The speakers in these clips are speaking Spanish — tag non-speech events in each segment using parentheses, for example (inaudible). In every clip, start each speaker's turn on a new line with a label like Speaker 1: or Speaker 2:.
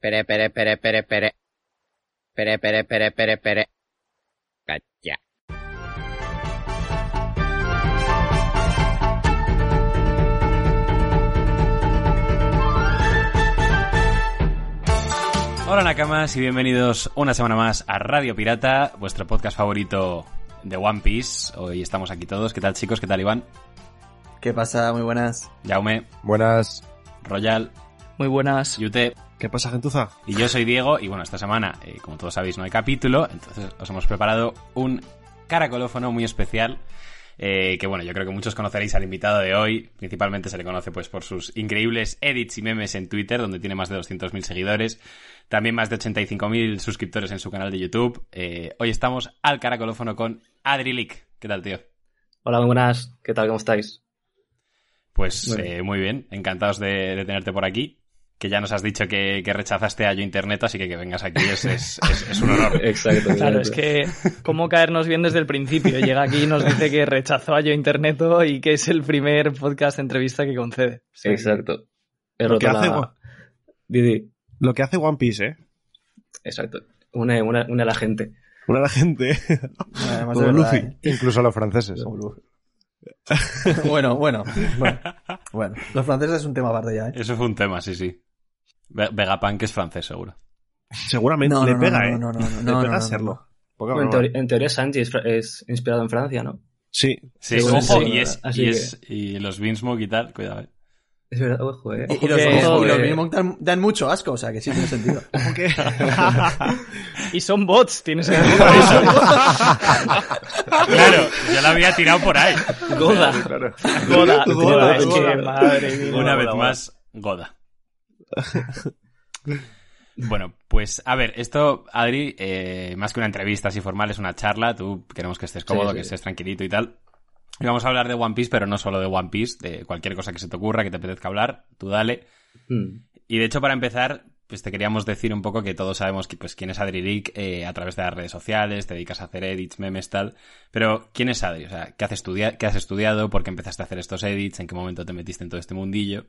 Speaker 1: Pere, pere, pere, pere, pere. Pere, pere, pere, pere, pere. Cacha.
Speaker 2: Hola Nakamas y bienvenidos una semana más a Radio Pirata, vuestro podcast favorito de One Piece. Hoy estamos aquí todos. ¿Qué tal chicos? ¿Qué tal Iván?
Speaker 3: ¿Qué pasa? Muy buenas.
Speaker 2: Jaume,
Speaker 4: Buenas.
Speaker 2: Royal,
Speaker 5: Muy buenas.
Speaker 2: Yute
Speaker 4: ¿Qué pasa, gentuza?
Speaker 2: y yo soy Diego. Y bueno, esta semana, eh, como todos sabéis, no hay capítulo, entonces os hemos preparado un caracolófono muy especial. eh, que bueno, yo creo que muchos conoceréis al invitado de hoy. Principalmente se le conoce pues por sus increíbles edits y memes en Twitter, donde tiene más de 200.000 seguidores. También más de 85.000 suscriptores en su canal de YouTube. Eh, hoy estamos al caracolófono con Adri Lick. ¿Qué tal, tío?
Speaker 5: Hola, muy buenas. ¿Qué tal? ¿Cómo estáis?
Speaker 2: Pues
Speaker 3: Muy
Speaker 2: eh, muy bien, encantados de, de tenerte por aquí. Que ya nos has dicho que, que rechazaste a Yo Internet, así que que vengas aquí es, es- es- es un honor.
Speaker 3: (laughs) Exacto.
Speaker 5: Claro, es que cómo caernos bien desde el principio. Llega aquí y nos dice que rechazó a Yo Interneto y que es el primer podcast de entrevista que (laughs) concede. O sea,
Speaker 3: (laughs) Exacto. He
Speaker 4: Lo
Speaker 3: roto
Speaker 4: que, hace,
Speaker 3: la... Didi.
Speaker 4: lo que hace One Piece, ¿eh?
Speaker 3: Exacto. Une, une- une a la gente.
Speaker 4: Una de la gente.
Speaker 6: Además de
Speaker 4: Como
Speaker 6: verdad,
Speaker 4: Luffy. Incluso a los franceses.
Speaker 6: Como Luffy. ¿eh? (laughs) bueno, bueno, bueno, bueno. Los franceses es un tema aparte ya, ¿eh?
Speaker 2: Eso fue un tema, sí, sí. Ve- Vegapunk es francés, seguro.
Speaker 4: Seguramente le pega, ¿eh?
Speaker 6: no, no, no, no,
Speaker 4: le
Speaker 6: no,
Speaker 4: pega
Speaker 6: no, no.
Speaker 4: serlo. Poca
Speaker 3: Bueno, en,
Speaker 4: broma.
Speaker 3: teoría- en teoría Sanji es, fra- es inspirado en Francia, ¿no?
Speaker 4: Sí.
Speaker 2: Sí,
Speaker 3: Seguro,
Speaker 2: ojo,
Speaker 3: sí.
Speaker 2: y, es,
Speaker 3: Así
Speaker 2: y,
Speaker 3: que-
Speaker 2: es- y los Beansmoke y tal, cuidado. eh.
Speaker 3: Es verdad, ojo, eh.
Speaker 6: Y, y
Speaker 5: Ojo
Speaker 6: los,
Speaker 5: que-
Speaker 6: y
Speaker 5: ojo
Speaker 6: los
Speaker 5: que-
Speaker 6: Minimum dan, dan mucho asco, o sea que sí tiene
Speaker 4: (laughs)
Speaker 6: sentido.
Speaker 4: ¿Cómo que?
Speaker 5: Y son bots, tienes (laughs) que
Speaker 2: Claro, yo la había tirado por
Speaker 3: (laughs)
Speaker 2: ahí.
Speaker 5: Goda.
Speaker 4: claro.
Speaker 5: Goda,
Speaker 4: Goda,
Speaker 5: Goda, es
Speaker 4: Goda.
Speaker 5: que madre mía.
Speaker 2: Una vez
Speaker 4: Goda,
Speaker 2: más,
Speaker 3: (laughs)
Speaker 2: Goda. Bueno, pues a ver, esto, Adri, eh, más que una entrevista así formal, es una charla. Tú queremos que estés cómodo,
Speaker 3: sí.
Speaker 2: que estés tranquilito y tal. Y vamos a hablar de One Piece, pero no solo de One Piece, de cualquier cosa que se te ocurra, que te apetezca hablar, tú dale.
Speaker 3: Hmm.
Speaker 2: Y de hecho, para empezar, pues te queríamos decir un poco que todos sabemos que, pues, quién es Adri Leak eh, a través de las redes sociales, te dedicas a hacer edits, memes, tal. Pero, ¿quién es Adri? O sea, ¿qué has, estudia- qué has estudiado? ¿Por qué empezaste a hacer estos edits? ¿En qué momento te metiste en todo este mundillo?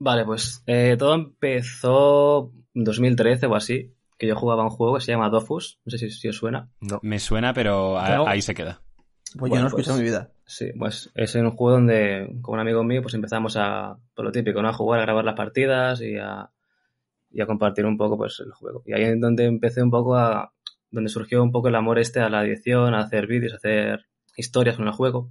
Speaker 3: Vale, pues eh, todo empezó en 2013 o así, que yo jugaba un juego que se llama Dofus, no sé si, si os suena.
Speaker 2: Me suena, pero a-
Speaker 5: Claro.
Speaker 2: ahí se queda.
Speaker 6: Pues yo
Speaker 3: Bueno,
Speaker 6: no he escuchado
Speaker 3: pues-
Speaker 6: en mi vida.
Speaker 3: Sí, pues es en un juego donde con un amigo mío pues empezamos a, por lo típico, ¿no? A jugar, a grabar las partidas y a, y a compartir un poco pues el juego. Y ahí es donde empecé un poco a, donde surgió un poco el amor este a la edición, a hacer vídeos, a hacer historias con el juego.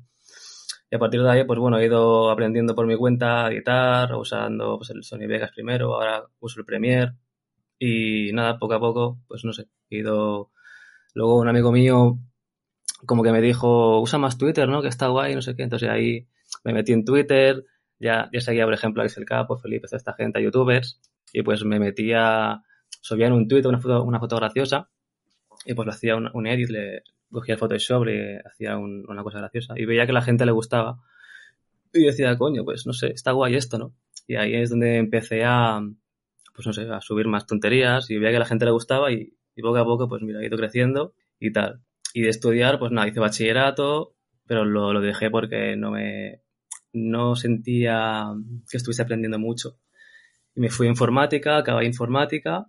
Speaker 3: Y a partir de ahí, pues bueno, he ido aprendiendo por mi cuenta a editar, usando pues el Sony Vegas primero, ahora uso el Premiere y nada, poco a poco, pues no sé, he ido... Luego un amigo mío como que me dijo, usa más Twitter, ¿no? Que está guay, no sé qué. Entonces ahí me metí en Twitter, ya, ya seguía, por ejemplo, a Axel Capo, Felipe, toda esta gente, a youtubers, y pues me metía, subía en un Twitter una foto, una foto graciosa, y pues le hacía un, un edit, le cogía el Photoshop, le hacía un- una cosa graciosa, y veía que a la gente le gustaba, y decía, coño, pues no sé, está guay esto, ¿no? Y ahí es donde empecé a, pues no sé, a subir más tonterías, y veía que a la gente le gustaba, y, y poco a poco, pues mira, he ido creciendo y tal. Y de estudiar, pues nada, hice bachillerato, pero lo, lo dejé porque no me no sentía que estuviese aprendiendo mucho. Y me fui a informática, acabé informática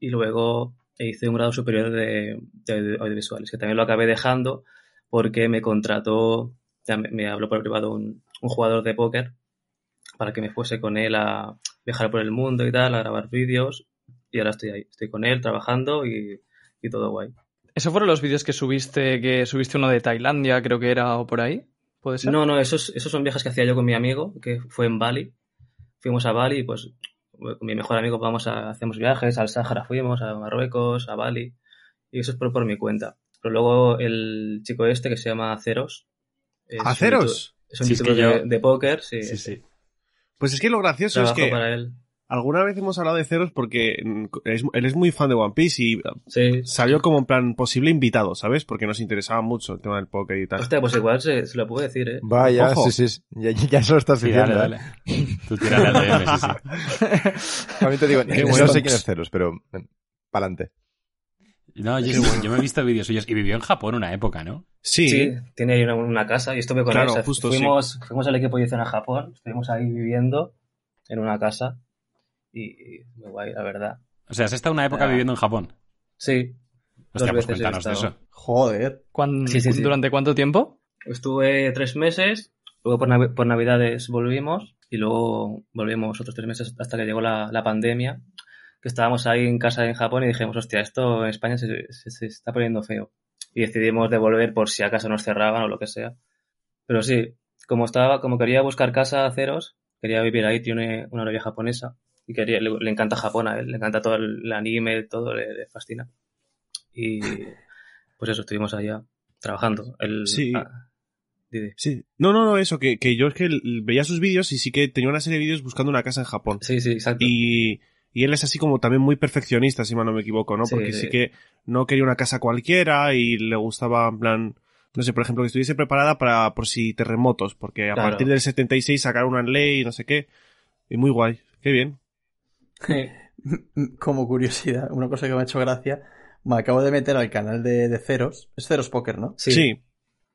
Speaker 3: y luego hice un grado superior de, de audio- audiovisuales, que también lo acabé dejando porque me contrató, ya me, me habló por privado un, un jugador de póker para que me fuese con él a viajar por el mundo y tal, a grabar vídeos. Y ahora estoy ahí, estoy con él trabajando y, y todo guay.
Speaker 5: ¿Esos fueron los vídeos que subiste, que subiste uno de Tailandia, creo que era, o por ahí? ¿Puede ser?
Speaker 3: No, no, esos, esos son viajes que hacía yo con mi amigo, que fue en Bali. Fuimos a Bali y pues con mi mejor amigo vamos a, hacemos viajes, al Sáhara fuimos, a Marruecos, a Bali, y eso es por, por mi cuenta. Pero luego el chico este que se llama Ceros. es un
Speaker 4: ¿Aceros?
Speaker 3: youtu- Es un
Speaker 2: Sí, es
Speaker 3: youtuber
Speaker 2: que yo-
Speaker 3: de, de póker, sí.
Speaker 2: Sí,
Speaker 3: es-
Speaker 2: sí.
Speaker 4: Pues es que lo gracioso es
Speaker 3: Trabajo
Speaker 4: que
Speaker 3: para él.
Speaker 4: alguna vez hemos hablado de ceros porque mm, es- él es muy fan de One Piece y
Speaker 3: Sí.
Speaker 4: salió como en plan posible invitado, ¿sabes? Porque nos interesaba mucho el tema del póker y tal.
Speaker 3: Hostia, pues igual se, se lo puedo decir, ¿eh?
Speaker 6: Vaya,
Speaker 4: Ojo.
Speaker 6: sí, sí. Ya, ya se lo estás
Speaker 2: Sí, dale,
Speaker 7: ¿eh?
Speaker 2: dale. (laughs) Tú tírale al DM, sí, sí.
Speaker 6: También te digo,
Speaker 3: (laughs)
Speaker 4: bueno.
Speaker 6: no sé quién es Ceros, pero
Speaker 7: mm,
Speaker 6: pa'lante.
Speaker 2: (laughs) No, yo, yo me he visto vídeos suyos y vivió en Japón una época, ¿no?
Speaker 4: Sí,
Speaker 3: tiene ahí una, una casa. y estuve con
Speaker 4: Claro,
Speaker 3: él. o sea,
Speaker 4: justo,
Speaker 3: fuimos, fuimos al equipo de edición a Japón, estuvimos ahí viviendo en una casa y, y muy guay, la verdad.
Speaker 2: O sea, has estado una época
Speaker 6: Ah.
Speaker 2: viviendo en Japón.
Speaker 3: Sí,
Speaker 2: Hostia, pues
Speaker 3: veces he
Speaker 2: cuéntanos de
Speaker 3: estado.
Speaker 2: eso.
Speaker 6: Joder. (laughs)
Speaker 5: ¿Cuán-
Speaker 3: Sí, sí, sí.
Speaker 5: ¿Durante cuánto tiempo?
Speaker 3: estuve tres meses, luego por, Nav- por Navidades volvimos y luego volvimos otros tres meses hasta que llegó la, la pandemia, que estábamos ahí en casa en Japón y dijimos, hostia, esto en España se, se- se está poniendo feo. Y decidimos devolver por si acaso nos cerraban o lo que sea. Pero sí, como estaba, como quería buscar casa a ceros, quería vivir ahí, tiene una novia japonesa y quería, le, le encanta Japón a él, le encanta todo el anime, todo le, le fascina. Y pues eso, estuvimos allá trabajando. El,
Speaker 4: Sí.
Speaker 3: ah, Didi.
Speaker 4: Sí. No, no, no, eso, que, que yo es que l- veía sus vídeos y sí que tenía una serie de vídeos buscando una casa en Japón.
Speaker 3: Sí, sí, exacto.
Speaker 4: Y, y él es así como también muy perfeccionista, si mal no me equivoco, ¿no?
Speaker 3: Sí,
Speaker 4: Porque
Speaker 3: sí.
Speaker 4: sí que no quería una casa cualquiera y le gustaba, en plan, no sé, por ejemplo, que estuviese preparada para por si terremotos, porque a
Speaker 3: Claro.
Speaker 4: partir del 76 sacaron una ley y no sé qué. Y muy guay, qué bien.
Speaker 6: Como curiosidad, una cosa que me ha hecho gracia, me acabo de meter al canal de, de Ceros. Es Ceros Poker, ¿no?
Speaker 4: Sí.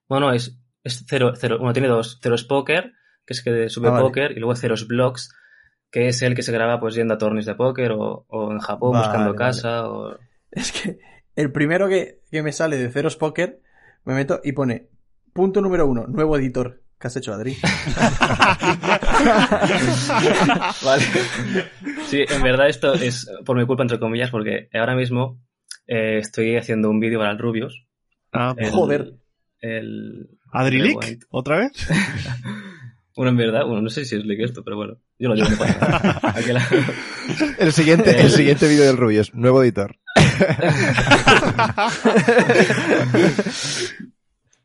Speaker 3: Bueno, es, es cero, cero, bueno, tiene dos. Ceros Poker, que es que sube
Speaker 6: Ah, vale.
Speaker 3: póker, y luego Ceros Blogs, que es el que se graba pues yendo a torneos de póker o, o en Japón
Speaker 6: Vale,
Speaker 3: buscando
Speaker 6: vale.
Speaker 3: casa
Speaker 6: (laughs)
Speaker 3: o...
Speaker 6: Es que el primero que, que me sale de Ceros Poker, me meto y pone punto número uno, nuevo editor. ¿Qué has hecho, Adri?
Speaker 3: Vale. Sí, en verdad esto es por mi culpa, entre comillas, porque ahora mismo eh, estoy haciendo un vídeo para el Rubius.
Speaker 4: Ah,
Speaker 3: (laughs) El-
Speaker 6: Joder.
Speaker 3: El...
Speaker 4: ¿Adrilic?
Speaker 3: Rewind.
Speaker 4: ¿Otra
Speaker 3: (laughs)
Speaker 4: vez?
Speaker 3: Bueno, en verdad, bueno, no sé si es leak esto, pero bueno, yo lo llevo. no pasa
Speaker 6: (laughs)
Speaker 3: nada. Aquí la-
Speaker 7: El siguiente,
Speaker 3: Eh.
Speaker 7: el siguiente vídeo del Rubius, nuevo editor.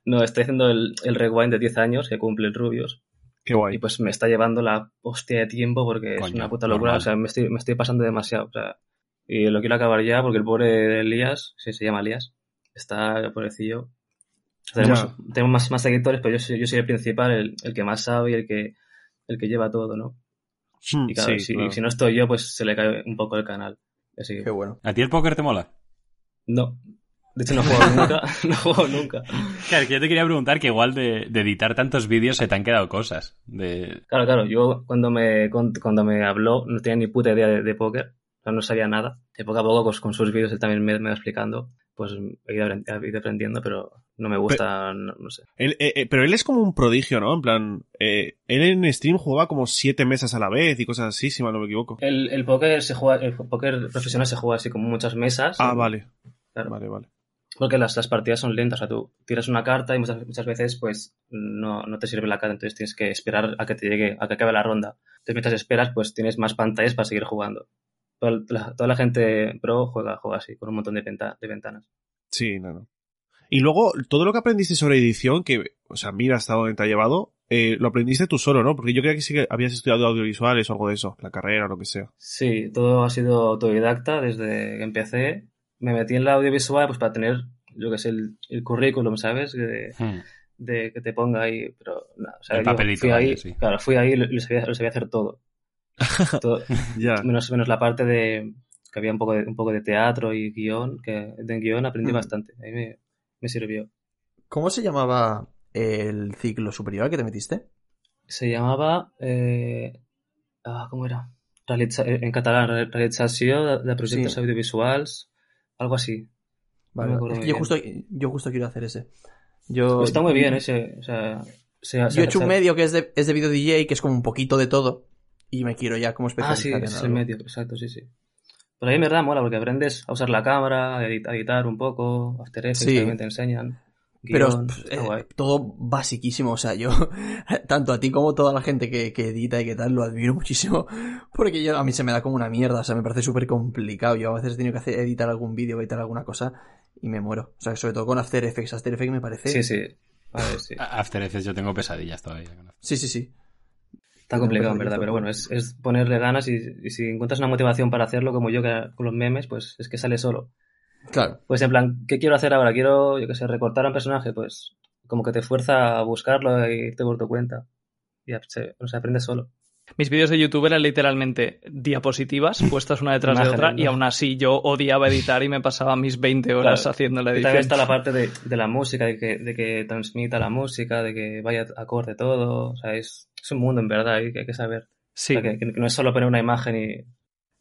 Speaker 3: No, estoy haciendo el, el rewind de 10 años que cumple el Rubius.
Speaker 4: Qué
Speaker 3: Y
Speaker 4: guay.
Speaker 3: pues me está llevando la hostia de tiempo porque es
Speaker 2: Coño,
Speaker 3: una puta locura.
Speaker 2: normal.
Speaker 3: O sea, me estoy, me estoy pasando demasiado. O sea, y lo quiero acabar ya porque el pobre Elías, sí, se llama Elías, está el pobrecillo. Tenemos, tenemos más, más seguidores, pero yo soy, yo soy el principal, el, el que más sabe y el que, el que lleva todo, ¿no?
Speaker 4: Mm,
Speaker 3: Y claro,
Speaker 4: sí,
Speaker 3: si,
Speaker 4: claro.
Speaker 3: si no estoy yo, pues se le cae un poco el canal. Así
Speaker 6: Qué
Speaker 3: que,
Speaker 6: bueno.
Speaker 2: ¿A ti el póker te mola?
Speaker 3: no. De hecho, no juego nunca. (laughs) no juego nunca.
Speaker 2: Claro, que yo te quería preguntar que igual de, de editar tantos vídeos se te han quedado cosas. De...
Speaker 3: Claro, claro, yo cuando me, con- cuando me habló no tenía ni puta idea de, de póker, o sea, no sabía nada. De poco a poco, pues, con sus vídeos él también me, me va explicando, pues he ido, apren- he ido aprendiendo, pero no me gusta, no, no sé.
Speaker 4: Él- eh, eh, pero él es como un prodigio, ¿no? En plan, eh, él en stream jugaba como siete mesas a la vez y cosas así, si mal no me equivoco.
Speaker 3: El, el póker se juega, el póker profesional se juega así como muchas mesas.
Speaker 4: Ah,
Speaker 3: eh,
Speaker 4: vale.
Speaker 3: claro,
Speaker 4: Vale, vale.
Speaker 3: Porque las, las partidas son lentas, o sea, tú tiras una carta y muchas, muchas veces pues no, no te sirve la carta, entonces tienes que esperar a que te llegue, a que acabe la ronda. Entonces mientras esperas pues tienes más pantallas para seguir jugando. Toda la, toda la gente pro juega, juega así, con un montón de, venta- de ventanas.
Speaker 4: Sí, no, no. Y luego, todo lo que aprendiste sobre edición, que, o sea, mira hasta dónde te ha llevado, eh, lo aprendiste tú solo, ¿no? Porque yo creía que sí que habías estudiado audiovisuales o algo de eso, la carrera o lo que sea.
Speaker 3: Sí, todo ha sido autodidacta desde que empecé. Me metí en la audiovisual pues para tener, yo que sé, el, el currículum, ¿sabes? Que-
Speaker 2: Hmm.
Speaker 3: de que te ponga ahí, pero no, o sea,
Speaker 2: El
Speaker 3: yo
Speaker 2: papelito,
Speaker 3: fui
Speaker 2: vaya,
Speaker 3: ahí,
Speaker 2: sí.
Speaker 3: claro, fui ahí y lo, lo sabía, lo sabía hacer
Speaker 2: (laughs)
Speaker 3: todo. Todo-
Speaker 4: Ya.
Speaker 3: menos, menos la parte de que había un poco de, un poco de teatro y guión, que de guión aprendí
Speaker 6: Mm.
Speaker 3: bastante, ahí me, me sirvió.
Speaker 6: ¿Cómo se llamaba el ciclo superior al que te metiste?
Speaker 3: Se llamaba, eh, ah, ¿cómo era? Realitza- en catalán, re- realització de, de proyectos
Speaker 6: Sí.
Speaker 3: audiovisuales, algo así.
Speaker 6: Vale,
Speaker 3: No me
Speaker 6: vale.
Speaker 3: acuerdo
Speaker 6: Es que
Speaker 3: muy
Speaker 6: yo
Speaker 3: bien.
Speaker 6: justo, yo justo quiero hacer ese. Yo,
Speaker 3: Pues está muy
Speaker 6: Mm.
Speaker 3: bien ese, o sea, se- se-
Speaker 6: Yo he hecho un
Speaker 3: se-
Speaker 6: medio que es de, es de video DJ, que es como un poquito de todo. Y me quiero ya como
Speaker 3: Ah, sí,
Speaker 6: especializar en
Speaker 3: ese es el
Speaker 6: algo.
Speaker 3: medio, exacto, sí, sí. Pero ahí en verdad mola porque aprendes a usar la cámara, a edit- a editar un poco, After Effects
Speaker 6: Sí.
Speaker 3: también te enseñan.
Speaker 6: Pero
Speaker 3: guión,
Speaker 6: pff,
Speaker 3: está
Speaker 6: eh,
Speaker 3: guay.
Speaker 6: todo basiquísimo, o sea, yo, (laughs) tanto a ti como toda la gente que, que edita y que tal, lo admiro muchísimo, porque yo, a mí se me da como una mierda, o sea, me parece súper complicado. Yo a veces he tenido que hacer, editar algún vídeo, editar alguna cosa, y me muero. O sea, sobre todo con After Effects, After Effects me parece...
Speaker 3: Sí, sí. A ver, sí.
Speaker 6: Ah,
Speaker 2: A- (laughs) After Effects yo tengo pesadillas todavía. con After
Speaker 6: sí, sí. sí.
Speaker 3: Está complicado,
Speaker 6: pues,
Speaker 3: en verdad, pero bueno, es, es ponerle ganas y, y si encuentras una motivación para hacerlo, como yo que con los memes, pues es que sale solo.
Speaker 6: Claro,
Speaker 3: Pues en plan, ¿qué quiero hacer ahora? Quiero, yo qué sé, recortar a un personaje, pues como que te fuerza a buscarlo y irte por tu cuenta. Y ap- se, o sea, aprendes solo.
Speaker 5: Mis vídeos de YouTube eran literalmente diapositivas
Speaker 3: (laughs)
Speaker 5: puestas una detrás de
Speaker 3: Imágenes,
Speaker 5: otra
Speaker 3: ¿no?
Speaker 5: y aún así yo odiaba editar y me pasaba mis 20 horas
Speaker 3: Claro.
Speaker 5: haciendo la
Speaker 3: Y también
Speaker 5: edición.
Speaker 3: está la parte de, de la música, de que, de que transmita la música, de que vaya acorde todo. O sea, es, es un mundo en verdad y que hay que saber.
Speaker 5: Sí,
Speaker 3: O sea, que, que no es solo poner una imagen y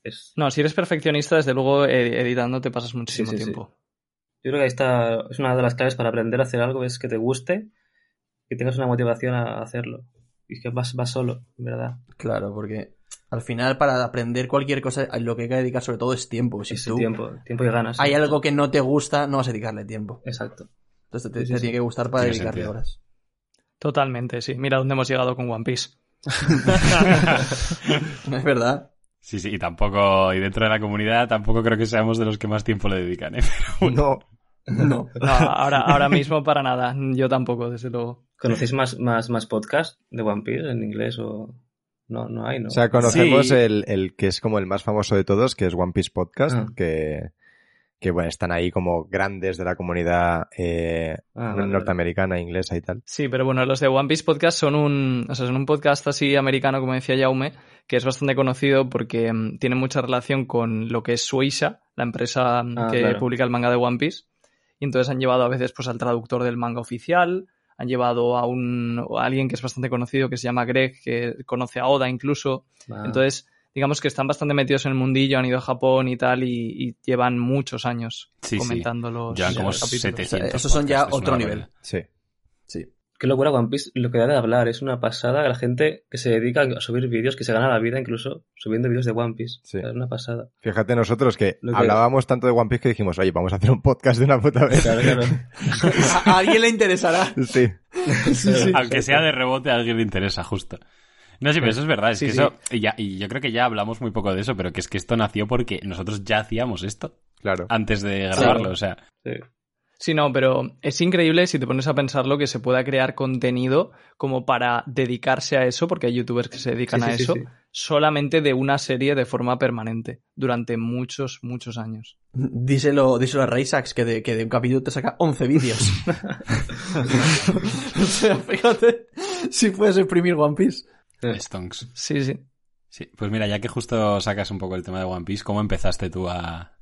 Speaker 3: es-
Speaker 5: No, si eres perfeccionista, desde luego eh, editando te pasas muchísimo
Speaker 3: Sí, sí, sí.
Speaker 5: tiempo.
Speaker 3: Yo creo que ahí está, es una de las claves para aprender a hacer algo, es que te guste, que tengas una motivación a hacerlo. Y que vas, vas solo, en verdad.
Speaker 6: Claro, porque al final para aprender cualquier cosa a lo que hay que dedicar sobre todo es tiempo. Si
Speaker 3: Ese
Speaker 6: tú
Speaker 3: tiempo, tiempo y ganas.
Speaker 6: hay algo que no te gusta, no vas a dedicarle tiempo.
Speaker 3: Exacto.
Speaker 6: Entonces te,
Speaker 3: Sí, sí,
Speaker 6: te
Speaker 3: sí.
Speaker 6: tiene que gustar para
Speaker 2: Tiene
Speaker 6: dedicarle
Speaker 2: sentido.
Speaker 6: horas. (laughs)
Speaker 5: Totalmente, sí. Mira dónde hemos llegado con One
Speaker 3: (laughs)
Speaker 5: Piece.
Speaker 6: Es verdad.
Speaker 2: Sí, sí, y tampoco, y dentro de la comunidad tampoco creo que seamos de los que más tiempo le dedican, ¿eh? (laughs)
Speaker 7: No.
Speaker 6: No. (laughs)
Speaker 5: No, ahora, ahora mismo para nada. Yo tampoco, desde luego.
Speaker 3: ¿Conocéis más, más, más podcasts de One Piece en inglés o...? No, no hay, ¿no?
Speaker 7: O sea, conocemos
Speaker 2: Sí.
Speaker 7: el, el que es como el más famoso de todos, que es One Piece Podcast,
Speaker 3: Ah.
Speaker 7: que, que bueno, están ahí como grandes de la comunidad eh,
Speaker 3: Ah, vale,
Speaker 7: nor-
Speaker 3: vale.
Speaker 7: norteamericana, inglesa y tal.
Speaker 5: Sí, pero bueno, los de One Piece Podcast son un, o sea, son un podcast así americano, como decía Jaume, que es bastante conocido porque mm, tiene mucha relación con lo que es Sueisha, la empresa mm,
Speaker 3: Ah,
Speaker 5: que
Speaker 3: claro.
Speaker 5: publica el manga de One Piece. Y entonces han llevado a veces pues al traductor del manga oficial, han llevado a un a alguien que es bastante conocido que se llama Greg, que conoce a Oda incluso.
Speaker 3: Ah,
Speaker 5: Entonces, digamos que están bastante metidos en el mundillo, han ido a Japón y tal, y, y llevan muchos años
Speaker 2: Sí, sí.
Speaker 5: comentando los,
Speaker 2: Llevan como
Speaker 5: los capítulos.
Speaker 2: 700.
Speaker 6: Esos son ya
Speaker 2: podcasts, es una
Speaker 6: otro nivel.
Speaker 2: barbaridad.
Speaker 7: Sí.
Speaker 6: Sí.
Speaker 3: Qué locura One Piece, lo que da de hablar, es una pasada. La gente que se dedica a subir vídeos, que se gana la vida incluso subiendo vídeos de One Piece.
Speaker 7: Sí.
Speaker 3: Es una pasada.
Speaker 7: Fíjate nosotros que,
Speaker 3: Lo que-
Speaker 7: hablábamos tanto de One Piece que dijimos, oye, vamos a hacer un podcast de una puta vez.
Speaker 3: Claro, claro.
Speaker 6: A, a alguien le interesará.
Speaker 7: (laughs) Sí.
Speaker 2: (laughs) Aunque sea de rebote, a alguien le interesa, justo. No, sí, pero eso es verdad. Es
Speaker 5: Sí,
Speaker 2: que
Speaker 5: sí.
Speaker 2: eso. Y, ya- y yo creo que ya hablamos muy poco de eso, pero que es que esto nació porque nosotros ya hacíamos esto
Speaker 7: Claro.
Speaker 2: antes de grabarlo. O sea,
Speaker 3: Sí.
Speaker 5: Sí, no, pero es increíble si te pones a pensarlo que se pueda crear contenido como para dedicarse a eso, porque hay youtubers que se dedican
Speaker 3: Sí, sí,
Speaker 5: a
Speaker 3: sí,
Speaker 5: eso,
Speaker 3: sí.
Speaker 5: solamente de una serie de forma permanente, durante muchos, muchos años.
Speaker 6: Díselo, díselo a Reisax que de, que de un capítulo te saca 11
Speaker 5: (laughs)
Speaker 6: vídeos. o sea, fíjate si puedes imprimir One Piece.
Speaker 2: Stonks.
Speaker 5: Sí, sí.
Speaker 2: Sí, pues mira, ya que justo sacas un poco el tema de One Piece, ¿cómo empezaste tú a,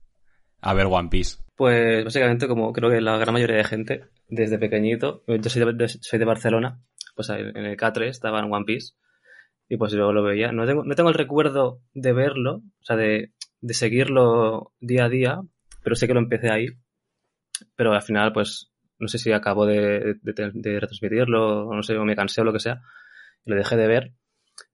Speaker 2: a ver One Piece?
Speaker 3: Pues básicamente, como creo que la gran mayoría de gente, desde pequeñito, yo soy de, de- soy de Barcelona, pues ahí en el K3 estaba en One Piece, y pues luego lo veía. No tengo, no tengo el recuerdo de verlo, o sea, de, de seguirlo día a día, pero sé que lo empecé ahí. Pero al final, pues, no sé si acabo de, de- de retransmitirlo, o no sé, o me cansé o lo que sea, y lo dejé de ver.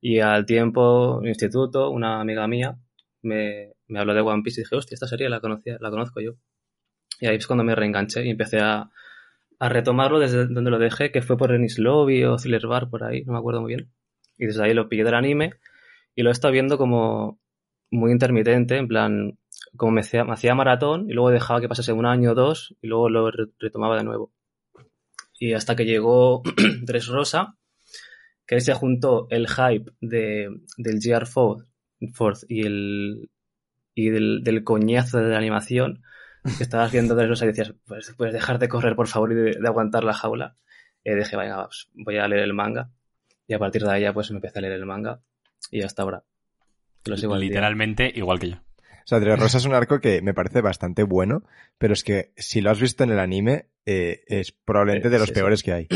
Speaker 3: Y al tiempo, en el instituto, una amiga mía me, me habló de One Piece y dije, hostia, esta serie la, conocía, la conozco yo. Y ahí es cuando me reenganché y empecé a, a retomarlo desde donde lo dejé, que fue por Ennis Lobby o Thriller Bar, por ahí, no me acuerdo muy bien. Y desde ahí lo pillé del anime y lo he estado viendo como muy intermitente, en plan, como me hacía, me hacía maratón y luego dejaba que pasase un año o dos y luego lo re- retomaba de nuevo. Y hasta que llegó (clears throat) Tres Rosa, que ahí se juntó el hype de, del GR4 Forth y, el, y del, del coñazo de la animación que estabas viendo de los y decías, pues, puedes dejar de correr, por favor, y de, de aguantar la jaula. Y dije, venga, va, pues, voy a leer el manga. Y a partir de ahí ya pues me empecé a leer el manga. Y hasta ahora. Que lo sigo al día.
Speaker 2: Literalmente igual que yo.
Speaker 7: O sea, Tres Rosas es un arco que me parece bastante bueno, pero es que si lo has visto en el anime, eh, es probablemente
Speaker 3: Eh,
Speaker 7: de los
Speaker 3: sí, sí.
Speaker 7: peores que hay.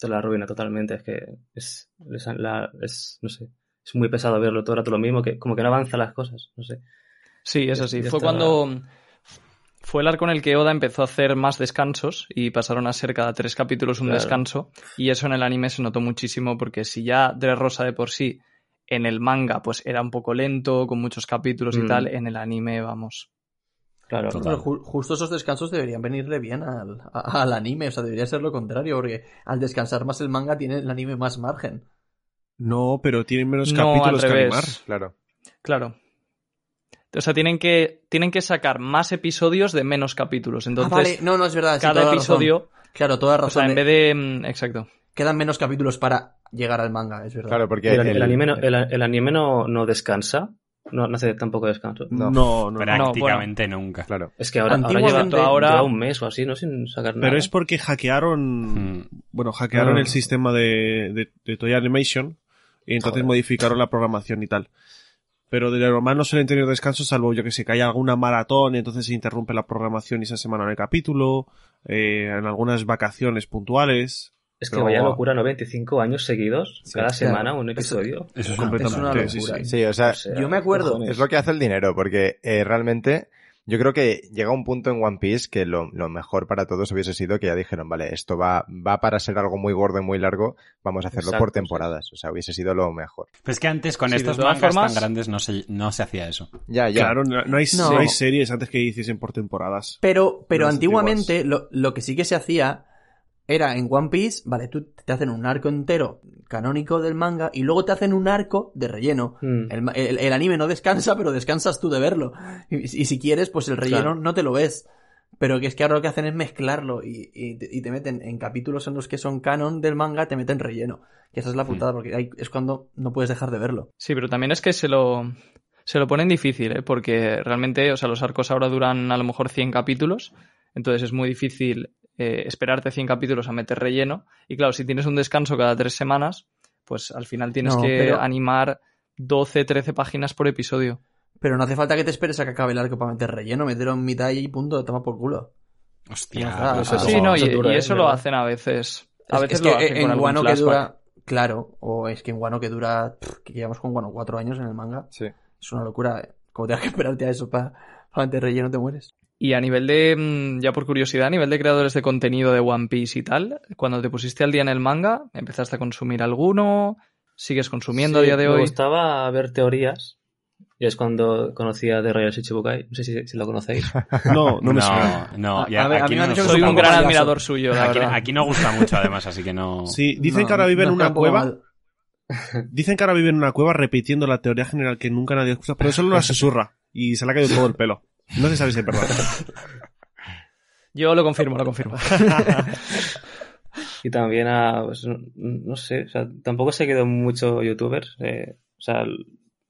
Speaker 3: Te la arruina totalmente. Es que es, es la- es- no sé, es muy pesado verlo todo el rato lo mismo, que como que no avanza las cosas, no sé.
Speaker 5: Sí, eso
Speaker 3: Ya-
Speaker 5: sí.
Speaker 3: ya
Speaker 5: Fue
Speaker 3: estaba-
Speaker 5: cuando. Fue el arco en el que Oda empezó a hacer más descansos y pasaron a ser cada tres capítulos un
Speaker 3: Claro.
Speaker 5: descanso. Y eso en el anime se notó muchísimo porque si ya Dressrosa Rosa de por sí en el manga pues era un poco lento, con muchos capítulos y
Speaker 3: Mm.
Speaker 5: tal, en el anime vamos.
Speaker 3: Claro.
Speaker 2: Total.
Speaker 6: Pero ju- justo esos descansos deberían venirle bien al, a- al anime. O sea, debería ser lo contrario, porque al descansar más el manga tiene el anime más margen.
Speaker 5: Ah,
Speaker 4: No, pero tienen menos
Speaker 5: No,
Speaker 4: capítulos
Speaker 5: al
Speaker 4: que
Speaker 5: revés.
Speaker 4: animar.
Speaker 7: Claro.
Speaker 5: Claro. O sea, tienen que, tienen que sacar más episodios de menos capítulos. Entonces,
Speaker 6: ah, vale, no, no, es verdad. sí,
Speaker 5: cada
Speaker 6: toda la razón.
Speaker 5: episodio,
Speaker 6: Claro, toda razón.
Speaker 5: o sea, en
Speaker 6: eh.
Speaker 5: vez de... mm, Exacto.
Speaker 6: Quedan menos capítulos para llegar al manga, es verdad.
Speaker 7: Claro, porque
Speaker 3: El, el anime, no, el, el anime no, no descansa, no, no hace tampoco descanso.
Speaker 7: No.
Speaker 4: No, no. no.
Speaker 2: Prácticamente nunca.
Speaker 7: Claro.
Speaker 3: Es que ahora, ahora, lleva,
Speaker 6: Antiguamente-
Speaker 5: ahora-
Speaker 3: lleva un mes o así, ¿no? Sin sacar nada.
Speaker 4: Pero es porque
Speaker 5: Hmm.
Speaker 4: hackearon.
Speaker 2: Mm.
Speaker 4: Bueno, hackearon
Speaker 3: Ah.
Speaker 4: el sistema de, de, de Toei Animation y entonces
Speaker 3: Joder.
Speaker 4: modificaron la programación y tal. Pero de lo normal no suelen tener descanso, salvo yo que sé, que haya alguna maratón y entonces se interrumpe la programación y esa semana en el capítulo, eh, en algunas vacaciones puntuales.
Speaker 3: Es que
Speaker 2: Pero-
Speaker 3: vaya locura, ¿no? 25 años seguidos,
Speaker 2: Sí,
Speaker 3: cada
Speaker 6: claro.
Speaker 3: semana un
Speaker 6: Eso-
Speaker 3: episodio.
Speaker 2: Eso es una
Speaker 4: completamente.
Speaker 6: locura,
Speaker 4: sí, sí.
Speaker 6: ¿eh?
Speaker 7: Sí, o sea,
Speaker 3: O sea,
Speaker 6: yo me acuerdo,
Speaker 3: cojones.
Speaker 7: es lo que hace el dinero, porque eh, realmente yo creo que llega un punto en One Piece que lo, lo mejor para todos hubiese sido que ya dijeron, vale, esto va, va para ser algo muy gordo y muy largo, vamos a hacerlo
Speaker 5: Exacto,
Speaker 7: por
Speaker 5: sí.
Speaker 7: temporadas, o sea, hubiese sido lo mejor.
Speaker 2: Pero es que antes con
Speaker 5: Sí, de
Speaker 2: estos
Speaker 5: todas
Speaker 2: mangas
Speaker 5: formas-
Speaker 2: tan grandes no se, no se hacía eso.
Speaker 7: Ya, ya.
Speaker 4: Claro, no, no hay,
Speaker 6: No.
Speaker 4: no hay series antes que hiciesen por temporadas.
Speaker 6: Pero, pero
Speaker 4: Las
Speaker 6: antiguamente lo, lo que sí que se hacía era en One Piece, vale, tú te hacen un arco entero canónico del manga y luego te hacen un arco de relleno.
Speaker 3: Mm.
Speaker 6: El, ma- el- el anime no descansa, pero descansas tú de verlo. Y, y si quieres, pues el relleno
Speaker 3: Claro.
Speaker 6: no te lo ves. Pero que es que ahora lo que hacen es mezclarlo y, y te- y te meten en capítulos en los que son canon del manga, te meten relleno. Que esa es la
Speaker 5: Mm.
Speaker 6: putada, porque ahí es cuando no puedes dejar de verlo.
Speaker 5: Sí, pero también es que se lo, se lo ponen difícil, ¿eh? porque realmente, o sea, los arcos ahora duran a lo mejor 100 capítulos, entonces es muy difícil eh, esperarte 100 capítulos a meter relleno. Y claro, si tienes un descanso cada tres semanas, pues al final tienes
Speaker 6: No,
Speaker 5: que
Speaker 6: pero-
Speaker 5: animar 12, 13 páginas por episodio.
Speaker 6: Pero no hace falta que te esperes a que acabe el arco para meter relleno, meterlo en mitad y punto, toma por culo.
Speaker 2: Hostia,
Speaker 6: Ah,
Speaker 2: pues
Speaker 6: ah,
Speaker 2: eso-
Speaker 5: sí, no, y,
Speaker 3: eso dura,
Speaker 5: y
Speaker 3: ¿eh?
Speaker 5: eso
Speaker 3: ¿Verdad?
Speaker 5: lo hacen a veces. A
Speaker 6: Es-
Speaker 5: veces
Speaker 6: es que
Speaker 5: lo hacen con
Speaker 6: en
Speaker 5: algún
Speaker 6: Guano que
Speaker 5: flashback.
Speaker 6: dura, claro, o es que en Guano que dura, pff, que llevamos con Guano cuatro años en el manga,
Speaker 7: Sí.
Speaker 6: es una locura. eh. Como tengas que esperarte a eso para antes relleno te mueres.
Speaker 5: Y a nivel de, mm, ya por curiosidad, a nivel de creadores de contenido de One Piece y tal, cuando te pusiste al día en el manga, ¿empezaste a consumir alguno? ¿Sigues consumiendo
Speaker 3: Sí,
Speaker 5: a día de
Speaker 3: Me
Speaker 5: hoy?
Speaker 3: gustaba ver teorías. Y es cuando conocí a The Royal Shichibukai. No sé si, si lo conocéis.
Speaker 4: No, no me suena.
Speaker 2: (laughs) no, no,
Speaker 6: A-
Speaker 2: ya,
Speaker 6: a ver, a
Speaker 2: aquí
Speaker 6: mí me han
Speaker 2: no
Speaker 6: dicho que
Speaker 2: nos
Speaker 5: Soy
Speaker 6: es
Speaker 5: un
Speaker 2: gusta.
Speaker 5: gran
Speaker 6: payaso.
Speaker 5: admirador suyo, la
Speaker 2: Aquí,
Speaker 5: verdad.
Speaker 2: aquí no gusta mucho, además, así que no.
Speaker 4: Sí, dicen
Speaker 6: No,
Speaker 4: que ahora vive en
Speaker 6: no,
Speaker 4: una
Speaker 6: tampoco
Speaker 4: cueva.
Speaker 6: mal.
Speaker 4: Dicen que ahora vive en una cueva repitiendo la teoría general que nunca nadie escucha,
Speaker 6: (laughs)
Speaker 4: pero solo la susurra y se le ha caído todo el pelo. No se sabe si es verdad.
Speaker 5: Yo lo confirmo, lo
Speaker 3: (laughs)
Speaker 5: confirmo.
Speaker 3: Y también a. pues, no, no sé, o sea, tampoco se quedó mucho youtubers. eh, o sea,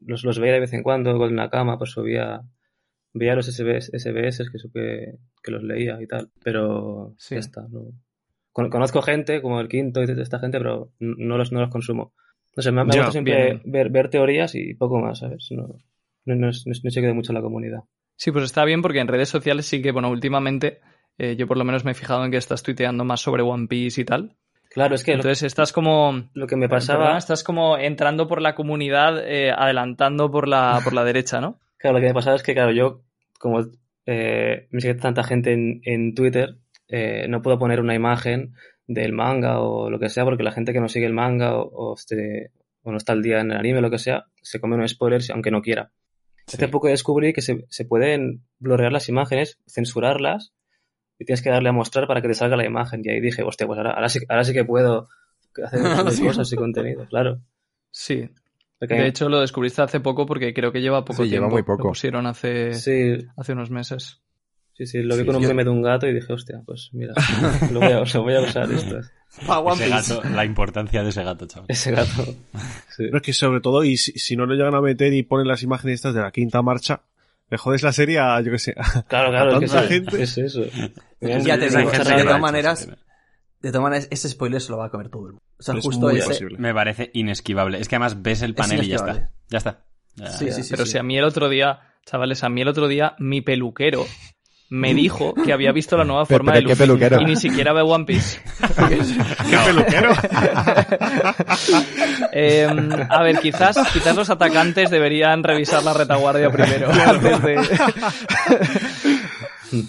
Speaker 3: los, los veía de vez en cuando con una cama, pues subía. Veía los SBS, SBS que, supe, que los leía y tal. Pero.
Speaker 5: Sí.
Speaker 3: Ya está. no. Con- Conozco gente como el quinto y de esta gente, pero n- no los, no los consumo. No sé, me, me
Speaker 4: Ya,
Speaker 3: gusta siempre
Speaker 5: bien.
Speaker 3: ver, ver teorías y poco más, ¿sabes? No, no, no es- no es- no se quedó mucho en la comunidad.
Speaker 5: Sí, pues está bien porque en redes sociales sí que, bueno, últimamente eh, yo por lo menos me he fijado en que estás tuiteando más sobre One Piece y tal.
Speaker 3: Claro, es que lo-
Speaker 5: Entonces estás como...
Speaker 3: lo, que me
Speaker 5: perdona,
Speaker 3: pasaba.
Speaker 5: estás como entrando por la comunidad, eh, adelantando por la, por la derecha, ¿no?
Speaker 3: Claro, lo que me pasaba es que, claro, yo, como eh, me sigue tanta gente en, en Twitter, eh, no puedo poner una imagen del manga o lo que sea, porque la gente que no sigue el manga o, o este- o no está al día en el anime o lo que sea, se come un spoiler si- aunque no quiera. Hace poco descubrí que se, se pueden blorear las imágenes, censurarlas, y tienes que darle a mostrar para que te salga la imagen. Y ahí dije, hostia, pues ahora, ahora sí, ahora sí que puedo
Speaker 5: (laughs)
Speaker 3: hacer un montón de
Speaker 6: Sí.
Speaker 3: cosas y contenido, claro.
Speaker 5: Sí,
Speaker 3: Porque-
Speaker 5: De hecho, lo descubriste hace poco porque creo que lleva poco
Speaker 7: Sí, lleva
Speaker 5: tiempo.
Speaker 7: muy poco.
Speaker 5: Lo pusieron hace,
Speaker 3: sí,
Speaker 5: hace unos meses.
Speaker 3: Sí, sí, lo vi
Speaker 7: Sí,
Speaker 3: con un
Speaker 7: yo-
Speaker 3: meme de un gato y dije, hostia, pues mira, lo voy a, lo voy a usar esto,
Speaker 6: Pa' One
Speaker 2: Ese
Speaker 6: Piece.
Speaker 2: gato, la importancia de ese gato, chaval.
Speaker 3: ese gato. Sí.
Speaker 4: Pero es que sobre todo, y si, si no lo llegan a meter y ponen las imágenes estas de la quinta marcha, le jodes la serie a, yo qué sé, a-
Speaker 3: Claro, claro, es que
Speaker 4: tanta
Speaker 3: eso-
Speaker 4: gente.
Speaker 3: es eso.
Speaker 6: (laughs) Ya te
Speaker 2: Esa gente
Speaker 6: digo, o sea, de
Speaker 2: que lo ha
Speaker 6: todas
Speaker 2: hecho,
Speaker 6: maneras-
Speaker 2: sí,
Speaker 6: De todas maneras, ese spoiler se lo va a comer todo el mundo. O sea,
Speaker 4: es
Speaker 6: justo
Speaker 4: muy
Speaker 6: ese.
Speaker 4: posible.
Speaker 2: Me parece inesquivable. Es que además ves el panel y ya está.
Speaker 6: inesquivable.
Speaker 2: Ya
Speaker 6: (laughs)
Speaker 2: está. Ya.
Speaker 6: Sí, sí, sí.
Speaker 5: Pero
Speaker 6: sí.
Speaker 5: si a mí el otro día, chavales, a mí el otro día mi peluquero me dijo que había visto la nueva
Speaker 7: Pe-
Speaker 5: forma
Speaker 7: pero
Speaker 5: de
Speaker 7: ¿qué
Speaker 5: Luffy
Speaker 7: peluquero?
Speaker 5: y ni siquiera ve One Piece.
Speaker 4: ¡Qué
Speaker 2: (laughs)
Speaker 4: peluquero!
Speaker 5: Eh, a ver, quizás, quizás los atacantes deberían revisar la retaguardia primero. antes de-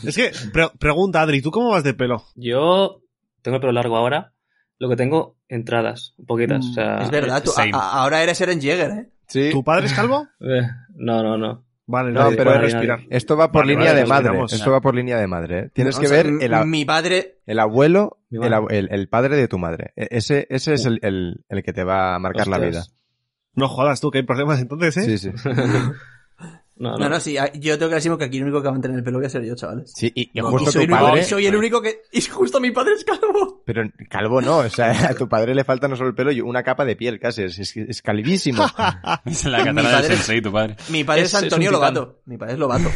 Speaker 4: es que, pre- pregunta Adri, ¿tú cómo vas de pelo?
Speaker 3: Yo tengo el pelo largo ahora, lo que tengo, entradas, poquitas, o sea...
Speaker 6: Mm, Es verdad, tú- ah, a-
Speaker 2: Same.
Speaker 6: a- ahora eres Eren Jäger, ¿eh?
Speaker 7: Sí.
Speaker 4: ¿Tu padre es calvo?
Speaker 3: eh, no, no, no.
Speaker 4: Vale,
Speaker 7: No,
Speaker 4: nadie
Speaker 7: pero
Speaker 4: puede
Speaker 7: eres-
Speaker 4: respirar.
Speaker 7: Esto va por
Speaker 4: Vale,
Speaker 7: línea
Speaker 4: vale,
Speaker 7: de
Speaker 4: nos
Speaker 7: madre,
Speaker 4: miramos.
Speaker 7: esto va por línea de madre. ¿eh? Tienes
Speaker 6: O
Speaker 7: que
Speaker 6: sea,
Speaker 7: ver
Speaker 6: m-
Speaker 7: el, a-
Speaker 6: Mi padre.
Speaker 7: el abuelo,
Speaker 3: Mi
Speaker 7: el,
Speaker 3: madre.
Speaker 7: ab- el- el padre de tu madre. E- Ese, ese es el, el- el que te va a marcar la vida.
Speaker 3: Hostias.
Speaker 4: No jodas tú, que hay problemas entonces, ¿eh?
Speaker 7: Sí, (laughs) sí.
Speaker 3: No,
Speaker 6: No,
Speaker 3: no,
Speaker 6: no, sí, a- yo tengo clarísimo que aquí el único que va a mantener el pelo voy a ser yo, chavales.
Speaker 7: Sí, y, y
Speaker 6: No,
Speaker 7: justo
Speaker 6: y soy
Speaker 7: tu
Speaker 6: el único-
Speaker 7: padre.
Speaker 6: soy el único que. Y justo mi padre es calvo.
Speaker 7: Pero calvo no, o sea, (laughs) a tu padre le falta no solo el pelo y una capa de piel casi, es, es- es calvísimo.
Speaker 2: Es (laughs) la
Speaker 6: Mi
Speaker 2: katana del
Speaker 6: padre-
Speaker 2: sensei, tu padre.
Speaker 6: Mi padre es,
Speaker 5: Es- es un
Speaker 6: Antonio
Speaker 5: titán.
Speaker 6: Lobato. Mi padre es Lobato.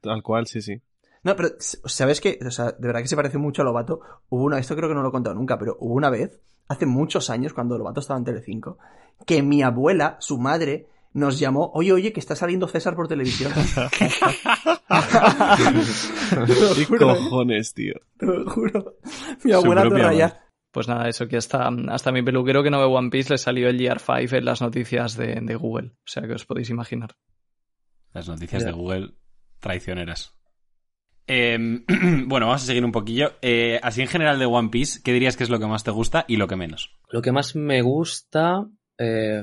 Speaker 4: Tal cual, sí,
Speaker 7: (laughs)
Speaker 4: sí.
Speaker 6: No, pero s- ¿sabes qué? O sea, de verdad que se parece mucho a Lobato. Hubo una, esto creo que no lo he contado nunca, pero hubo una vez, hace muchos años, cuando Lobato estaba en Telecinco, que mi abuela, su madre, nos llamó, oye, oye, que está saliendo César por televisión. Te lo
Speaker 4: ¿Qué
Speaker 6: juro, eh,
Speaker 4: cojones, tío?
Speaker 7: ¿eh?
Speaker 6: te lo juro. Mi
Speaker 2: Su
Speaker 6: abuela te
Speaker 2: propia
Speaker 6: raya.
Speaker 5: Pues nada, eso que hasta, hasta mi peluquero que no ve One Piece le salió el GR5 en las noticias de, de Google. O sea que os podéis imaginar.
Speaker 2: Las noticias
Speaker 3: Ya.
Speaker 2: de Google traicioneras. Eh, (clears throat) bueno, vamos a seguir un poquillo. Eh, así en general de One Piece, ¿qué dirías que es lo que más te gusta y lo que menos?
Speaker 3: Lo que más me gusta, eh,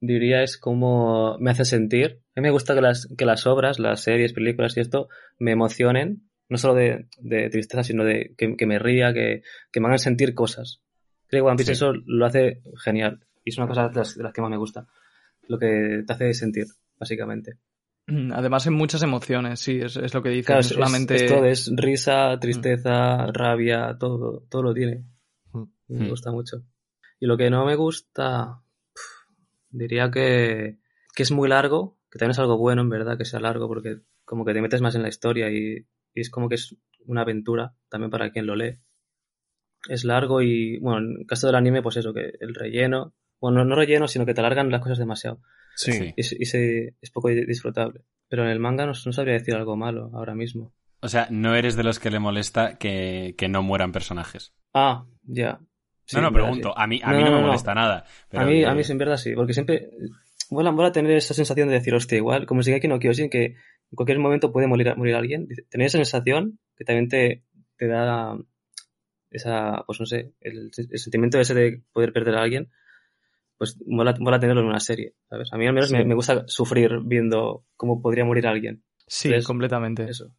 Speaker 3: diría, es cómo me hace sentir. A mí me gusta que las, que las obras, las series, películas y esto, me emocionen. No solo de, de tristeza, sino de que, que me ría, que, que me hagan sentir cosas. Creo que One Piece
Speaker 2: Sí.
Speaker 3: eso lo hace genial. Y es una cosa de las, de las que más me gusta. Lo que te hace sentir, básicamente.
Speaker 5: Además, en muchas emociones, sí, es, es lo que dices. no
Speaker 3: Claro, es, es-
Speaker 5: solamente...
Speaker 3: es todo, es risa, tristeza, rabia, todo, todo lo tiene. Me
Speaker 2: Mm.
Speaker 3: gusta mucho. Y lo que no me gusta, pf, diría que, que es muy largo, que también es algo bueno, en verdad, que sea largo, porque como que te metes más en la historia y, y es como que es una aventura también para quien lo lee. Es largo y, bueno, en el caso del anime, pues eso, que el relleno, bueno, no relleno, sino que te alargan las cosas demasiado
Speaker 4: Sí.
Speaker 3: y, se- y se- es poco disfrutable. Pero en el manga no, no sabría decir algo malo ahora mismo.
Speaker 2: O sea, no eres de los que le molesta que, que no mueran personajes.
Speaker 3: Ah, ya. Sí,
Speaker 2: no, no,
Speaker 3: en verdad,
Speaker 2: pregunto.
Speaker 3: sí.
Speaker 2: A mí, a
Speaker 3: No,
Speaker 2: mí no,
Speaker 3: no,
Speaker 2: me
Speaker 3: no, no.
Speaker 2: molesta nada. pero
Speaker 3: a mí,
Speaker 2: que-
Speaker 3: a mí sí, en verdad sí, porque siempre mola, mola tener esa sensación de decir, hostia, igual, como si aquí no quiero decir que en cualquier momento puede morir, morir alguien. Dice, Tener esa sensación que también te, te da esa, pues no sé, el, el sentimiento ese de poder perder a alguien, pues mola, mola tenerlo en una serie, ¿sabes? A mí al menos me, me gusta sufrir viendo cómo podría morir alguien.
Speaker 5: Sí,
Speaker 3: Entonces,
Speaker 5: completamente.
Speaker 3: Eso.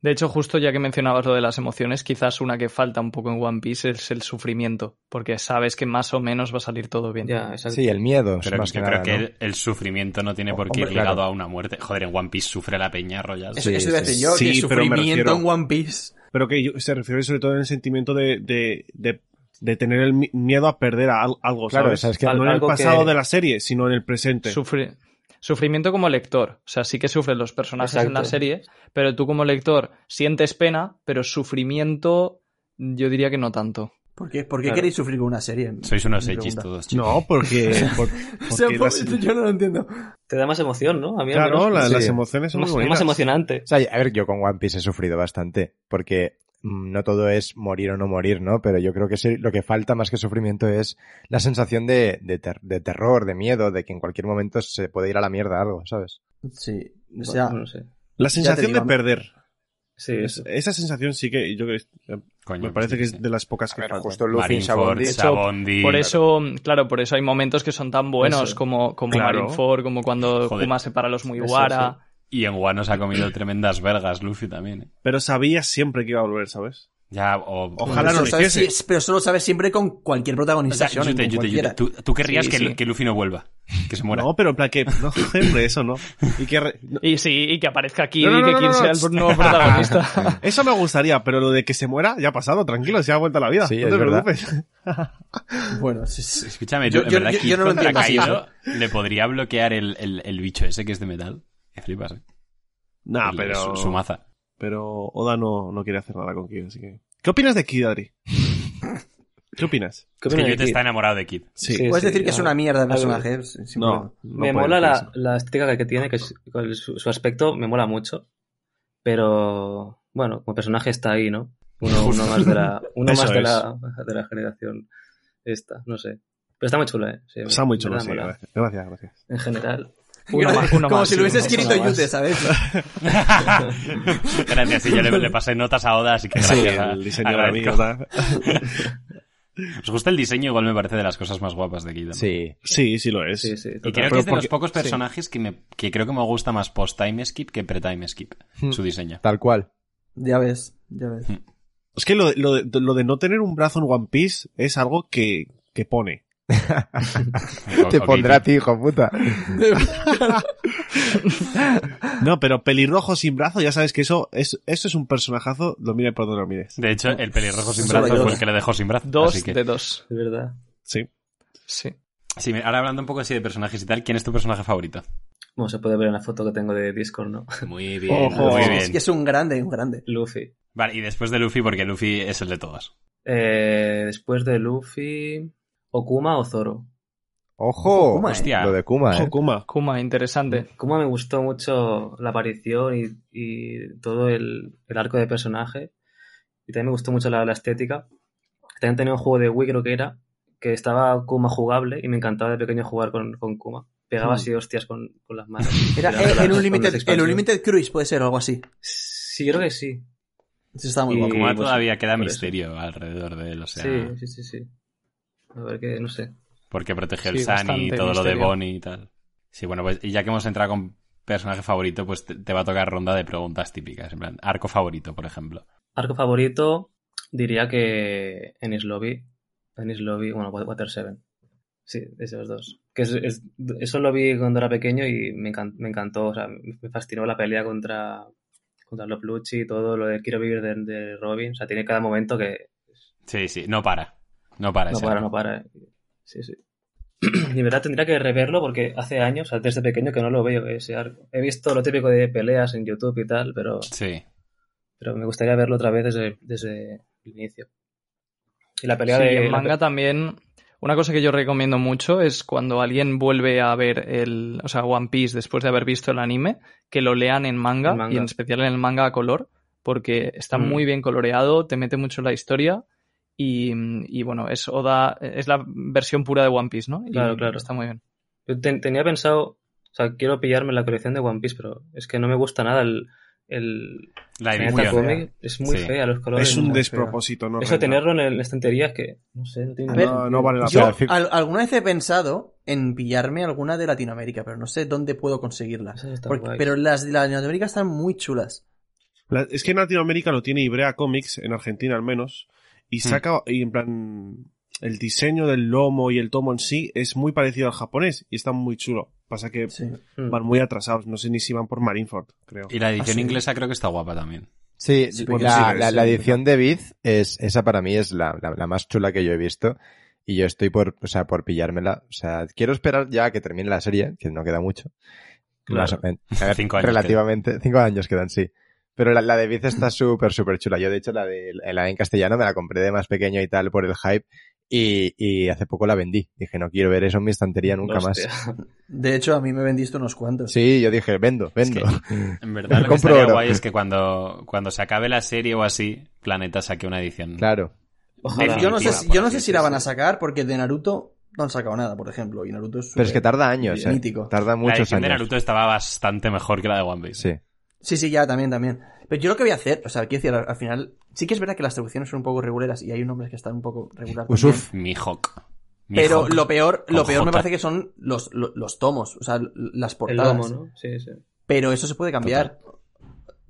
Speaker 5: De hecho, justo ya que mencionabas lo de las emociones, quizás una que falta un poco en One Piece es el sufrimiento, porque sabes que más o menos va a salir todo bien.
Speaker 3: Ya, exacto.
Speaker 7: (laughs) Sí, el miedo. es
Speaker 2: Pero
Speaker 7: más
Speaker 2: yo
Speaker 7: que
Speaker 2: creo
Speaker 7: nada,
Speaker 2: que
Speaker 7: ¿no?
Speaker 2: el, el sufrimiento no tiene por qué
Speaker 7: Hombre,
Speaker 2: ir ligado
Speaker 7: claro.
Speaker 2: a una muerte. Joder, en One Piece sufre la peña, rollas.
Speaker 6: Eso,
Speaker 7: Sí,
Speaker 6: eso iba a
Speaker 7: sí,
Speaker 6: decir yo,
Speaker 4: sí,
Speaker 6: que
Speaker 4: pero me
Speaker 6: sufrimiento
Speaker 4: refiero-
Speaker 6: en One Piece.
Speaker 4: Pero que yo- se refiere sobre todo en el sentimiento de, de, de, de tener el mi- miedo a perder a al- algo,
Speaker 7: Claro,
Speaker 4: ¿sabes?
Speaker 7: o sea, es que-
Speaker 4: no en el
Speaker 3: Algo que-
Speaker 4: pasado de la serie, sino en el presente.
Speaker 5: Sufri- Sufrimiento como lector, o sea, sí que sufren los personajes en la
Speaker 3: Exacto.
Speaker 5: serie, pero tú como lector sientes pena, pero sufrimiento yo diría que no tanto.
Speaker 6: ¿Por qué, por qué
Speaker 3: Claro.
Speaker 6: queréis sufrir con una serie?
Speaker 2: Sois unos
Speaker 6: Me
Speaker 2: X
Speaker 6: pregunta.
Speaker 2: todos, chicos.
Speaker 4: No,
Speaker 7: (laughs)
Speaker 4: porque... por-
Speaker 6: (laughs) O sea,
Speaker 4: porque
Speaker 6: por-
Speaker 4: las-
Speaker 6: yo no lo entiendo.
Speaker 3: Te da más emoción, ¿no? A mí al
Speaker 4: claro,
Speaker 3: menos,
Speaker 4: la-
Speaker 7: sí.
Speaker 4: las emociones
Speaker 3: es
Speaker 4: son
Speaker 3: más,
Speaker 4: muy
Speaker 3: es
Speaker 4: bonitas.
Speaker 3: más emocionante.
Speaker 7: O sea, a ver, yo con One Piece he sufrido bastante, porque mm, no todo es morir o no morir, ¿no? Pero yo creo que sí, lo que falta más que sufrimiento es la sensación de, de, ter- de terror, de miedo, de que en cualquier momento se puede ir a la mierda algo, ¿sabes?
Speaker 6: Sí, o
Speaker 3: Bueno,
Speaker 6: sea,
Speaker 3: no sé.
Speaker 4: La
Speaker 6: te
Speaker 4: sensación
Speaker 6: digo,
Speaker 4: de
Speaker 6: ¿no?
Speaker 4: perder.
Speaker 3: Sí,
Speaker 4: Es-
Speaker 3: eso.
Speaker 4: esa sensación sí que yo creo que es-
Speaker 2: Coño,
Speaker 4: me
Speaker 2: pues
Speaker 4: parece
Speaker 2: yo
Speaker 4: que
Speaker 2: qué
Speaker 4: es
Speaker 2: sé.
Speaker 4: de las pocas que faltan.
Speaker 7: justo Luffy,
Speaker 2: Marineford,
Speaker 7: Shabondi...
Speaker 5: Dicho,
Speaker 2: Sabondi.
Speaker 5: por eso, claro, por eso hay momentos que son tan buenos
Speaker 3: Eso.
Speaker 5: como, como
Speaker 4: Claro.
Speaker 5: Marineford, como cuando
Speaker 2: Joder.
Speaker 5: Kuma separa a los
Speaker 3: Eso,
Speaker 5: Mugiwara.
Speaker 2: Y en Wano se ha comido tremendas vergas, Luffy también. ¿eh?
Speaker 4: Pero sabía siempre que iba a volver, ¿sabes?
Speaker 2: Ya, o-
Speaker 4: Ojalá
Speaker 6: Pero
Speaker 4: no
Speaker 6: eso
Speaker 4: lo
Speaker 6: lo sabes
Speaker 4: hiciese.
Speaker 6: si- pero eso lo sabes siempre con cualquier
Speaker 2: O sea,
Speaker 6: protagonista. Shonen,
Speaker 2: Yute,
Speaker 6: con
Speaker 2: Yute,
Speaker 6: cualquiera.
Speaker 2: Yute, ¿tú, tú querrías
Speaker 5: Sí,
Speaker 2: que,
Speaker 5: sí.
Speaker 2: que Luffy no vuelva, que se muera.
Speaker 4: No, pero en plan que... No, hombre, eso no. Y que... re- no.
Speaker 5: Y sí, y que aparezca aquí
Speaker 4: No, no,
Speaker 5: y que
Speaker 4: no, no,
Speaker 5: quien
Speaker 4: no.
Speaker 5: sea el nuevo
Speaker 4: (laughs)
Speaker 5: protagonista.
Speaker 4: Eso me gustaría, pero lo de que se muera ya ha pasado, tranquilo, se ha vuelto a la vida.
Speaker 7: Sí,
Speaker 4: no
Speaker 7: es
Speaker 4: te
Speaker 7: verdad.
Speaker 4: preocupes. (laughs)
Speaker 6: Bueno, sí, sí.
Speaker 2: Escúchame,
Speaker 6: Yo-
Speaker 2: tú, en
Speaker 6: yo-
Speaker 2: verdad,
Speaker 6: yo-
Speaker 2: Kid
Speaker 6: yo no lo
Speaker 2: contra
Speaker 6: entiendo así,
Speaker 2: Kaido le podría bloquear el, el- el bicho ese que es de metal. Que flipas, ¿eh? El-
Speaker 4: Nah, Ah, pero...
Speaker 2: Su, su maza.
Speaker 4: Pero Oda no, no quiere hacer nada con Kid, así que... ¿Qué opinas de Kid, Adri? ¿Qué opinas?
Speaker 3: ¿Qué
Speaker 2: Es que
Speaker 3: opinas de
Speaker 2: Yute
Speaker 3: Kid?
Speaker 2: está enamorado de Kid.
Speaker 4: Sí.
Speaker 3: Sí.
Speaker 6: Puedes decir que es
Speaker 3: ya.
Speaker 6: una mierda de
Speaker 3: A ver.
Speaker 6: personaje. eh, sin- sin problema.
Speaker 4: No, no
Speaker 3: me
Speaker 4: puedo
Speaker 3: mola
Speaker 4: decir
Speaker 3: la,
Speaker 4: eso.
Speaker 3: la estética que tiene, que es- con su, su aspecto me mola mucho. Pero bueno, como personaje está ahí, ¿no? Uno, uno más de
Speaker 4: (laughs)
Speaker 3: la, uno
Speaker 4: Eso
Speaker 3: más de
Speaker 4: es.
Speaker 3: la, de la generación esta, no sé. Pero está muy chula, ¿eh? Sí,
Speaker 4: Está muy chulo,
Speaker 3: verdad,
Speaker 4: sí,
Speaker 3: mola.
Speaker 4: gracias. Gracias, gracias.
Speaker 3: En general.
Speaker 6: (laughs)
Speaker 5: Uno más, uno
Speaker 6: Como
Speaker 5: más,
Speaker 6: si lo hubiese
Speaker 5: sí, uno
Speaker 6: escrito
Speaker 5: más.
Speaker 6: Yute, ¿sabes?
Speaker 2: Gracias, sí, yo le, le pasé notas a Oda, así que gracias.
Speaker 4: Sí,
Speaker 2: a-
Speaker 4: el diseño de la
Speaker 2: agradezco.
Speaker 4: mierda.
Speaker 2: Os gusta el diseño, igual me parece de las cosas más guapas de Kid. ¿no?
Speaker 7: Sí,
Speaker 4: Sí, sí lo es.
Speaker 3: Sí, sí,
Speaker 2: Y
Speaker 3: total.
Speaker 2: creo que
Speaker 4: Pero
Speaker 2: es de los
Speaker 4: porque-
Speaker 2: pocos personajes que, me, que creo que me gusta más post-time skip que pre-time skip,
Speaker 7: Hmm.
Speaker 2: su diseño. (laughs)
Speaker 7: tal cual.
Speaker 6: Ya ves, ya ves.
Speaker 4: Es que lo, de- lo de, lo de no tener un brazo en One Piece es algo que, que pone.
Speaker 2: O-
Speaker 7: Te
Speaker 2: ok,
Speaker 7: pondrá a
Speaker 2: tío.
Speaker 7: ti, hijo puta.
Speaker 4: No, pero pelirrojo sin brazo, ya sabes que eso es, eso es un personajazo, lo mire por donde lo mires.
Speaker 2: De hecho, el pelirrojo sin
Speaker 6: Solo
Speaker 2: brazo
Speaker 6: yo.
Speaker 2: fue el que le dejó sin brazo. así
Speaker 5: Dos
Speaker 2: que...
Speaker 5: de dos.
Speaker 3: Es verdad.
Speaker 4: Sí.
Speaker 5: Sí.
Speaker 2: Sí, mira, ahora hablando un poco así de personajes y tal, ¿quién es tu personaje favorito?
Speaker 3: Bueno, se puede ver en la foto que tengo de Discord, ¿no?
Speaker 2: (laughs)
Speaker 3: (laughs)
Speaker 2: Muy bien,
Speaker 4: Ojo.
Speaker 2: muy
Speaker 6: Es
Speaker 2: bien.
Speaker 6: que es un grande, un grande.
Speaker 3: Luffy.
Speaker 2: Vale, y después de Luffy, porque Luffy es el de todas.
Speaker 3: Eh, después de Luffy, Okuma o Zoro.
Speaker 7: Ojo,
Speaker 6: Kuma, ¿eh?
Speaker 2: Hostia.
Speaker 7: lo de Kuma, ¿eh?
Speaker 4: Ojo, Kuma.
Speaker 5: Kuma, interesante.
Speaker 3: Kuma me gustó mucho la aparición y, y todo el, el arco de personaje. Y también me gustó mucho la, la estética. que también tenía un juego de Wii, creo que era, que estaba Kuma jugable y me encantaba de pequeño jugar con, con Kuma.
Speaker 2: Hmm.
Speaker 3: Pegaba así hostias con, con las manos.
Speaker 2: (laughs)
Speaker 6: Era
Speaker 3: Pegaba las-
Speaker 6: el,
Speaker 3: con las
Speaker 6: Unlimited, el
Speaker 3: expansiones.
Speaker 6: Unlimited Cruise, puede ser, o algo así.
Speaker 3: Sí, yo creo que sí.
Speaker 6: Eso está muy
Speaker 3: Y-
Speaker 6: guapo.
Speaker 2: Como
Speaker 3: pues,
Speaker 2: todavía queda
Speaker 3: por eso.
Speaker 2: misterio alrededor de él, o sea,
Speaker 3: Sí, sí, sí, sí. A ver qué, no sé.
Speaker 2: porque protege el
Speaker 5: Sí,
Speaker 2: Sunny y
Speaker 5: bastante
Speaker 2: todo lo de
Speaker 5: misterio.
Speaker 2: Bonnie y tal. Sí, bueno, pues y ya que hemos entrado con personaje favorito, pues te, te va a tocar ronda de preguntas típicas, en plan, arco favorito, por ejemplo.
Speaker 3: Arco favorito, diría que Ennis Lobby. Ennis Lobby, bueno, Wa- Water Seven. Sí, esos dos. Que es- es- eso lo vi cuando era pequeño y me, encan- me encantó, o sea, me fascinó la pelea contra, contra Loplucci y todo lo de quiero vivir de, de Robin. O sea, tiene cada momento que
Speaker 2: Sí, sí, no para. No para.
Speaker 3: no
Speaker 2: ese
Speaker 3: para,
Speaker 2: arco.
Speaker 3: no para. Sí, (clears throat) sí. De verdad tendría que reverlo porque hace años, o sea, desde pequeño que no lo veo ese arco. He visto lo típico de peleas en YouTube y tal, pero
Speaker 2: Sí.
Speaker 3: pero me gustaría verlo otra vez desde, desde el inicio. Y la pelea
Speaker 5: Sí,
Speaker 3: de
Speaker 5: en manga también. Una cosa que yo recomiendo mucho es cuando alguien vuelve a ver el, o sea, One Piece después de haber visto el anime, que lo lean en manga,
Speaker 3: En manga.
Speaker 5: y en especial en el manga a color, porque está
Speaker 3: Mm.
Speaker 5: muy bien coloreado, te mete mucho en la historia y, y, bueno, es Oda, es la versión pura de One Piece, ¿no? Y
Speaker 3: Claro, claro.
Speaker 5: Está muy bien.
Speaker 3: Yo ten- tenía pensado, o sea, quiero pillarme la colección de One Piece, pero es que no me gusta nada el, el
Speaker 2: La
Speaker 3: Planeta
Speaker 2: edición.
Speaker 3: Comic. Es muy
Speaker 2: Sí.
Speaker 3: fea los colores.
Speaker 4: Es un
Speaker 3: muy fea.
Speaker 4: despropósito, ¿no?
Speaker 3: Eso de
Speaker 4: renta.
Speaker 3: tenerlo en, el- en la estantería es que no sé, no tiene
Speaker 6: A
Speaker 3: nada.
Speaker 6: ver,
Speaker 4: No, no vale la
Speaker 6: Yo
Speaker 4: pena.
Speaker 6: al- alguna vez he pensado en pillarme alguna de Latinoamérica, pero no sé dónde puedo conseguirlas.
Speaker 3: Esas están
Speaker 6: Porque-
Speaker 3: guays.
Speaker 6: pero las de Latinoamérica están muy chulas.
Speaker 4: La- es que en Latinoamérica lo tiene Ibrea Comics, en Argentina al menos, y saca, y en plan, el diseño del lomo y el tomo en sí es muy parecido al japonés y está muy chulo. Pasa que
Speaker 6: Sí.
Speaker 3: Mm.
Speaker 4: van muy atrasados, no sé ni si van por Marineford, creo.
Speaker 2: Y la edición
Speaker 6: Ah, sí.
Speaker 2: inglesa creo que está guapa también.
Speaker 7: Sí,
Speaker 6: Sí, porque
Speaker 7: la,
Speaker 4: sí,
Speaker 7: la-
Speaker 4: sí,
Speaker 7: la
Speaker 4: sí.
Speaker 7: edición de Biz es, esa para mí es la, la- la más chula que yo he visto. Y yo estoy por, o sea, por pillármela. O sea, quiero esperar ya que termine la serie, que no queda mucho.
Speaker 3: Claro.
Speaker 7: Más o menos. A ver,
Speaker 2: Cinco años
Speaker 7: relativamente. Cinco años quedan, sí. Pero la, la de Biz está súper, súper chula. Yo, de hecho, la de la en castellano me la compré de más pequeño y tal por el hype. Y, y hace poco la vendí. Dije, no quiero ver eso en mi estantería nunca
Speaker 3: Hostia.
Speaker 7: más.
Speaker 6: De hecho, a mí me vendiste unos cuantos.
Speaker 7: Sí, yo dije, vendo, vendo. (laughs)
Speaker 2: En verdad lo que
Speaker 7: Compro
Speaker 2: estaría
Speaker 7: oro.
Speaker 2: guay es que cuando, cuando se acabe la serie o así, Planeta saque una edición.
Speaker 7: Claro.
Speaker 3: Ojalá.
Speaker 6: Yo no sé,
Speaker 2: Definitiva,
Speaker 6: si-
Speaker 2: por
Speaker 6: yo no
Speaker 2: así
Speaker 6: sé si la van a
Speaker 2: decirlo.
Speaker 6: sacar porque de Naruto no han sacado nada, por ejemplo. Y Naruto es.
Speaker 7: Pero es que
Speaker 6: súper-
Speaker 7: tarda años, ¿eh?
Speaker 6: Mítico.
Speaker 7: Tarda
Speaker 2: La
Speaker 7: muchos
Speaker 2: edición de
Speaker 7: años.
Speaker 2: Naruto estaba bastante mejor que la de One Piece.
Speaker 7: Sí.
Speaker 6: Sí, sí, ya, también, también. Pero yo lo que voy a hacer, o sea, quiero decir, al, al final, sí que es verdad que las traducciones son un poco reguleras y hay nombres que están un poco regular. también.
Speaker 7: Usuf.
Speaker 2: Mihawk.
Speaker 6: Pero
Speaker 2: Mihawk.
Speaker 6: lo peor, lo
Speaker 2: Con
Speaker 6: peor me
Speaker 2: J.
Speaker 6: parece que son los, lo- los, tomos, o sea, l- las
Speaker 3: El
Speaker 6: portadas.
Speaker 3: lomo, ¿no? Sí, sí.
Speaker 6: Pero eso se puede cambiar.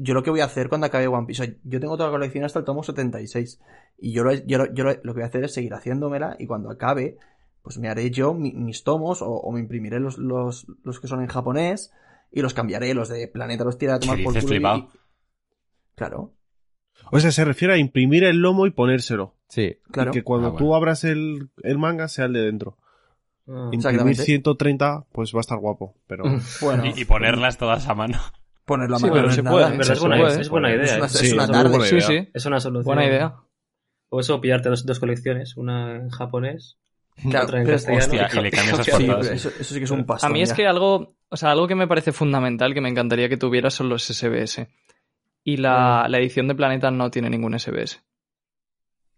Speaker 6: Yo lo que voy a hacer cuando acabe One Piece, o sea, yo tengo toda la colección hasta el tomo 76. Y yo, lo, yo, lo, yo lo- lo que voy a hacer es seguir haciéndomela y cuando acabe, pues me haré yo mi- mis tomos o, o me imprimiré los, los, los que son en japonés y los cambiaré, los de Planeta los tiraré a tomar
Speaker 2: ¿Qué
Speaker 6: por
Speaker 2: dices,
Speaker 6: culo. y-
Speaker 2: flipado?
Speaker 6: Claro,
Speaker 4: O sea, se refiere a imprimir el lomo y ponérselo.
Speaker 7: Sí.
Speaker 6: claro.
Speaker 4: Y que cuando
Speaker 2: Ah, bueno.
Speaker 4: tú abras el, el manga sea el de dentro.
Speaker 3: Ah,
Speaker 4: Imprimir
Speaker 6: Exactamente.
Speaker 4: 130, pues va a estar guapo, pero...
Speaker 6: Bueno,
Speaker 2: Y, y ponerlas todas a mano.
Speaker 6: ponerlo a
Speaker 5: Sí,
Speaker 6: mano
Speaker 5: pero
Speaker 6: no es
Speaker 5: se
Speaker 6: nada,
Speaker 5: puede,
Speaker 6: ¿eh?
Speaker 3: en
Speaker 5: se
Speaker 3: verdad es
Speaker 5: puede.
Speaker 3: buena, es buena idea.
Speaker 6: Es una-
Speaker 3: ¿eh?
Speaker 6: es una
Speaker 4: muy
Speaker 6: tarde.
Speaker 4: buena
Speaker 5: Sí,
Speaker 4: idea.
Speaker 5: sí,
Speaker 3: Es una solución.
Speaker 5: buena idea.
Speaker 3: O eso, pillarte las dos colecciones, una en japonés
Speaker 6: Claro,
Speaker 3: otra en
Speaker 6: pero-
Speaker 3: castellano.
Speaker 2: Hostia, y le
Speaker 6: (laughs)
Speaker 2: cambias las
Speaker 6: Sí, pero
Speaker 2: portadas.
Speaker 6: eso, eso sí que es un paso.
Speaker 5: A mí es que algo, o sea, algo que me parece fundamental que me encantaría que tuviera son los SBS. Y la,
Speaker 6: Mm.
Speaker 5: la edición de Planeta no tiene ningún SBS.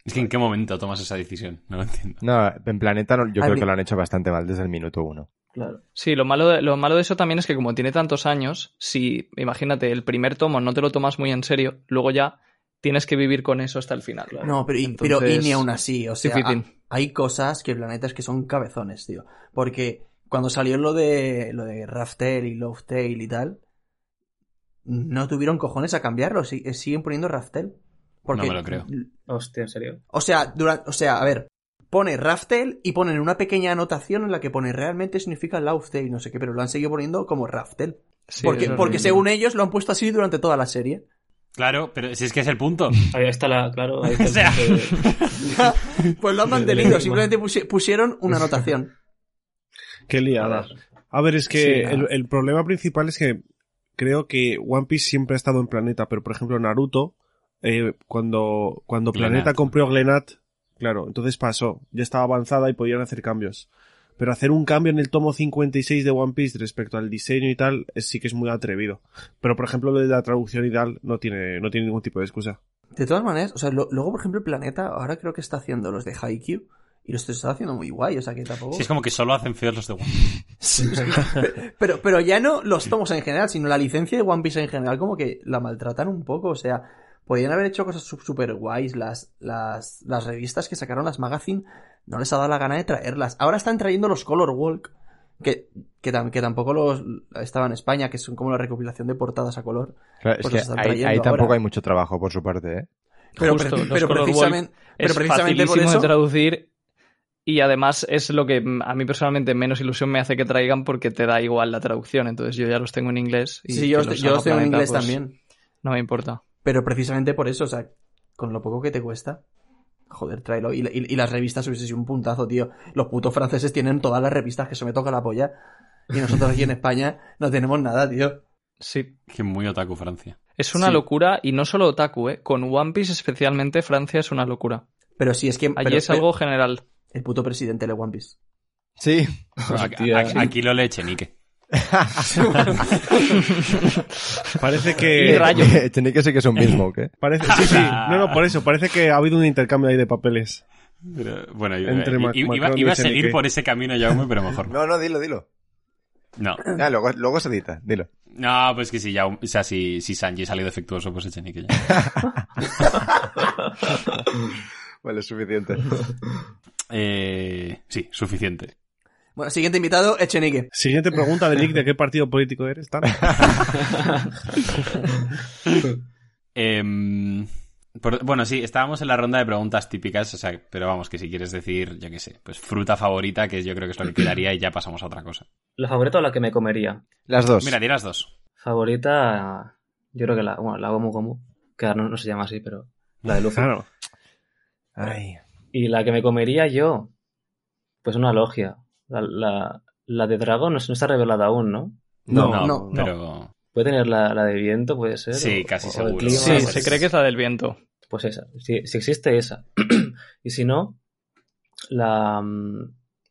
Speaker 2: Es que en qué momento tomas esa decisión. No lo entiendo.
Speaker 7: No, en Planeta no- yo
Speaker 6: A
Speaker 7: creo
Speaker 6: mí-
Speaker 7: que lo han hecho bastante mal desde el minuto uno.
Speaker 3: Claro.
Speaker 5: Sí, lo malo, de, lo malo de eso también es que como tiene tantos años, si, imagínate, el primer tomo no te lo tomas muy en serio, luego ya tienes que vivir con eso hasta el final.
Speaker 6: No, pero, y,
Speaker 5: Entonces,
Speaker 6: pero y ni aún así, o
Speaker 5: sí,
Speaker 6: sea, ah,
Speaker 5: Pitín.
Speaker 6: ha- hay cosas que planetas que son cabezones, tío. Porque cuando salió lo de lo de Raftail y Lovetail y tal, no tuvieron cojones a cambiarlo, si- eh, siguen poniendo Raftail. Porque,
Speaker 2: No me lo creo.
Speaker 3: Hostia, en serio.
Speaker 6: O sea, dura- o sea, a ver, pone Raftail y ponen una pequeña anotación en la que pone realmente significa Lovetail, no sé qué, pero lo han seguido poniendo como Raftail.
Speaker 5: Sí,
Speaker 6: Porque,
Speaker 5: eso es
Speaker 6: porque
Speaker 5: horrible.
Speaker 6: según ellos lo han puesto así durante toda la serie.
Speaker 2: Claro, pero si es que es el punto.
Speaker 3: Ahí está la, claro, ahí
Speaker 2: (laughs)
Speaker 3: está
Speaker 2: O
Speaker 3: el
Speaker 2: sea,
Speaker 3: punto de-
Speaker 6: pues lo han mantenido, (laughs) simplemente pusi- pusieron una anotación.
Speaker 4: Qué liada. (laughs) A ver, es que
Speaker 6: Sí, nada.
Speaker 4: el, el problema principal es que creo que One Piece siempre ha estado en Planeta, pero por ejemplo Naruto, eh, cuando, cuando
Speaker 2: Glenat.
Speaker 4: Planeta compró Glenat, claro, entonces pasó, ya estaba avanzada y podían hacer cambios. Pero hacer un cambio en el tomo 56 de One Piece respecto al diseño y tal, eh, sí que es muy atrevido. Pero por ejemplo lo de la traducción y tal no tiene, no tiene ningún tipo de excusa.
Speaker 6: De todas maneras, o sea, lo- luego, por ejemplo, Planeta ahora creo que está haciendo los de Haikyuu y los está haciendo muy guay, o sea, que tampoco...
Speaker 2: Sí, es como que solo hacen feos los de One.
Speaker 6: (laughs) pero, pero ya no los tomos en general, sino la licencia de One Piece en general, como que la maltratan un poco, o sea, podían haber hecho cosas súper guays, las, las, las revistas que sacaron las magazine no les ha dado la gana de traerlas. Ahora están trayendo los Color Walk, que, que, tam- que tampoco los estaba en España, que son como la recopilación de portadas a color.
Speaker 7: Claro,
Speaker 6: Pues los
Speaker 7: es que
Speaker 6: están
Speaker 7: ahí,
Speaker 6: trayendo
Speaker 7: ahí tampoco
Speaker 6: ahora.
Speaker 7: hay mucho trabajo por su parte, ¿eh?
Speaker 6: Pero,
Speaker 3: Justo,
Speaker 6: pre-
Speaker 3: los
Speaker 6: pero
Speaker 3: Color Walk
Speaker 6: precisamente, pero
Speaker 3: es
Speaker 6: precisamente por
Speaker 3: facilísimo
Speaker 6: eso...
Speaker 3: de traducir y además es lo que mm, a mí personalmente menos ilusión me hace que traigan porque te da igual la traducción. Entonces yo ya los tengo en inglés. Y
Speaker 6: Sí, yo,
Speaker 3: que
Speaker 6: os-
Speaker 3: los
Speaker 6: yo
Speaker 3: haga
Speaker 6: os tengo en
Speaker 3: Planeta,
Speaker 6: inglés
Speaker 3: pues,
Speaker 6: también.
Speaker 3: No me importa.
Speaker 6: Pero precisamente por eso, o sea, con lo poco que te cuesta. Joder, tráelo. Y, y- y las revistas hubiese sido un puntazo, tío. Los putos franceses tienen todas las revistas que se me toca la polla. Y nosotros aquí en España no tenemos nada, tío.
Speaker 3: Sí.
Speaker 2: Que muy otaku Francia.
Speaker 3: Es una
Speaker 6: Sí.
Speaker 3: locura y no solo Otaku, ¿eh? Con One Piece especialmente Francia es una locura.
Speaker 6: Pero sí es que.
Speaker 3: Allí
Speaker 6: pero-
Speaker 3: es algo general.
Speaker 6: pero- El puto presidente de One Piece.
Speaker 7: (laughs) Sí.
Speaker 2: Bueno, aquí-
Speaker 8: Hostia.
Speaker 2: aquí, aquí lo lee Chenique.
Speaker 4: Parece
Speaker 3: Y
Speaker 4: que.
Speaker 3: rayo.
Speaker 7: Tiene que ser que es un mismo, ¿qué?
Speaker 4: Parece, sí, sí. No, no, por eso. Parece que ha habido un intercambio ahí de papeles.
Speaker 2: Pero, bueno,
Speaker 4: Entre
Speaker 2: eh,
Speaker 4: Mac-
Speaker 2: i- iba,
Speaker 4: Macron y
Speaker 2: iba a
Speaker 4: Chenique.
Speaker 2: seguir por ese camino Jaume, pero mejor no.
Speaker 6: (laughs)
Speaker 7: No, no, dilo, dilo.
Speaker 2: No,
Speaker 7: Ah, luego, luego se edita, dilo.
Speaker 2: No, pues que si Jaume, o sea, si, si Sanji ha salido defectuoso, pues Chenique ya.
Speaker 7: Vale, es (laughs) suficiente.
Speaker 2: Eh, sí, suficiente.
Speaker 6: Bueno, siguiente invitado, Echenique.
Speaker 4: Siguiente pregunta de Nick: ¿de qué partido político eres? Tal.
Speaker 3: (laughs)
Speaker 2: Em, por- bueno, sí, estábamos en la ronda de preguntas típicas, o sea, pero vamos, que si quieres decir, yo qué sé, pues fruta favorita, que yo creo que es lo que quedaría y ya pasamos a otra cosa.
Speaker 3: ¿La favorita o la que me comería?
Speaker 7: Las dos.
Speaker 2: Mira, dirás dos.
Speaker 3: Favorita, yo creo que la, bueno, la Gomu Gomu, que ahora no, no se llama así, pero la de Luffy.
Speaker 4: Claro.
Speaker 7: Ay.
Speaker 3: Y la que me comería yo, pues una logia. La, la- la de dragón no, se- no está revelada aún, ¿no?
Speaker 2: No, no,
Speaker 6: no,
Speaker 2: pero
Speaker 3: Puede tener la, la de viento, puede ser.
Speaker 2: Sí,
Speaker 3: o-
Speaker 2: casi
Speaker 3: o de
Speaker 2: seguro.
Speaker 3: clima,
Speaker 2: Sí,
Speaker 3: pues-
Speaker 2: se cree que es
Speaker 3: la
Speaker 5: del viento.
Speaker 3: Pues esa, si, si existe esa. (clears throat) y si no, la... mm,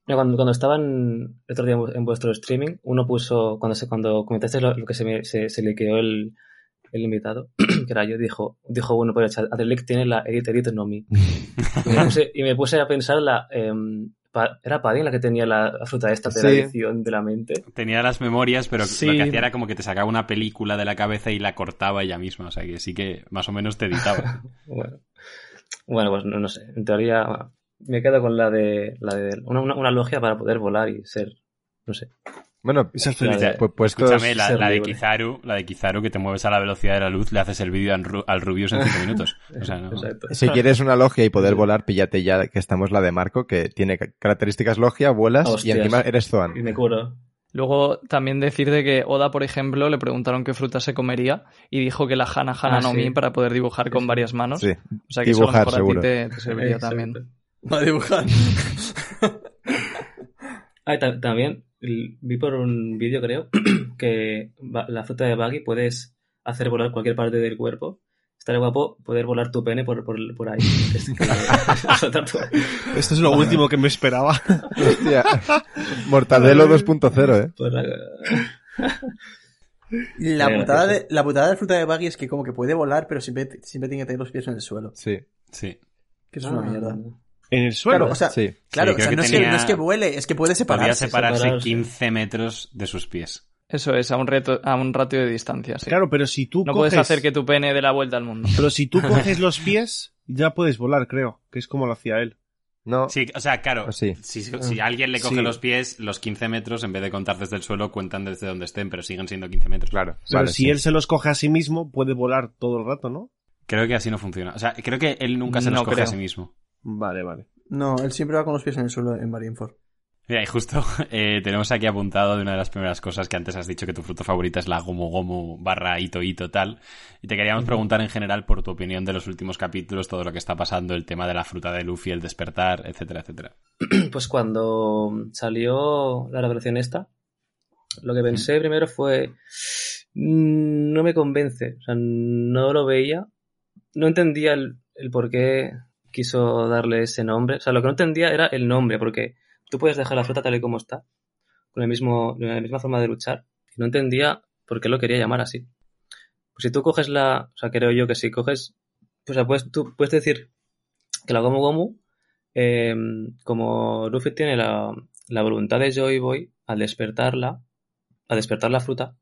Speaker 3: mira, Cuando, cuando estaba en, el otro día en vu- en vuestro streaming, uno puso, cuando, se, cuando comentaste lo, lo que se, me- se, se le quedó el, el invitado, (clears throat) que era yo, dijo, dijo "Pues, bueno, pero Adelec tiene la Edit Edit no me. y, me puse, y me puse a pensar, la, em, pa- ¿era Padín la que tenía la fruta esta de la
Speaker 7: Sí.
Speaker 3: edición de la mente?
Speaker 2: tenía las memorias, pero
Speaker 3: Sí.
Speaker 2: lo que hacía era como que te sacaba una película de la cabeza y la cortaba ella misma, o sea, que sí que más o menos te editaba.
Speaker 3: Bueno, bueno pues no, no sé. En teoría bueno, me quedo con la de, la de una, una- una logia para poder volar y ser, no sé.
Speaker 7: Bueno,
Speaker 4: Esa es
Speaker 7: la
Speaker 4: feliz.
Speaker 7: de- pu- puestos...
Speaker 2: Escúchame, la,
Speaker 3: ser
Speaker 2: la de
Speaker 3: libre.
Speaker 2: Kizaru, la de Kizaru que te mueves a la velocidad de la luz, le haces el vídeo al, Ru- al Rubius en 5 minutos. O sea, no.
Speaker 3: Exacto.
Speaker 7: Si quieres una logia y (laughs) poder volar, píllate ya que estamos la de Marco, que tiene ca- características logia, vuelas
Speaker 3: Hostias.
Speaker 7: y encima eres Zoan.
Speaker 3: Y me curo.
Speaker 5: Luego también decir de que Oda, por ejemplo, le preguntaron qué fruta se comería y dijo que la Hana Hana
Speaker 3: Ah,
Speaker 5: no
Speaker 3: sí.
Speaker 5: mi para poder dibujar con varias manos.
Speaker 7: Sí.
Speaker 5: O sea que eso a lo
Speaker 7: Dibujar,
Speaker 5: mejor a
Speaker 7: seguro.
Speaker 5: ti te, te serviría también.
Speaker 6: Va a dibujar.
Speaker 3: Ah, y ta- también el- vi por un vídeo, creo, (clears throat) que ba- la fruta de Baggy puedes hacer volar cualquier parte del cuerpo. Estaría guapo poder volar tu pene por, por, por ahí. (laughs) Es que- (laughs) soltar tu-
Speaker 4: Esto es lo último que me esperaba.
Speaker 7: (laughs) Hostia. (laughs) Mortadelo 2.0, ¿eh?
Speaker 3: por pues, la-
Speaker 6: La
Speaker 3: Eh,
Speaker 6: putada,
Speaker 3: gracioso.
Speaker 6: de, la putada de fruta de Baggy es que como que puede volar, pero siempre, siempre tiene que tener los pies en el suelo.
Speaker 7: Sí.
Speaker 2: Sí.
Speaker 6: Que es una
Speaker 3: Ah.
Speaker 6: mierda.
Speaker 4: (laughs) En el suelo.
Speaker 6: Claro, o sea,
Speaker 7: Sí.
Speaker 6: claro,
Speaker 2: creo
Speaker 6: o sea,
Speaker 2: que
Speaker 6: no, es que,
Speaker 2: tenía-
Speaker 6: no es que vuele, es que puede
Speaker 2: Podía
Speaker 6: separarse.
Speaker 2: separarse
Speaker 3: separarse.
Speaker 2: 15 metros de sus pies.
Speaker 5: Eso es, a un, reto, a un ratio de distancia. sí.
Speaker 4: Claro, pero si tú
Speaker 5: no
Speaker 4: coges.
Speaker 5: puedes hacer que tu pene dé la vuelta al mundo.
Speaker 4: Pero si
Speaker 5: (laughs)
Speaker 4: tú coges los pies, ya puedes volar, creo. Que es como lo hacía él.
Speaker 7: No.
Speaker 2: Sí, o sea, claro,
Speaker 7: Pues sí.
Speaker 2: si, si alguien le coge
Speaker 4: Sí.
Speaker 2: los pies, los 15 metros, en vez de contar desde el suelo, cuentan desde donde estén, pero siguen siendo 15 metros.
Speaker 7: Claro.
Speaker 4: Pero
Speaker 7: Vale,
Speaker 4: si
Speaker 7: sí.
Speaker 4: él se los coge a sí mismo, puede volar todo el rato, ¿no?
Speaker 2: Creo que así no funciona. O sea, creo que él nunca se los
Speaker 5: No
Speaker 2: coge a
Speaker 5: creo.
Speaker 2: sí mismo.
Speaker 4: Vale, vale.
Speaker 6: No, él siempre va con los pies en el suelo en Marineford.
Speaker 2: Mira, y justo (laughs) eh, tenemos aquí apuntado de una de las primeras cosas que antes has dicho que tu fruta favorita es la gomu gomu barra ito ito tal. Y te queríamos preguntar en general por tu opinión de los últimos capítulos, todo lo que está pasando, el tema de la fruta de Luffy, el despertar, etcétera, etcétera.
Speaker 3: (clears throat) Pues cuando salió la revelación esta, lo que pensé primero fue, "Mm, no me convence, o sea, no lo veía, no entendía el, el por qué quiso darle ese nombre, o sea, lo que no entendía era el nombre, porque tú puedes dejar la fruta tal y como está, con el mismo, la misma forma de luchar, y no entendía por qué lo quería llamar así. Pues si tú coges la, o sea, creo yo que si coges, o sea, puedes, tú puedes decir que la Gomu Gomu, eh, como Luffy tiene la, la voluntad de Joy Boy al despertarla, al despertar la fruta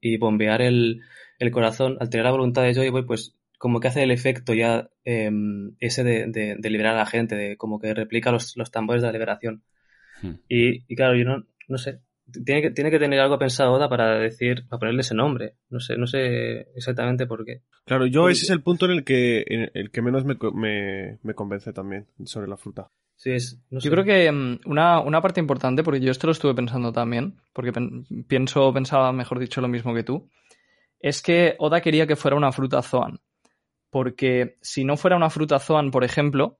Speaker 3: y bombear el, el corazón, al tener la voluntad de Joy Boy, pues como que hace el efecto ya eh, ese de, de, de, liberar a la gente, de como que replica los, los tambores de la liberación. Hmm. Y, y, claro, yo no, no sé, tiene que, tiene que tener algo pensado Oda para decir, para ponerle ese nombre. No sé, no sé exactamente por qué.
Speaker 4: Claro, yo ese es el punto en el que, en el que menos me, me, me convence también sobre la fruta.
Speaker 3: Sí, es, no
Speaker 5: sé. Yo creo que um, una, una, parte importante, porque yo esto lo estuve pensando también, porque pen, pienso, pensaba, mejor dicho, lo mismo que tú, es que Oda quería que fuera una fruta Zoan. Porque si no fuera una fruta Zoan, por ejemplo,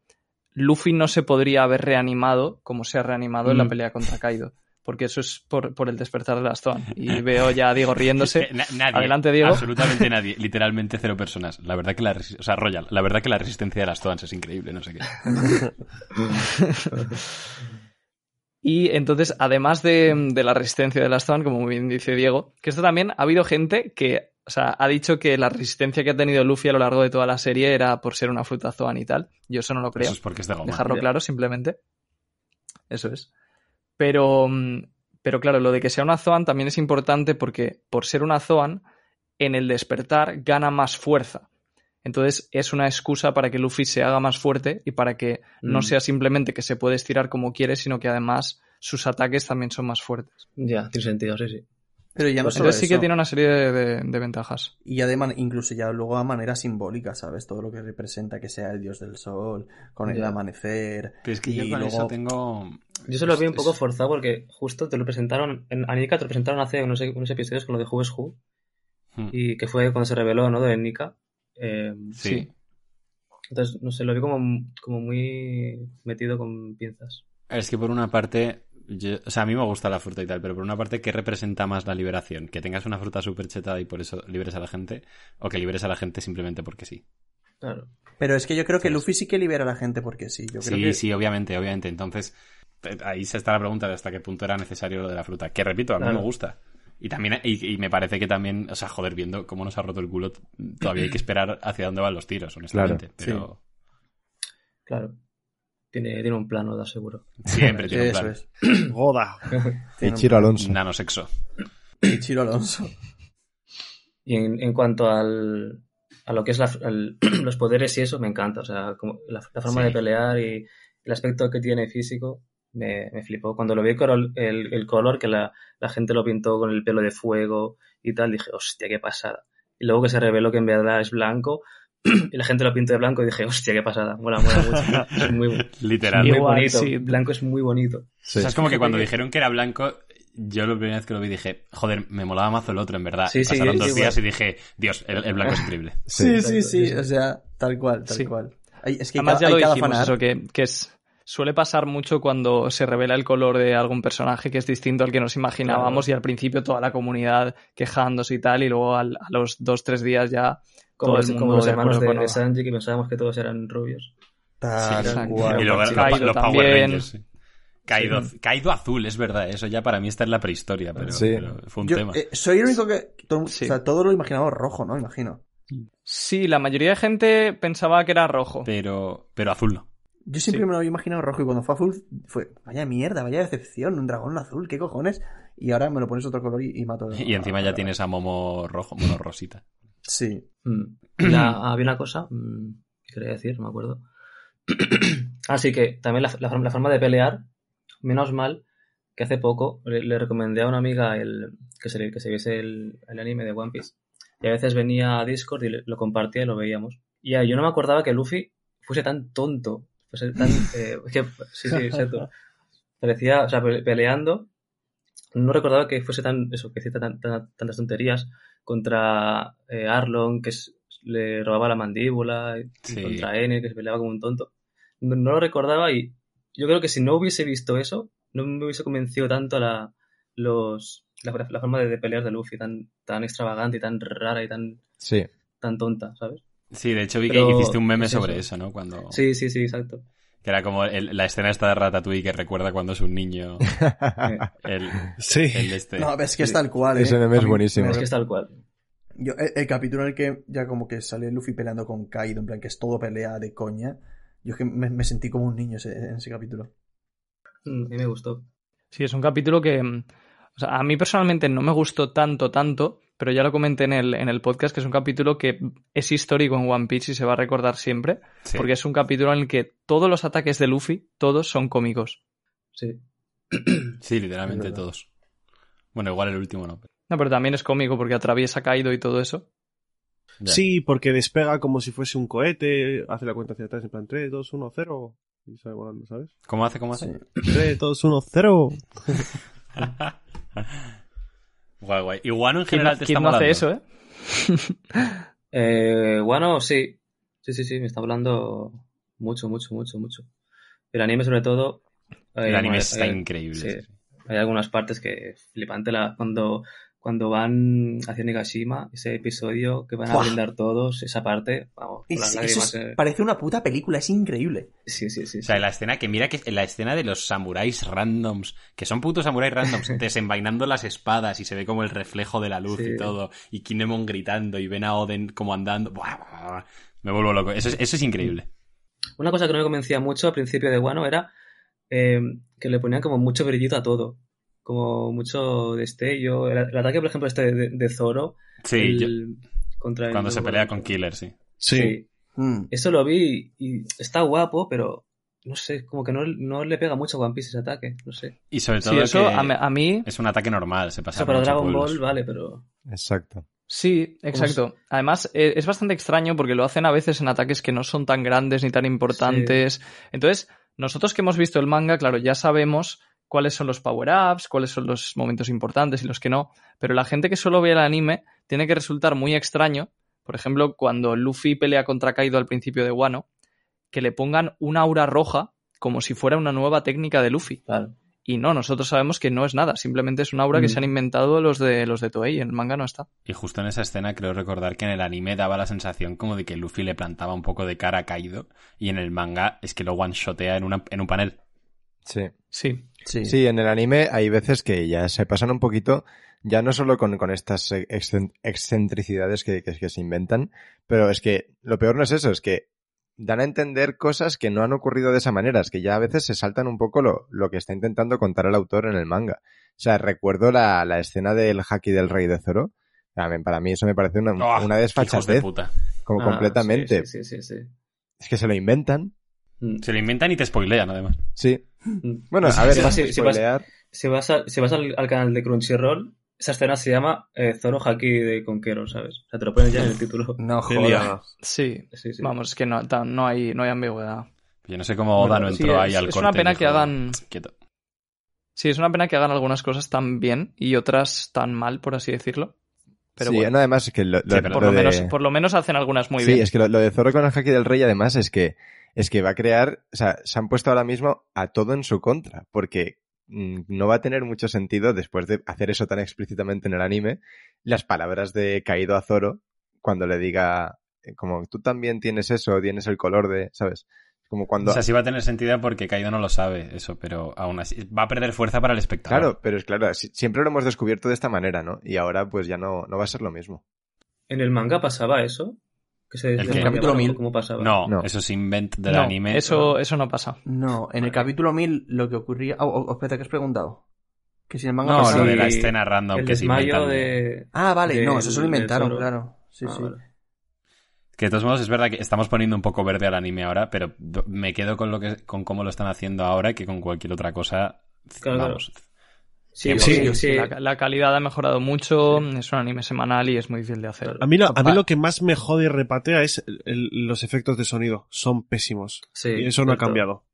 Speaker 5: Luffy no se podría haber reanimado como se ha reanimado mm. en la pelea contra Kaido porque eso es por, por, el despertar de las Zoan. Y veo ya a Diego riéndose.
Speaker 2: Na, nadie,
Speaker 5: Adelante, Diego.
Speaker 2: Absolutamente nadie. Literalmente cero personas. La verdad que la, o sea, Royal, la verdad que la resistencia de las Zoans es increíble, no sé qué.
Speaker 5: y entonces, además de, de, la resistencia de las Zoan, como muy bien dice Diego, que esto también ha habido gente que o sea, ha dicho que la resistencia que ha tenido Luffy a lo largo de toda la serie era por ser una fruta Zoan y tal. Yo eso no lo creo.
Speaker 2: Eso es porque es de goma.
Speaker 5: Dejarlo claro, simplemente. Eso es. Pero, mm, pero, claro, lo de que sea una Zoan también es importante porque por ser una Zoan, en el despertar gana más fuerza. Entonces es una excusa para que Luffy se haga más fuerte y para que mm. no sea simplemente que se puede estirar como quiere, sino que además sus ataques también son más fuertes.
Speaker 3: Ya, tiene sentido, sí, sí.
Speaker 6: Pero ya no
Speaker 5: pues Entonces sí que tiene una serie de, de, de ventajas.
Speaker 6: Y ya de man incluso ya luego a manera simbólica, ¿sabes? Todo lo que representa que sea el dios del sol, con el ya. amanecer.
Speaker 2: Pero es que yo con luego... eso tengo.
Speaker 3: Yo se lo vi un
Speaker 2: Pues
Speaker 3: poco forzado porque justo te lo presentaron, en Anika te lo presentaron hace unos, e-, unos episodios con lo de Who is Who. Hmm. Y que fue cuando se reveló, ¿no? De Nika. Eh,
Speaker 2: sí. sí.
Speaker 3: Entonces, no sé, lo vi como, como muy metido con pinzas.
Speaker 2: Es que por una parte, yo, o sea, a mí me gusta la fruta y tal, pero por una parte, ¿qué representa más la liberación? ¿Que tengas una fruta súper chetada y por eso liberes a la gente? ¿O que liberes a la gente simplemente porque sí?
Speaker 3: Claro.
Speaker 6: Pero es que yo creo que Luffy sí que libera a la gente porque sí. Yo creo
Speaker 2: sí,
Speaker 6: que...
Speaker 2: sí, obviamente, obviamente. Entonces, eh, ahí se está la pregunta de hasta qué punto era necesario lo de la fruta. Que repito, a mí claro. me gusta. Y también, y, y, me parece que también, o sea, joder, viendo cómo nos ha roto el culo, todavía hay que esperar hacia dónde van los tiros, honestamente. Claro. Pero...
Speaker 3: Sí. Claro. Tiene, tiene, un plano, da seguro.
Speaker 2: Siempre tiene un plan.
Speaker 4: Es.
Speaker 6: (laughs)
Speaker 4: Goda.
Speaker 7: Ichiro Alonso.
Speaker 2: Nanosexo.
Speaker 6: Ichiro Alonso.
Speaker 3: Y en, en cuanto al, a lo que es la, al, (clears throat) los poderes y eso, me encanta. O sea, como la, la, forma sí. de pelear y el aspecto que tiene físico, me, me flipó. Cuando lo vi el, el, el color, que la, la, gente lo pintó con el pelo de fuego y tal, dije, hostia, qué pasada. Y luego que se reveló que en verdad es blanco, (clears throat) y la gente lo pintó de blanco y dije, hostia, qué pasada, mola, mola (laughs) mucho. Es muy,
Speaker 2: (laughs) Literal.
Speaker 3: Muy Igual, bonito. Sí. Blanco es muy bonito.
Speaker 2: Sí. O sea, es como que cuando dijeron que era blanco, yo la primera vez que lo vi dije, joder, me molaba mazo el otro, en verdad. Sí, Pasaron dos días y dije, Dios, el, el blanco es increíble.
Speaker 6: (laughs) Sí, sí, sí, o sea, tal cual, tal cual.
Speaker 5: Hay, es que Además, cada, ya lo dijimos, eso que, que es suele pasar mucho cuando se revela el color de algún personaje que es distinto al que nos imaginábamos claro. y al principio toda la comunidad quejándose y tal y luego al, a los dos, tres días ya
Speaker 3: como, todo el mundo como los hermanos de, de, Sanji que pensábamos que todos eran rubios.
Speaker 6: Tal
Speaker 2: sí, cual. Y luego Kaido los, Power Rangers. Sí. Kaido, sí. Kaido, azul, es verdad, eso ya para mí está en la prehistoria, pero, pero fue un
Speaker 6: Yo,
Speaker 2: tema.
Speaker 6: Eh, soy el único que... Todo, o sea, todo lo imaginaba rojo, ¿no? Imagino.
Speaker 5: Sí, la mayoría de gente pensaba que era rojo.
Speaker 2: Pero, pero azul no.
Speaker 6: Yo siempre sí. me lo había imaginado rojo y cuando fue azul fue, vaya mierda, vaya decepción, un dragón azul, qué cojones. Y ahora me lo pones otro color y, y mato.
Speaker 2: (laughs) Y encima ya tienes a Momo rojo, Momo rosita.
Speaker 6: Sí.
Speaker 3: Mm. La, (clears throat) había una cosa mm, que quería decir, no me acuerdo. (clears throat) Así que también la, la, la, forma de pelear, menos mal que hace poco le, le recomendé a una amiga el, que, se, que se viese el, el, anime de One Piece. Y a veces venía a Discord y le, lo compartía y lo veíamos. Y yo no me acordaba que Luffy fuese tan tonto pues (laughs) tan, eh, que, sí, sí, (laughs) exacto. Parecía, o sea, peleando. No recordaba que fuese tan, eso, que hiciera tan, tan, tantas tonterías contra eh, Arlon, que es, le robaba la mandíbula, sí. y contra N, que se peleaba como un tonto. No, no, lo recordaba y yo creo que si no hubiese visto eso, no me hubiese convencido tanto a la, los, la, la forma de, de, pelear de Luffy, tan, tan extravagante y tan rara y tan,
Speaker 7: sí.
Speaker 3: tan tonta, ¿sabes?
Speaker 2: Sí, de hecho vi Pero que hiciste un meme es sobre eso. eso, ¿no? Cuando...
Speaker 3: Sí, Oh. sí, sí, exacto.
Speaker 2: Que era como el, la escena esta de Ratatouille que recuerda cuando es un niño. el,
Speaker 4: sí.
Speaker 2: El este.
Speaker 6: No, es que es tal cual. ¿eh?
Speaker 7: Ese meme es
Speaker 6: mí,
Speaker 7: buenísimo.
Speaker 3: Es que es tal cual.
Speaker 6: Yo, el, el, capítulo en el que ya como que sale Luffy peleando con Kaido, en plan que es todo pelea de coña. Yo es que me, me sentí como un niño ese, en ese capítulo.
Speaker 3: Mm, A mí me gustó.
Speaker 5: Sí, es un capítulo que mm, o sea, a mí personalmente no me gustó tanto, tanto, pero ya lo comenté en el, en el podcast, que es un capítulo que es histórico en One Piece y se va a recordar siempre, sí. porque es un capítulo en el que todos los ataques de Luffy, todos son cómicos.
Speaker 3: Sí.
Speaker 2: Sí, literalmente todos. Bueno, igual el último no.
Speaker 5: No, pero también es cómico porque atraviesa caído y todo eso.
Speaker 4: Yeah. Sí, porque despega como si fuese un cohete, hace la cuenta hacia atrás en plan 3, 2, 1, 0 y sale volando, ¿sabes? (clears throat)
Speaker 2: ¿Cómo hace? ¿Cómo hace?
Speaker 4: 3, 2, 1, 0.
Speaker 2: (laughs) Guay, guay. Y Guano en general te está
Speaker 5: no hace
Speaker 2: molando?
Speaker 5: eso, eh?
Speaker 3: eh? Guano, sí. Sí, sí, sí, me está hablando mucho, mucho, mucho, mucho. El anime, sobre todo.
Speaker 2: Eh, el anime está hay, increíble.
Speaker 3: Sí. Hay algunas partes que flipante la, cuando, cuando van hacia Nigashima, ese episodio que van a ¡Buah! brindar todos, esa parte, vamos,
Speaker 6: es, las lágrimas, es, eh... Parece una puta película, es increíble.
Speaker 3: Sí, sí, sí.
Speaker 2: O sea,
Speaker 3: sí.
Speaker 2: la escena que mira que la escena de los samuráis randoms, que son putos samuráis
Speaker 3: (laughs)
Speaker 2: randoms, desenvainando las espadas y se ve como el reflejo de la luz sí. y todo, y Kinemon gritando y ven a Oden como andando. Buah, buah, me vuelvo loco, eso es, eso es increíble.
Speaker 3: Una cosa que no me convencía mucho al principio de Guano era eh, que le ponían como mucho brillito a todo como mucho destello. El, el, ataque, por ejemplo, este de, de Zoro.
Speaker 2: Sí,
Speaker 3: el,
Speaker 2: yo,
Speaker 3: contra el
Speaker 2: cuando se pelea con Killer, sí.
Speaker 4: Sí. sí.
Speaker 3: Mm. Eso lo vi y está guapo, pero no sé, como que no, no le pega mucho a One Piece ese ataque, no sé.
Speaker 2: Y sobre todo
Speaker 5: sí, eso
Speaker 2: Pues que
Speaker 5: a, a, mí...
Speaker 2: Es un ataque normal, se pasa. O sea,
Speaker 3: para Dragon
Speaker 2: pueblos.
Speaker 3: Ball, vale, pero...
Speaker 7: Exacto.
Speaker 5: Sí, exacto. Es? Además, eh, es bastante extraño porque lo hacen a veces en ataques que no son tan grandes ni tan importantes. Sí. Entonces, nosotros que hemos visto el manga, claro, ya sabemos cuáles son los power-ups, cuáles son los momentos importantes y los que no. Pero la gente que solo ve el anime tiene que resultar muy extraño, por ejemplo, cuando Luffy pelea contra Kaido al principio de Wano, que le pongan una aura roja como si fuera una nueva técnica de Luffy.
Speaker 3: Claro.
Speaker 5: Y no, nosotros sabemos que no es nada, simplemente es una aura mm. que se han inventado los de los de Toei, en el manga no está.
Speaker 2: Y justo en esa escena creo recordar que en el anime daba la sensación como de que Luffy le plantaba un poco de cara a Kaido y en el manga es que lo one-shotea en, una, en un panel.
Speaker 7: Sí.
Speaker 5: Sí.
Speaker 7: Sí. sí. en el anime hay veces que ya se pasan un poquito, ya no solo con, con estas excentricidades que, que, que, se inventan, pero es que lo peor no es eso, es que dan a entender cosas que no han ocurrido de esa manera, es que ya a veces se saltan un poco lo, lo que está intentando contar el autor en el manga. O sea, recuerdo la, la escena del haki del rey de Zoro, También, para mí eso me parece una, oh, una desfachatez.
Speaker 2: De puta.
Speaker 7: Como ah, completamente.
Speaker 3: Sí, sí, Mm. es
Speaker 7: que se lo inventan.
Speaker 2: Se lo inventan y te spoilean, además.
Speaker 7: Sí. Bueno, a ver,
Speaker 3: si, vas, si, vas, si vas, a, si vas al, al, canal de Crunchyroll, esa escena se llama eh, Zoro Haki de Conquero, ¿sabes? O sea, te lo ponen ya en el título. (laughs)
Speaker 6: no, joder.
Speaker 5: Sí. Sí, sí. Vamos, es que no, no, hay, no hay ambigüedad.
Speaker 2: Yo no sé cómo Oda bueno, no entró
Speaker 5: sí,
Speaker 2: ahí
Speaker 5: es,
Speaker 2: al
Speaker 5: es
Speaker 2: corte
Speaker 5: una pena que
Speaker 2: dijo,
Speaker 5: hagan...
Speaker 2: Quieto.
Speaker 5: Sí, es una pena que hagan algunas cosas tan bien y otras tan mal, por así decirlo. Pero
Speaker 7: sí,
Speaker 5: bueno.
Speaker 7: no, además es que lo, lo,
Speaker 5: sí, por,
Speaker 7: lo
Speaker 5: de... menos,
Speaker 7: por
Speaker 5: lo menos hacen algunas muy bien.
Speaker 7: Sí, es que lo, lo de Zoro con el Haki del Rey, además, es que, es que va a crear, o sea, se han puesto ahora mismo a todo en su contra, porque mm, no va a tener mucho sentido, después de hacer eso tan explícitamente en el anime, las palabras de Caído a Zoro cuando le diga, eh, como tú también tienes eso, tienes el color de, ¿sabes? Como cuando...
Speaker 2: O sea, sí va a tener sentido porque Kaido no lo sabe eso, pero aún así va a perder fuerza para el espectador.
Speaker 7: Claro, pero es claro, siempre lo hemos descubierto de esta manera, ¿no? Y ahora pues ya no, no va a ser lo mismo.
Speaker 3: ¿En el manga pasaba eso? ¿Que se
Speaker 2: ¿El,
Speaker 3: el
Speaker 2: capítulo
Speaker 3: 1000? ¿Cómo pasaba?
Speaker 2: No, no, eso es invent del
Speaker 5: no,
Speaker 2: anime.
Speaker 5: Eso, eso no pasa.
Speaker 6: No, en el capítulo 1000 lo que ocurría... Oh, oh, espera, ¿qué has preguntado? Que si el manga
Speaker 2: No,
Speaker 6: pasaba
Speaker 2: lo de la escena random
Speaker 3: el
Speaker 2: que se inventan.
Speaker 3: De...
Speaker 6: Ah, vale,
Speaker 3: de
Speaker 6: no, eso se lo
Speaker 3: el-
Speaker 6: inventaron,
Speaker 3: del Zoro.
Speaker 6: claro. Sí,
Speaker 3: Ah,
Speaker 6: sí.
Speaker 3: vale.
Speaker 2: Que de todos modos es verdad que estamos poniendo un poco verde al anime ahora, pero do- me quedo con lo que con cómo lo están haciendo ahora que con cualquier otra cosa.
Speaker 3: Claro,
Speaker 2: Vamos.
Speaker 3: Sí,
Speaker 6: Sí,
Speaker 3: sí, sí.
Speaker 5: La, la calidad ha mejorado mucho, es un anime semanal y es muy difícil de hacer.
Speaker 4: A mí, lo, a mí
Speaker 6: Pa-
Speaker 4: lo que más me jode y repatea es el- el- los efectos de sonido. Son pésimos.
Speaker 3: Sí,
Speaker 4: y eso no ha
Speaker 3: cierto.
Speaker 4: cambiado.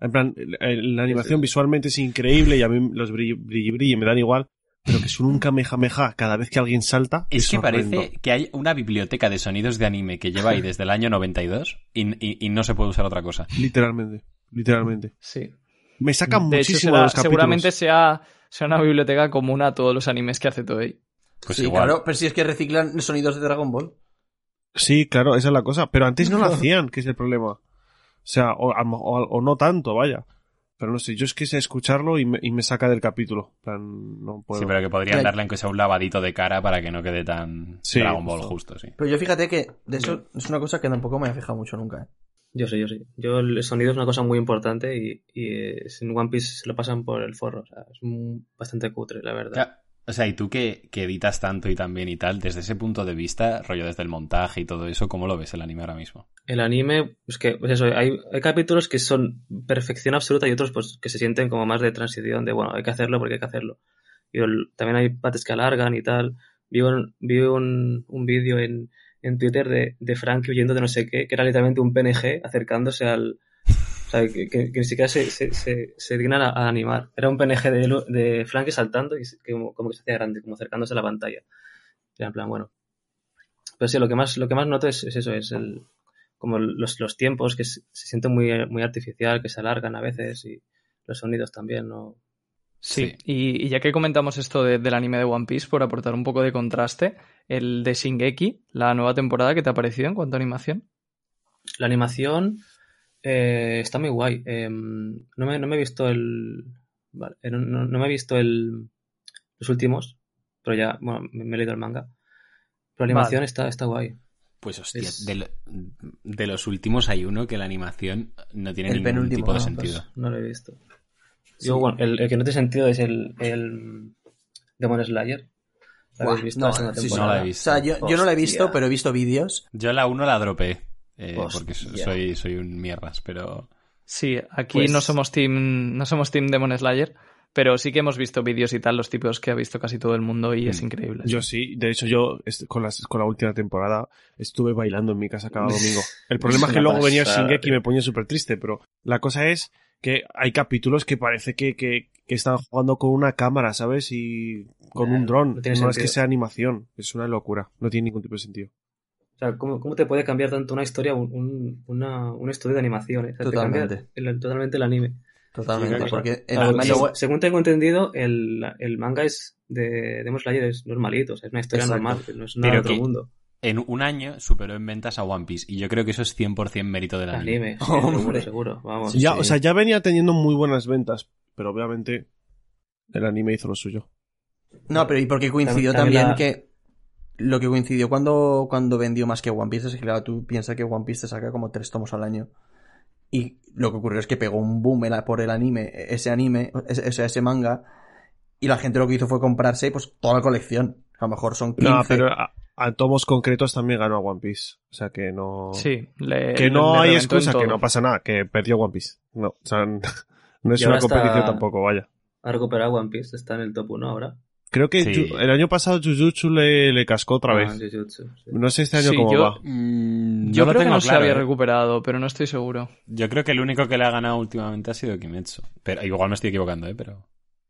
Speaker 4: En plan, el- el- la
Speaker 3: Sí,
Speaker 4: animación
Speaker 3: sí.
Speaker 4: visualmente es increíble y a mí los brilli brilli, brilli me dan igual, pero que son un kamehameha cada vez que alguien salta.
Speaker 2: Es que
Speaker 4: horrendo.
Speaker 2: parece que hay una biblioteca de sonidos de anime que lleva ahí
Speaker 5: (laughs)
Speaker 2: desde el año 92 y, y, y no se puede usar otra cosa.
Speaker 4: Literalmente, literalmente.
Speaker 5: Sí.
Speaker 4: Me sacan
Speaker 5: De hecho,
Speaker 4: muchísimo
Speaker 5: será-
Speaker 4: de los capítulos.
Speaker 5: seguramente sea, sea una biblioteca común a todos los animes que hace Toei.
Speaker 2: Pues
Speaker 6: sí,
Speaker 2: igual.
Speaker 6: claro, pero si es que reciclan sonidos de Dragon Ball.
Speaker 4: Sí, claro, esa es la cosa. Pero antes no lo hacían, que es el problema. O sea, o, a lo mejor- o- o no tanto, vaya. Pero no sé, yo es que sé escucharlo y me, y me saca del capítulo. plan, no puedo.
Speaker 2: Sí, pero que podrían
Speaker 6: Claro.
Speaker 2: darle aunque sea un lavadito de cara para que no quede tan
Speaker 4: Sí,
Speaker 2: Dragon Ball
Speaker 4: justo.
Speaker 2: justo, sí.
Speaker 6: Pero yo fíjate que de eso es una cosa que tampoco me he fijado mucho nunca. ¿eh?
Speaker 3: Yo sé, yo sé. Yo el sonido es una cosa muy importante y, y, eh, en One Piece se lo pasan por el forro. O sea, es muy- bastante cutre, la verdad.
Speaker 2: Ya, O sea, y tú que, que editas tanto y también y tal, desde ese punto de vista, rollo desde el montaje y todo eso, ¿cómo lo ves el anime ahora mismo?
Speaker 3: El anime, pues que, pues eso, hay, hay capítulos que son perfección absoluta y otros pues que se sienten como más de transición, de bueno, hay que hacerlo porque hay que hacerlo. Y el- también hay partes que alargan y tal. Vi un, vi un, un vídeo en, en Twitter de, de Frankie huyendo de no sé qué, que era literalmente un PNG acercándose al... O sea, que, que- que ni siquiera se, se, se, se dignan a, a animar. Era un PNG de, Lu- de Frankie saltando y se- que como, como que se hacía grande, como acercándose a la pantalla. Era en plan, bueno. Pero sí, lo que más, lo que más noto es, es eso, es el, como los, los tiempos que se, se sienten muy, muy artificial, que se alargan a veces y los sonidos también, ¿no?
Speaker 5: Sí,
Speaker 2: Sí.
Speaker 5: Y, y ya que comentamos esto de- del anime de One Piece, por aportar un poco de contraste, el de Shingeki, la nueva temporada que te ha parecido en cuanto a animación.
Speaker 3: La animación eh, está muy guay. Em, no, me, no me he visto el... vale, eh, no, no- no me he visto el, los últimos, pero ya, bueno, me, me he leído el manga. Pero la animación
Speaker 5: Vale.
Speaker 3: está, está guay.
Speaker 2: Pues hostia,
Speaker 3: Es-
Speaker 2: de, lo- de los últimos hay uno que la animación no tiene
Speaker 6: El
Speaker 2: ningún
Speaker 6: penúltimo,
Speaker 2: tipo de
Speaker 6: ¿no?
Speaker 2: sentido.
Speaker 3: No lo he visto. Yo, bueno, el, el que no tiene sentido es el, el Demon Slayer. ¿Lo habéis
Speaker 6: Buah,
Speaker 3: visto
Speaker 6: no,
Speaker 3: la segunda
Speaker 6: sí, sí,
Speaker 2: no
Speaker 3: temporada?
Speaker 2: la he
Speaker 6: O
Speaker 2: visto.
Speaker 6: sea, yo, yo no la he visto,
Speaker 3: Hostia.
Speaker 6: pero he visto vídeos.
Speaker 2: Yo la uno la dropeé, eh, porque so-
Speaker 6: Hostia.
Speaker 2: soy, soy un mierdas, pero...
Speaker 5: Sí, aquí
Speaker 6: Pues-
Speaker 5: no somos team, no somos team Demon Slayer, pero sí que hemos visto vídeos y tal, los tipos que ha visto casi todo el mundo y es
Speaker 2: Mm.
Speaker 5: increíble.
Speaker 4: Yo sí, de hecho yo est- con, las, con la última temporada estuve bailando en mi casa cada domingo. El problema es que
Speaker 3: Una
Speaker 4: luego venía
Speaker 3: pasada,
Speaker 4: Shingeki y
Speaker 3: tío.
Speaker 4: me ponía súper triste, pero la cosa es que hay capítulos que parece que, que, que están jugando con una cámara, ¿sabes? Y con
Speaker 3: Nah,
Speaker 4: un dron.
Speaker 3: no
Speaker 4: No,
Speaker 3: tiene
Speaker 4: es
Speaker 3: sentido.
Speaker 4: que sea animación, es una locura, no tiene ningún tipo de sentido.
Speaker 3: O sea, ¿cómo, cómo te puede cambiar tanto una historia, un, un- una- un estudio de animación? eh? O sea, te cambia
Speaker 6: Totalmente.
Speaker 3: el- totalmente el anime.
Speaker 6: Totalmente,
Speaker 2: Sí,
Speaker 6: porque el
Speaker 3: Claro,
Speaker 6: anime
Speaker 3: seg-
Speaker 6: luego-
Speaker 3: según tengo entendido, el, el manga es de Demon Slayer es normalito, o sea, es una historia
Speaker 6: Exacto.
Speaker 3: normal, no es nada de
Speaker 2: Pero
Speaker 3: otro
Speaker 2: que-
Speaker 3: mundo.
Speaker 2: En un año superó en ventas a One Piece y yo creo que eso es 100% mérito del
Speaker 3: El
Speaker 2: anime.
Speaker 3: anime, sí,
Speaker 6: Hombre.
Speaker 3: seguro, seguro, vamos.
Speaker 6: Sí,
Speaker 4: ya,
Speaker 6: sí.
Speaker 4: O sea, ya venía teniendo muy buenas ventas, pero obviamente el anime hizo lo suyo.
Speaker 6: No, pero y porque coincidió
Speaker 3: También
Speaker 6: también,
Speaker 3: la-
Speaker 6: que. Lo que coincidió cuando, cuando vendió más que One Piece es que, claro, tú piensas que One Piece te saca como tres tomos al año. Y lo que ocurrió es que pegó un boom el- por el anime, ese anime, ese, ese- ese manga. Y la gente lo que hizo fue comprarse pues toda la colección. A lo mejor son 15.
Speaker 4: No, Ah, pero a, a tomos concretos también ganó a One Piece. O sea que no.
Speaker 5: Sí, le-
Speaker 4: que no
Speaker 5: le
Speaker 4: hay
Speaker 5: reventó en
Speaker 4: excusa, que
Speaker 5: todo.
Speaker 4: no pasa nada, que perdió One Piece. No, o sea, (laughs) no es
Speaker 3: Y
Speaker 4: una
Speaker 3: ahora está-
Speaker 4: competición tampoco, vaya.
Speaker 3: Ha recuperado One Piece, está en el top 1 ahora.
Speaker 4: Creo que
Speaker 2: Sí.
Speaker 4: Ju- el año pasado Jujutsu le, le cascó otra
Speaker 3: Ah,
Speaker 4: vez.
Speaker 3: Jujutsu, sí.
Speaker 4: No sé este año
Speaker 5: Sí,
Speaker 4: cómo
Speaker 5: yo-
Speaker 4: va.
Speaker 2: Mm,
Speaker 5: Yo
Speaker 2: lo
Speaker 5: creo que
Speaker 2: tengo
Speaker 5: no se
Speaker 2: claro,
Speaker 5: había
Speaker 2: ¿eh?
Speaker 5: recuperado, pero no estoy seguro.
Speaker 2: Yo creo que el único que le ha ganado últimamente ha sido Kimetsu. Pero igual me estoy equivocando, ¿eh? Pero...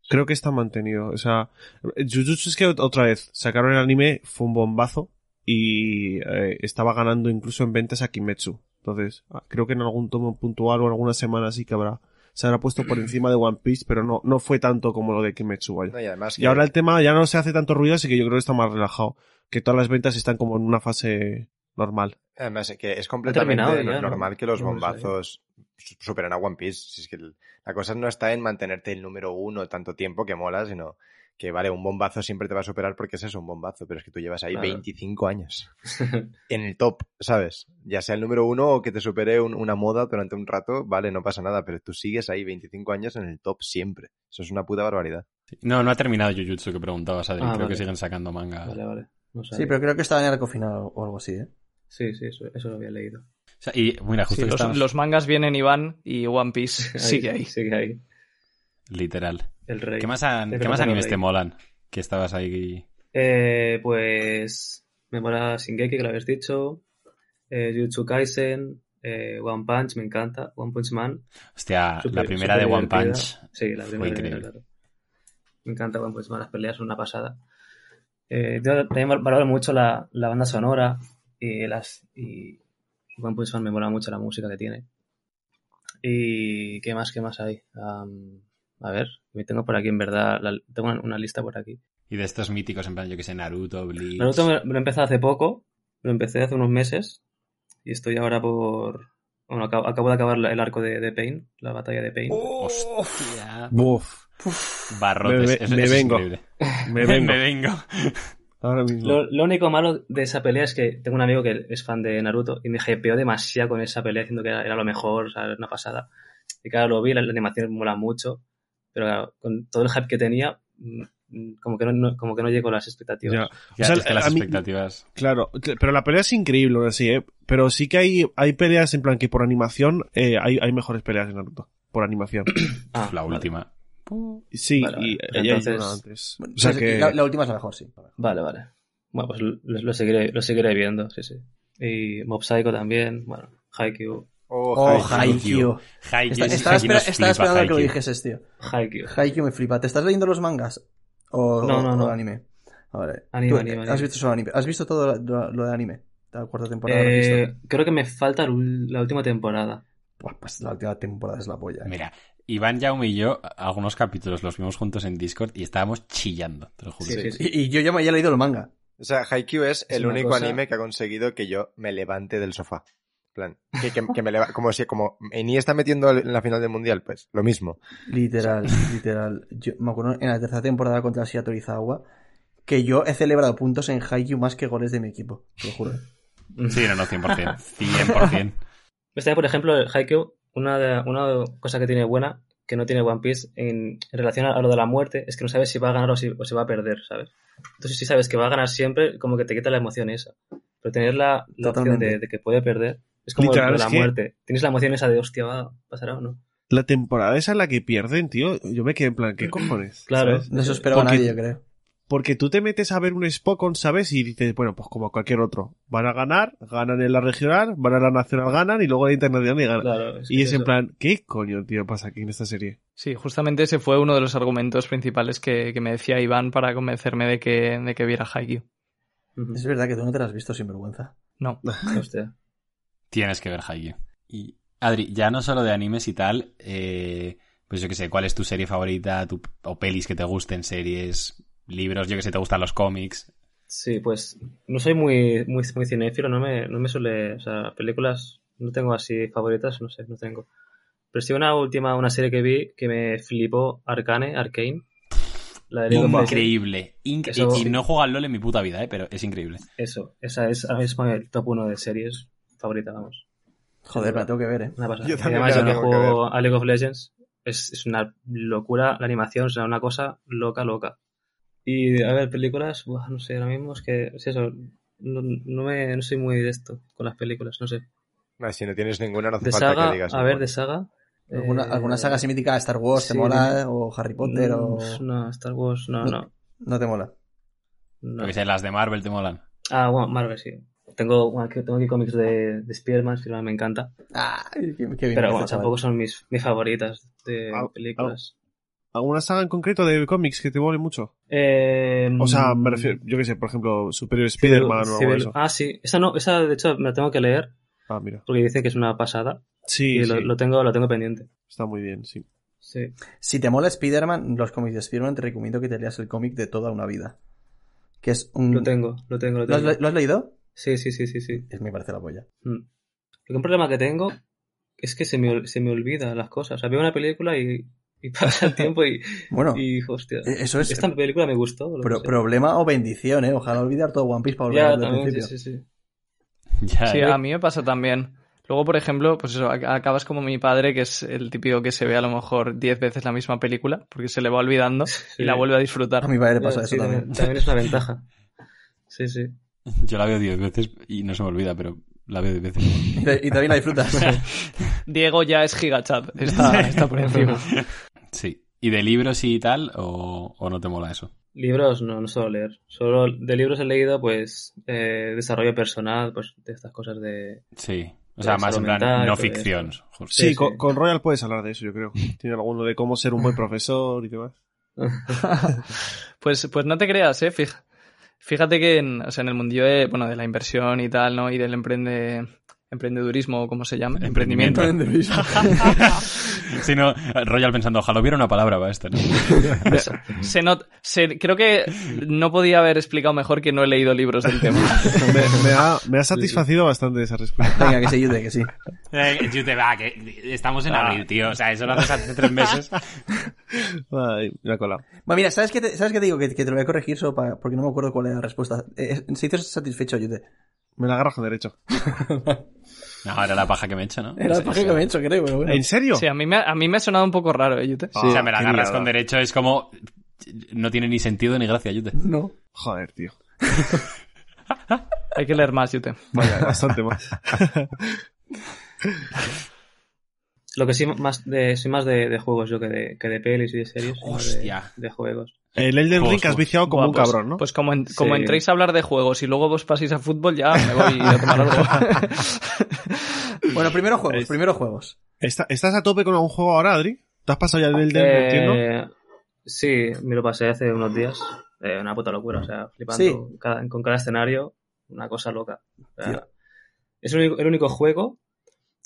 Speaker 4: Creo que está mantenido. O sea, Jujutsu es que ot- otra vez sacaron el anime, fue un bombazo y eh, estaba ganando incluso en ventas a Kimetsu. Entonces, ah, creo que en algún tomo puntual o en alguna semana sí que habrá. Se habrá puesto por encima de One Piece, pero no, no fue tanto como lo de Kimetsu, vaya.
Speaker 7: No, y además
Speaker 4: Y ahora el tema ya no se hace tanto ruido, así que yo creo que está más relajado. Que todas las ventas están como en una fase normal.
Speaker 7: Además, que es completamente
Speaker 3: terminado ya,
Speaker 7: no-
Speaker 3: ¿no?
Speaker 7: normal que los
Speaker 3: No lo sabía.
Speaker 7: bombazos su- superen a One Piece. Si es que el- la cosa no está en mantenerte el número uno tanto tiempo que mola, sino que, vale, un bombazo siempre te va a superar porque es eso, un bombazo, pero es que tú llevas ahí
Speaker 3: Claro.
Speaker 7: 25 años en el top, ¿sabes? Ya sea el número uno o que te supere un- una moda durante un rato, vale, no pasa nada, pero tú sigues ahí 25 años en el top siempre. Eso es una puta barbaridad.
Speaker 2: No, no ha terminado Jujutsu que preguntabas, Adri.
Speaker 3: Ah,
Speaker 2: creo
Speaker 3: vale.
Speaker 2: que siguen sacando manga.
Speaker 3: (laughs) Vale, vale. No sabía.
Speaker 6: Sí, pero creo que estaba en el arco final o o algo así, ¿eh?
Speaker 3: Sí, sí, eso, eso lo había leído. (laughs)
Speaker 2: O sea, y mira,
Speaker 5: Sí,
Speaker 2: justo que
Speaker 5: los,
Speaker 2: estamos-
Speaker 5: los mangas vienen y van y One
Speaker 3: (laughs)
Speaker 5: Piece sigue ahí.
Speaker 3: Sigue ahí.
Speaker 2: Literal.
Speaker 3: El rey.
Speaker 2: ¿Qué más, an-
Speaker 3: Yo
Speaker 4: Este
Speaker 2: qué
Speaker 3: creo
Speaker 2: más
Speaker 3: que no
Speaker 2: animes te
Speaker 3: leí.
Speaker 2: molan? Que estabas ahí...
Speaker 3: Eh, pues me mola Shingeki, que lo habéis dicho. Eh, Jujutsu Kaisen. eh, One Punch, me encanta. One Punch Man.
Speaker 2: Hostia,
Speaker 3: Súper-
Speaker 2: Ah, la primera de
Speaker 3: súper
Speaker 2: One
Speaker 3: divertida.
Speaker 2: Punch.
Speaker 3: Sí, la primera.
Speaker 2: increíble.
Speaker 3: primera, claro. Me encanta One Punch Man, las peleas son una pasada. Eh, yo también val- valoro mucho la, la banda sonora y las y One Punch Man me mola mucho la música que tiene. Y qué más, qué más hay. Am, a ver, me tengo por aquí en verdad, la- tengo una- una lista por aquí.
Speaker 2: Y de estos míticos, en plan, yo que sé, Naruto, Bleach...
Speaker 3: Naruto me, me lo he empezado hace poco, lo empecé hace unos meses y estoy ahora por, Bueno, acabo, acabo de acabar la- el arco de, de Pain, la batalla de Pain.
Speaker 2: Hostia.
Speaker 4: Buf,
Speaker 2: Barrotes.
Speaker 4: Me-
Speaker 2: es,
Speaker 4: me
Speaker 2: es
Speaker 4: vengo.
Speaker 2: increíble.
Speaker 4: me
Speaker 2: (laughs)
Speaker 4: vengo.
Speaker 2: Me vengo.
Speaker 4: Ahora mismo.
Speaker 3: Lo, lo único malo de esa pelea es que tengo un amigo que es fan de Naruto y me hypeó demasiado con esa pelea diciendo que era, era lo mejor, o sea, era una pasada. Y claro, lo vi, la, la animación mola mucho, pero claro, con todo el hype que tenía, mm, mm, como que no, no- como que no llegó a las expectativas.
Speaker 4: Ya.
Speaker 2: Ya,
Speaker 4: O sea,
Speaker 2: es que las
Speaker 4: a mí-
Speaker 2: expectativas.
Speaker 4: Claro, cl- pero la pelea es increíble aún así, ¿eh? Pero sí que hay, hay peleas en plan que por animación eh, hay, hay mejores peleas en Naruto. Por animación.
Speaker 3: Ah,
Speaker 2: la
Speaker 3: vale.
Speaker 2: última.
Speaker 4: Sí,
Speaker 3: Vale,
Speaker 4: y,
Speaker 3: vale.
Speaker 4: y hay
Speaker 3: Entonces-
Speaker 4: una antes.
Speaker 6: Bueno,
Speaker 4: o sea
Speaker 6: es-
Speaker 4: que...
Speaker 6: la, la última es la mejor, sí.
Speaker 3: Vale, vale. Bueno, pues lo, lo seguiré, lo seguiré viendo, sí, sí. Y Mob Psycho también, bueno, Haikyuu.
Speaker 6: Oh,
Speaker 2: Haikyuu.
Speaker 6: Haikyuu. Está- Estaba espera- estaba esperando que lo dijeses, tío.
Speaker 3: Haikyuu.
Speaker 6: Haikyuu me flipa. ¿Te estás leyendo los mangas? ¿O,
Speaker 3: No,
Speaker 6: o-
Speaker 3: no,
Speaker 6: o
Speaker 3: no.
Speaker 6: el anime? Ah, Vale.
Speaker 3: Anime,
Speaker 6: Tú,
Speaker 3: anime,
Speaker 6: ¿Has
Speaker 3: anime.
Speaker 6: visto solo anime? ¿Has visto todo lo, lo de anime? La cuarta temporada. la has visto?
Speaker 3: Eh, creo que me falta la ul- la última temporada.
Speaker 6: Buah, pues la última temporada es la polla. eh.
Speaker 2: Mira, Iván Jaume y yo, a- algunos capítulos los vimos juntos en Discord y estábamos chillando, te lo juro.
Speaker 3: Sí, sí, sí.
Speaker 6: Y, y yo ya me había leído el manga.
Speaker 7: O sea, Haikyuu es el
Speaker 3: una
Speaker 7: único
Speaker 3: cosa-
Speaker 7: anime que ha conseguido que yo me levante del sofá. En plan, que, que- que me leva- como si como Eni está metiendo en la final del mundial, pues lo mismo.
Speaker 6: Literal, (laughs) literal. Yo me acuerdo en la tercera temporada contra Seattle Izawa que yo he celebrado puntos en Haikyuu más que goles de mi equipo. Te lo juro. eh.
Speaker 2: Sí, no, no,
Speaker 3: (laughs)
Speaker 2: 100%. 100%.
Speaker 3: Este, por ejemplo, el Haikyuu, una, de- una cosa que tiene buena, que no tiene One Piece en, en relación a, a lo de la muerte, es que no sabes si va a ganar o si, o si va a perder, ¿sabes? Entonces, si sabes que va a ganar siempre, como que te quita la emoción esa. Pero tener la, la opción
Speaker 6: Totalmente.
Speaker 3: de, de que puede perder es como lo
Speaker 4: Literal,
Speaker 3: de
Speaker 4: es
Speaker 3: la
Speaker 4: que-
Speaker 3: muerte. Tienes la emoción esa de, hostia, va, ¿pasará o no?
Speaker 4: La temporada esa en la que pierden, tío, yo me quedé en plan, ¿qué cojones?
Speaker 3: Claro.
Speaker 4: ¿Sabes?
Speaker 6: No se lo esperaba
Speaker 4: Porque-
Speaker 6: nadie, yo creo.
Speaker 4: Porque tú te metes a ver un Spokon, ¿sabes? Y dices, bueno, pues como cualquier otro. Van a ganar, ganan en la regional, van a la nacional, ganan y luego en la internacional y ganan.
Speaker 3: Claro, es
Speaker 4: y
Speaker 3: que
Speaker 4: es en
Speaker 3: eso-
Speaker 4: plan, ¿qué coño, tío, pasa aquí en esta serie?
Speaker 5: Sí, justamente ese fue uno de los argumentos principales que, que me decía Iván para convencerme de que, de que viera Haikyuu.
Speaker 3: Ujú.
Speaker 6: Es verdad que tú no te lo has visto sin vergüenza.
Speaker 5: No.
Speaker 3: Hostia.
Speaker 2: Tienes que ver Haikyuu. Y Adri, ya no solo de animes y tal, eh, pues yo qué sé, ¿cuál es tu serie favorita tu, o pelis que te gusten, series, libros, yo que sé, te gustan los cómics?
Speaker 3: Sí, pues no soy muy, muy, muy cinéfilo, no me, no me suele. O sea, películas no tengo así favoritas, no sé, no tengo. Pero sí, una última, una serie que vi que me flipó: Arcane, Arcane. La de League of Legends.
Speaker 2: Increíble. Inc-
Speaker 3: Eso-
Speaker 2: y, y no juego al LOL en mi puta vida, eh, pero es increíble.
Speaker 3: Eso, esa es ahora mismo el top 1 de series favorita, vamos.
Speaker 6: Joder, la tengo que ver, eh.
Speaker 3: Una pasada.
Speaker 7: Yo
Speaker 3: Y
Speaker 7: también
Speaker 3: además,
Speaker 7: la
Speaker 3: yo que
Speaker 7: tengo que
Speaker 3: juego a League of Legends, es, es una locura la animación, es una cosa loca, loca. Y a ver, películas, buah, no sé, ahora mismo es que, es eso, no, no me, no soy muy de esto con las películas, no sé.
Speaker 7: Ah, si no tienes ninguna, no hace
Speaker 3: De
Speaker 7: falta
Speaker 3: saga,
Speaker 7: que digas.
Speaker 3: a ver, de saga.
Speaker 6: ¿Alguna,
Speaker 3: eh,
Speaker 6: alguna saga así mítica? ¿Star Wars
Speaker 3: sí.
Speaker 6: te mola? eh? ¿O Harry Potter?
Speaker 3: no,
Speaker 6: o...
Speaker 3: mm, No, Star Wars, no, no.
Speaker 6: No te mola.
Speaker 3: no.
Speaker 2: Yo que sé, las de Marvel te molan. (laughs)
Speaker 3: Ah, bueno, Marvel, sí. Tengo, bueno, aquí- tengo aquí cómics de, de Spider-Man, Spider-Man me encanta.
Speaker 6: Ah, qué, qué bien
Speaker 3: Pero
Speaker 6: que
Speaker 3: bueno,
Speaker 6: está, chaval.
Speaker 3: tampoco
Speaker 6: Ah,
Speaker 3: son mis, mis favoritas de
Speaker 4: Au,
Speaker 3: películas.
Speaker 4: ¿Alguna saga en concreto de cómics que te mole mucho?
Speaker 3: Eh,
Speaker 4: O sea, me refiero, yo qué sé, por ejemplo, Superior Spider-Man o algo de
Speaker 3: Civil-
Speaker 4: eso.
Speaker 3: Ah, sí. Esa no, esa de hecho me la tengo que leer
Speaker 4: Ah, mira.
Speaker 3: porque dicen que es una pasada
Speaker 4: Sí,
Speaker 3: y
Speaker 4: sí,
Speaker 3: lo, lo tengo, lo tengo pendiente.
Speaker 4: está muy bien, sí.
Speaker 3: Sí.
Speaker 6: Si te mola Spider-Man, los cómics de Spider-Man, te recomiendo que te leas el cómic de toda una vida. Que es un...
Speaker 3: Lo tengo, lo tengo, lo
Speaker 6: ¿Lo Mm. has,
Speaker 3: tengo.
Speaker 6: le- lo has leído?
Speaker 3: Sí, sí, sí, sí, sí.
Speaker 6: Es, me parece la polla.
Speaker 3: Mm. Lo que un problema que tengo es que se me, ol- se me olvida las cosas. O sea, veo una película y, y (laughs) pasa el tiempo y,
Speaker 6: Bueno,
Speaker 3: y hostia.
Speaker 6: e- eso es
Speaker 3: Esta película me gustó. lo
Speaker 6: pro-
Speaker 3: que sea.
Speaker 6: problema o bendición, ¿eh? Ojalá olvidar todo One Piece para volver
Speaker 3: ya,
Speaker 6: al
Speaker 3: también, sí,
Speaker 6: principio.
Speaker 3: sí, sí.
Speaker 2: Ya,
Speaker 5: Sí,
Speaker 2: eh.
Speaker 5: a mí me pasa también. Luego, por ejemplo, pues eso, ac- acabas como mi padre, que es el típico que se ve a lo mejor 10 veces la misma película, porque se le va olvidando y la vuelve a disfrutar.
Speaker 6: A mi padre le pasó
Speaker 3: Ya,
Speaker 6: eso
Speaker 3: sí,
Speaker 6: también.
Speaker 3: También es una ventaja. Sí, sí.
Speaker 2: Yo la veo 10 veces y no se me olvida, pero la veo 10 veces.
Speaker 6: Y, ta- y también la (laughs)
Speaker 3: (laughs)
Speaker 6: disfrutas.
Speaker 5: Diego ya es gigachat, está, está por encima. (laughs)
Speaker 2: Sí. ¿Y de libros y tal o, o no te mola eso?
Speaker 3: Libros no, no suelo leer. Solo de libros he leído, pues, eh, desarrollo personal, pues, de estas cosas de...
Speaker 2: Sí. O sea,
Speaker 3: De
Speaker 2: más en plan
Speaker 3: salud mental,
Speaker 2: no
Speaker 3: todo eso.
Speaker 2: ficción. justo.
Speaker 4: Sí,
Speaker 3: sí.
Speaker 4: Con, con Royal puedes hablar de eso, yo creo. Tiene alguno de cómo ser un buen profesor
Speaker 3: (laughs)
Speaker 4: y demás.
Speaker 5: Pues, pues no te creas, eh. Fij- Fíjate que en, o sea, en el mundillo de, bueno, de la inversión y tal, ¿no? Y del emprende, emprendedurismo o como se llame.
Speaker 2: Emprendimiento.
Speaker 6: Emprendedurismo.
Speaker 2: Si no, Royal pensando, ojalá hubiera una palabra para esto, ¿no?
Speaker 5: Pues, se not- se- creo que no podía haber explicado mejor que no he leído libros del tema.
Speaker 4: Me, me ha, me ha satisfacido bastante
Speaker 3: (laughs)
Speaker 4: esa respuesta.
Speaker 6: Venga, que se ayude, que sí.
Speaker 2: Eh, Yute, va, que estamos en abril, tío. O sea, eso lo haces hace tres meses.
Speaker 4: Ay, me ha colado.
Speaker 6: Bueno, mira, ¿sabes qué te, ¿sabes qué te digo? Que, que te lo voy a corregir solo para- porque no me acuerdo cuál era la respuesta. Eh, eh, se hizo satisfecho, Yute.
Speaker 4: Me la agarro con derecho.
Speaker 2: No, era la paja que me he hecho, ¿no?
Speaker 6: Era
Speaker 2: Sí,
Speaker 6: el paje
Speaker 2: sí.
Speaker 6: que me he hecho, creo, pero bueno.
Speaker 4: ¿En serio?
Speaker 5: Sí, a mí me ha, a mí me ha sonado un poco raro, ¿eh, Yute?
Speaker 2: o sea, me la
Speaker 4: qué
Speaker 2: agarras
Speaker 4: mierda.
Speaker 2: con derecho, es como. No tiene ni sentido ni gracia, Yute.
Speaker 6: No.
Speaker 4: Joder, tío.
Speaker 5: Hay que leer más, Yute.
Speaker 4: Vaya, (laughs) bastante más.
Speaker 3: Lo que sí más de, soy más de, de juegos yo que de, que de pelis y de series. sino de-
Speaker 2: Hostia.
Speaker 3: De, juegos.
Speaker 4: El Elden
Speaker 2: Juegos,
Speaker 4: Ring que has
Speaker 2: juegos.
Speaker 4: viciado como
Speaker 5: Buah,
Speaker 4: un
Speaker 5: pues-
Speaker 4: cabrón, ¿no?
Speaker 5: Pues como, en- como
Speaker 3: Sí.
Speaker 5: entréis a hablar de juegos y luego vos paséis a fútbol, ya me voy
Speaker 3: (laughs)
Speaker 5: a tomar
Speaker 4: (laughs)
Speaker 5: algo.
Speaker 6: Bueno, primero juegos, primero juegos.
Speaker 4: Esta- ¿Estás a tope con algún juego ahora, Adri? ¿Te has pasado ya el Elden Ring, entiendo?
Speaker 3: Eh, sí, me lo pasé hace unos días. Eh, una puta locura, o sea, flipando.
Speaker 6: Sí.
Speaker 3: Cada- con cada escenario, una cosa loca. O sea,
Speaker 6: Tío.
Speaker 3: es el único, el único juego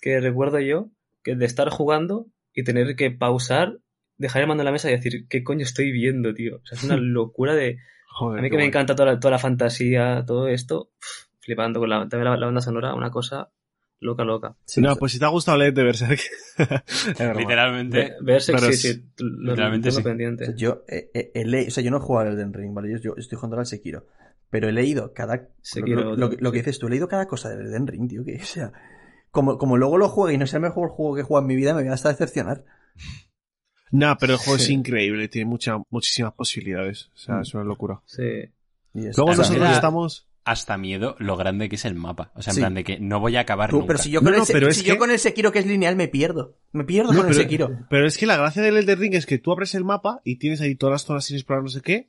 Speaker 3: que recuerdo yo que de estar jugando y tener que pausar, dejar el mando en la mesa y decir, ¿qué coño estoy viendo, tío? O sea,
Speaker 6: (laughs)
Speaker 3: es una locura de...
Speaker 4: Joder,
Speaker 3: A mí
Speaker 4: qué
Speaker 3: que me
Speaker 4: guay.
Speaker 3: encanta toda la, toda la fantasía, todo esto, pf, flipando con la, también la, la banda sonora, una cosa loca, loca.
Speaker 6: Sí,
Speaker 4: no,
Speaker 6: sí.
Speaker 4: pues si te ha gustado el de Berserk. (laughs) es broma.
Speaker 2: Literalmente.
Speaker 3: Ve- Berserk,
Speaker 4: pero
Speaker 3: sí,
Speaker 4: es-
Speaker 3: sí, lo
Speaker 2: literalmente
Speaker 3: tengo
Speaker 2: sí.
Speaker 6: O sea,
Speaker 3: pendiente.
Speaker 6: Yo eh, eh, he leído, o sea, yo no he jugado al Elden Ring, ¿vale? Yo, yo estoy jugando al Sekiro. Pero he leído cada.
Speaker 3: Sekiro,
Speaker 6: lo, lo- lo- lo que dices tú, he leído cada cosa del Elden Ring, tío. Que, o sea, como, como luego lo juegue y no sea el mejor juego que he jugado en mi vida, me voy hasta a decepcionar.
Speaker 4: Nah, pero el juego es increíble, tiene mucha, muchísimas posibilidades. O sea, es una locura.
Speaker 3: Sí.
Speaker 6: Y es-
Speaker 4: Luego
Speaker 6: o sea,
Speaker 4: nosotros
Speaker 2: mira,
Speaker 4: estamos.
Speaker 2: Hasta miedo lo grande que es el mapa. O sea, en
Speaker 6: Sí.
Speaker 2: plan de que no voy a acabar
Speaker 6: tú,
Speaker 2: nunca.
Speaker 6: pero si yo, con,
Speaker 4: No, no,
Speaker 6: el, Se-
Speaker 4: pero
Speaker 6: si
Speaker 4: es
Speaker 6: yo
Speaker 4: que-
Speaker 6: con el Sekiro que es lineal, me pierdo. Me pierdo
Speaker 4: No,
Speaker 6: con el
Speaker 4: pero-
Speaker 6: Sekiro.
Speaker 4: Pero es que la gracia del Elden Ring es que tú abres el mapa y tienes ahí todas las zonas sin explorar, no sé qué.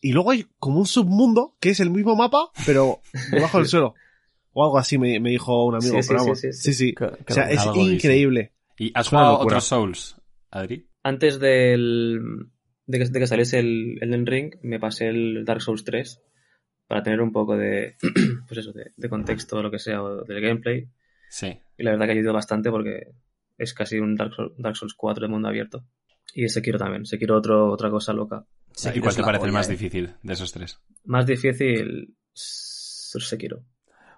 Speaker 4: Y luego hay como un submundo que es el mismo mapa, pero debajo del suelo. O algo así me, me dijo un amigo.
Speaker 3: Sí, sí,
Speaker 4: pero
Speaker 3: sí,
Speaker 4: vamos.
Speaker 3: sí, sí.
Speaker 4: sí.
Speaker 6: Claro,
Speaker 4: O sea, es
Speaker 2: Algo dice.
Speaker 4: increíble.
Speaker 2: ¿Y has
Speaker 4: Es una
Speaker 2: jugado
Speaker 4: locura.
Speaker 2: otros Souls, Adri?
Speaker 3: Antes del, de, que, de que saliese el Elden Ring, me pasé el Dark Souls 3 para tener un poco de, (clears throat) pues eso, de, de contexto o lo que sea, o del gameplay.
Speaker 2: Sí.
Speaker 3: Y la verdad que ha ayudado bastante porque es casi un Dark Souls, Dark Souls 4 de mundo abierto. Y ese quiero también, se quiero otro, otra cosa loca.
Speaker 6: Sekiro
Speaker 2: ¿Y cuál
Speaker 6: es
Speaker 2: te
Speaker 6: la
Speaker 2: parece el
Speaker 6: polla,
Speaker 2: más
Speaker 6: eh.
Speaker 2: difícil de esos tres?
Speaker 3: Más difícil, Sekiro.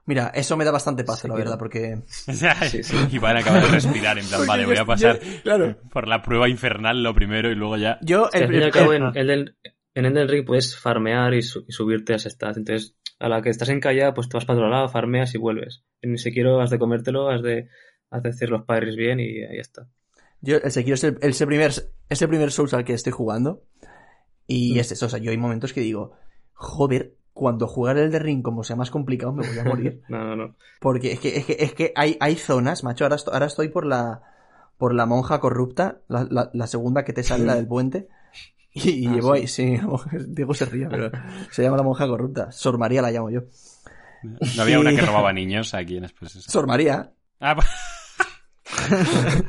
Speaker 6: Mira, eso me da bastante paz, la
Speaker 3: Sekiro.
Speaker 6: verdad, porque.
Speaker 2: (laughs) O sea,
Speaker 3: Sí, sí.
Speaker 2: y van a acabar de respirar en plan,
Speaker 6: Porque
Speaker 2: vale,
Speaker 6: yo-
Speaker 2: voy a
Speaker 6: yo-
Speaker 2: pasar
Speaker 6: claro.
Speaker 2: por la prueba infernal lo primero y luego ya...
Speaker 6: Yo,
Speaker 3: Es que
Speaker 6: el-
Speaker 3: al fin y al
Speaker 6: el- (laughs)
Speaker 3: cabo
Speaker 6: el-
Speaker 3: en Elden, en Elden Ring puedes farmear y, su- y subirte a stats. Entonces, a la que estás encallada, pues te vas para otro lado, farmeas y vuelves. En Sekiro has de comértelo, has de, has de hacer los parries bien y ahí está.
Speaker 6: Yo, el Sekiro es el, es el primer, es el primer Souls al que estoy jugando. Y es eso, o sea, yo hay momentos que digo, joder, cuando jugar el de Ring como sea más complicado me voy a
Speaker 3: (laughs)
Speaker 6: morir.
Speaker 3: No, no, no.
Speaker 6: Porque es que, es que, es que hay, hay zonas, macho, ahora, esto- ahora estoy por la, por la monja corrupta, la, la- la segunda que te sale, la del puente. Y, y
Speaker 3: Ah,
Speaker 6: llevo
Speaker 3: sí.
Speaker 6: ahí, sí, (laughs) la monja- Diego se ríe, pero se llama la monja corrupta. Sor María la llamo yo.
Speaker 2: No había una que robaba niños aquí en Express.
Speaker 6: Sor María,
Speaker 2: Ah, pa-
Speaker 6: (laughs)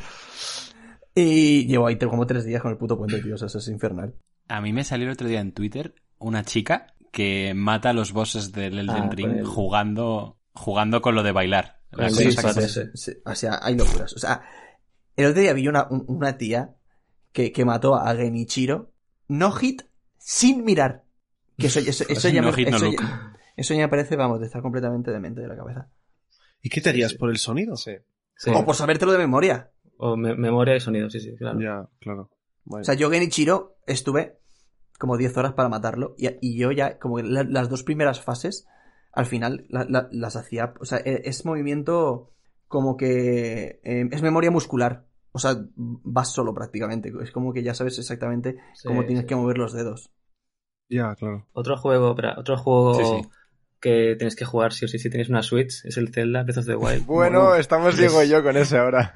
Speaker 6: Y llevo ahí te- como tres días con el puto puente, tío. O sea, eso es infernal.
Speaker 2: A mí me salió el otro día en Twitter una chica que mata a los bosses del Elden
Speaker 3: Ah,
Speaker 2: Ring
Speaker 3: con el- Ah,
Speaker 2: jugando, jugando con lo de bailar. La
Speaker 3: el
Speaker 2: cosa
Speaker 3: Ring
Speaker 2: esa que-
Speaker 3: Fat ese.
Speaker 6: Sí, O sea, hay locuras. O sea, el otro día vi una, un- una tía que, que mató a Genichiro. No hit sin mirar. Que
Speaker 2: (laughs)
Speaker 6: eso, eso, eso ya
Speaker 2: No
Speaker 6: me,
Speaker 2: hit, no
Speaker 6: eso,
Speaker 2: look.
Speaker 6: ya, eso ya me parece, vamos, de estar completamente demente de la cabeza.
Speaker 4: ¿Y qué te harías por el sonido?
Speaker 7: Sí.
Speaker 3: Sí.
Speaker 6: O por sabértelo de memoria.
Speaker 3: O me- memoria y sonido, sí, sí, claro.
Speaker 4: Ya, claro. Vale.
Speaker 6: O sea, yo Genichiro estuve como 10 horas para matarlo y, y yo ya, como que la- las dos primeras fases, al final la- la- las hacía, o sea, e- es movimiento como que eh, es memoria muscular. O sea, vas solo prácticamente. Es como que ya sabes exactamente
Speaker 3: Sí,
Speaker 6: cómo tienes
Speaker 3: sí.
Speaker 6: que mover los dedos.
Speaker 4: Ya, claro.
Speaker 3: Otro juego, espera, otro juego
Speaker 2: Sí, sí.
Speaker 3: que tienes que jugar sí o sí si tienes una Switch es el Zelda Breath of the Wild.
Speaker 7: (laughs) Bueno, estamos Diego y yo con ese
Speaker 3: (laughs)
Speaker 7: ahora.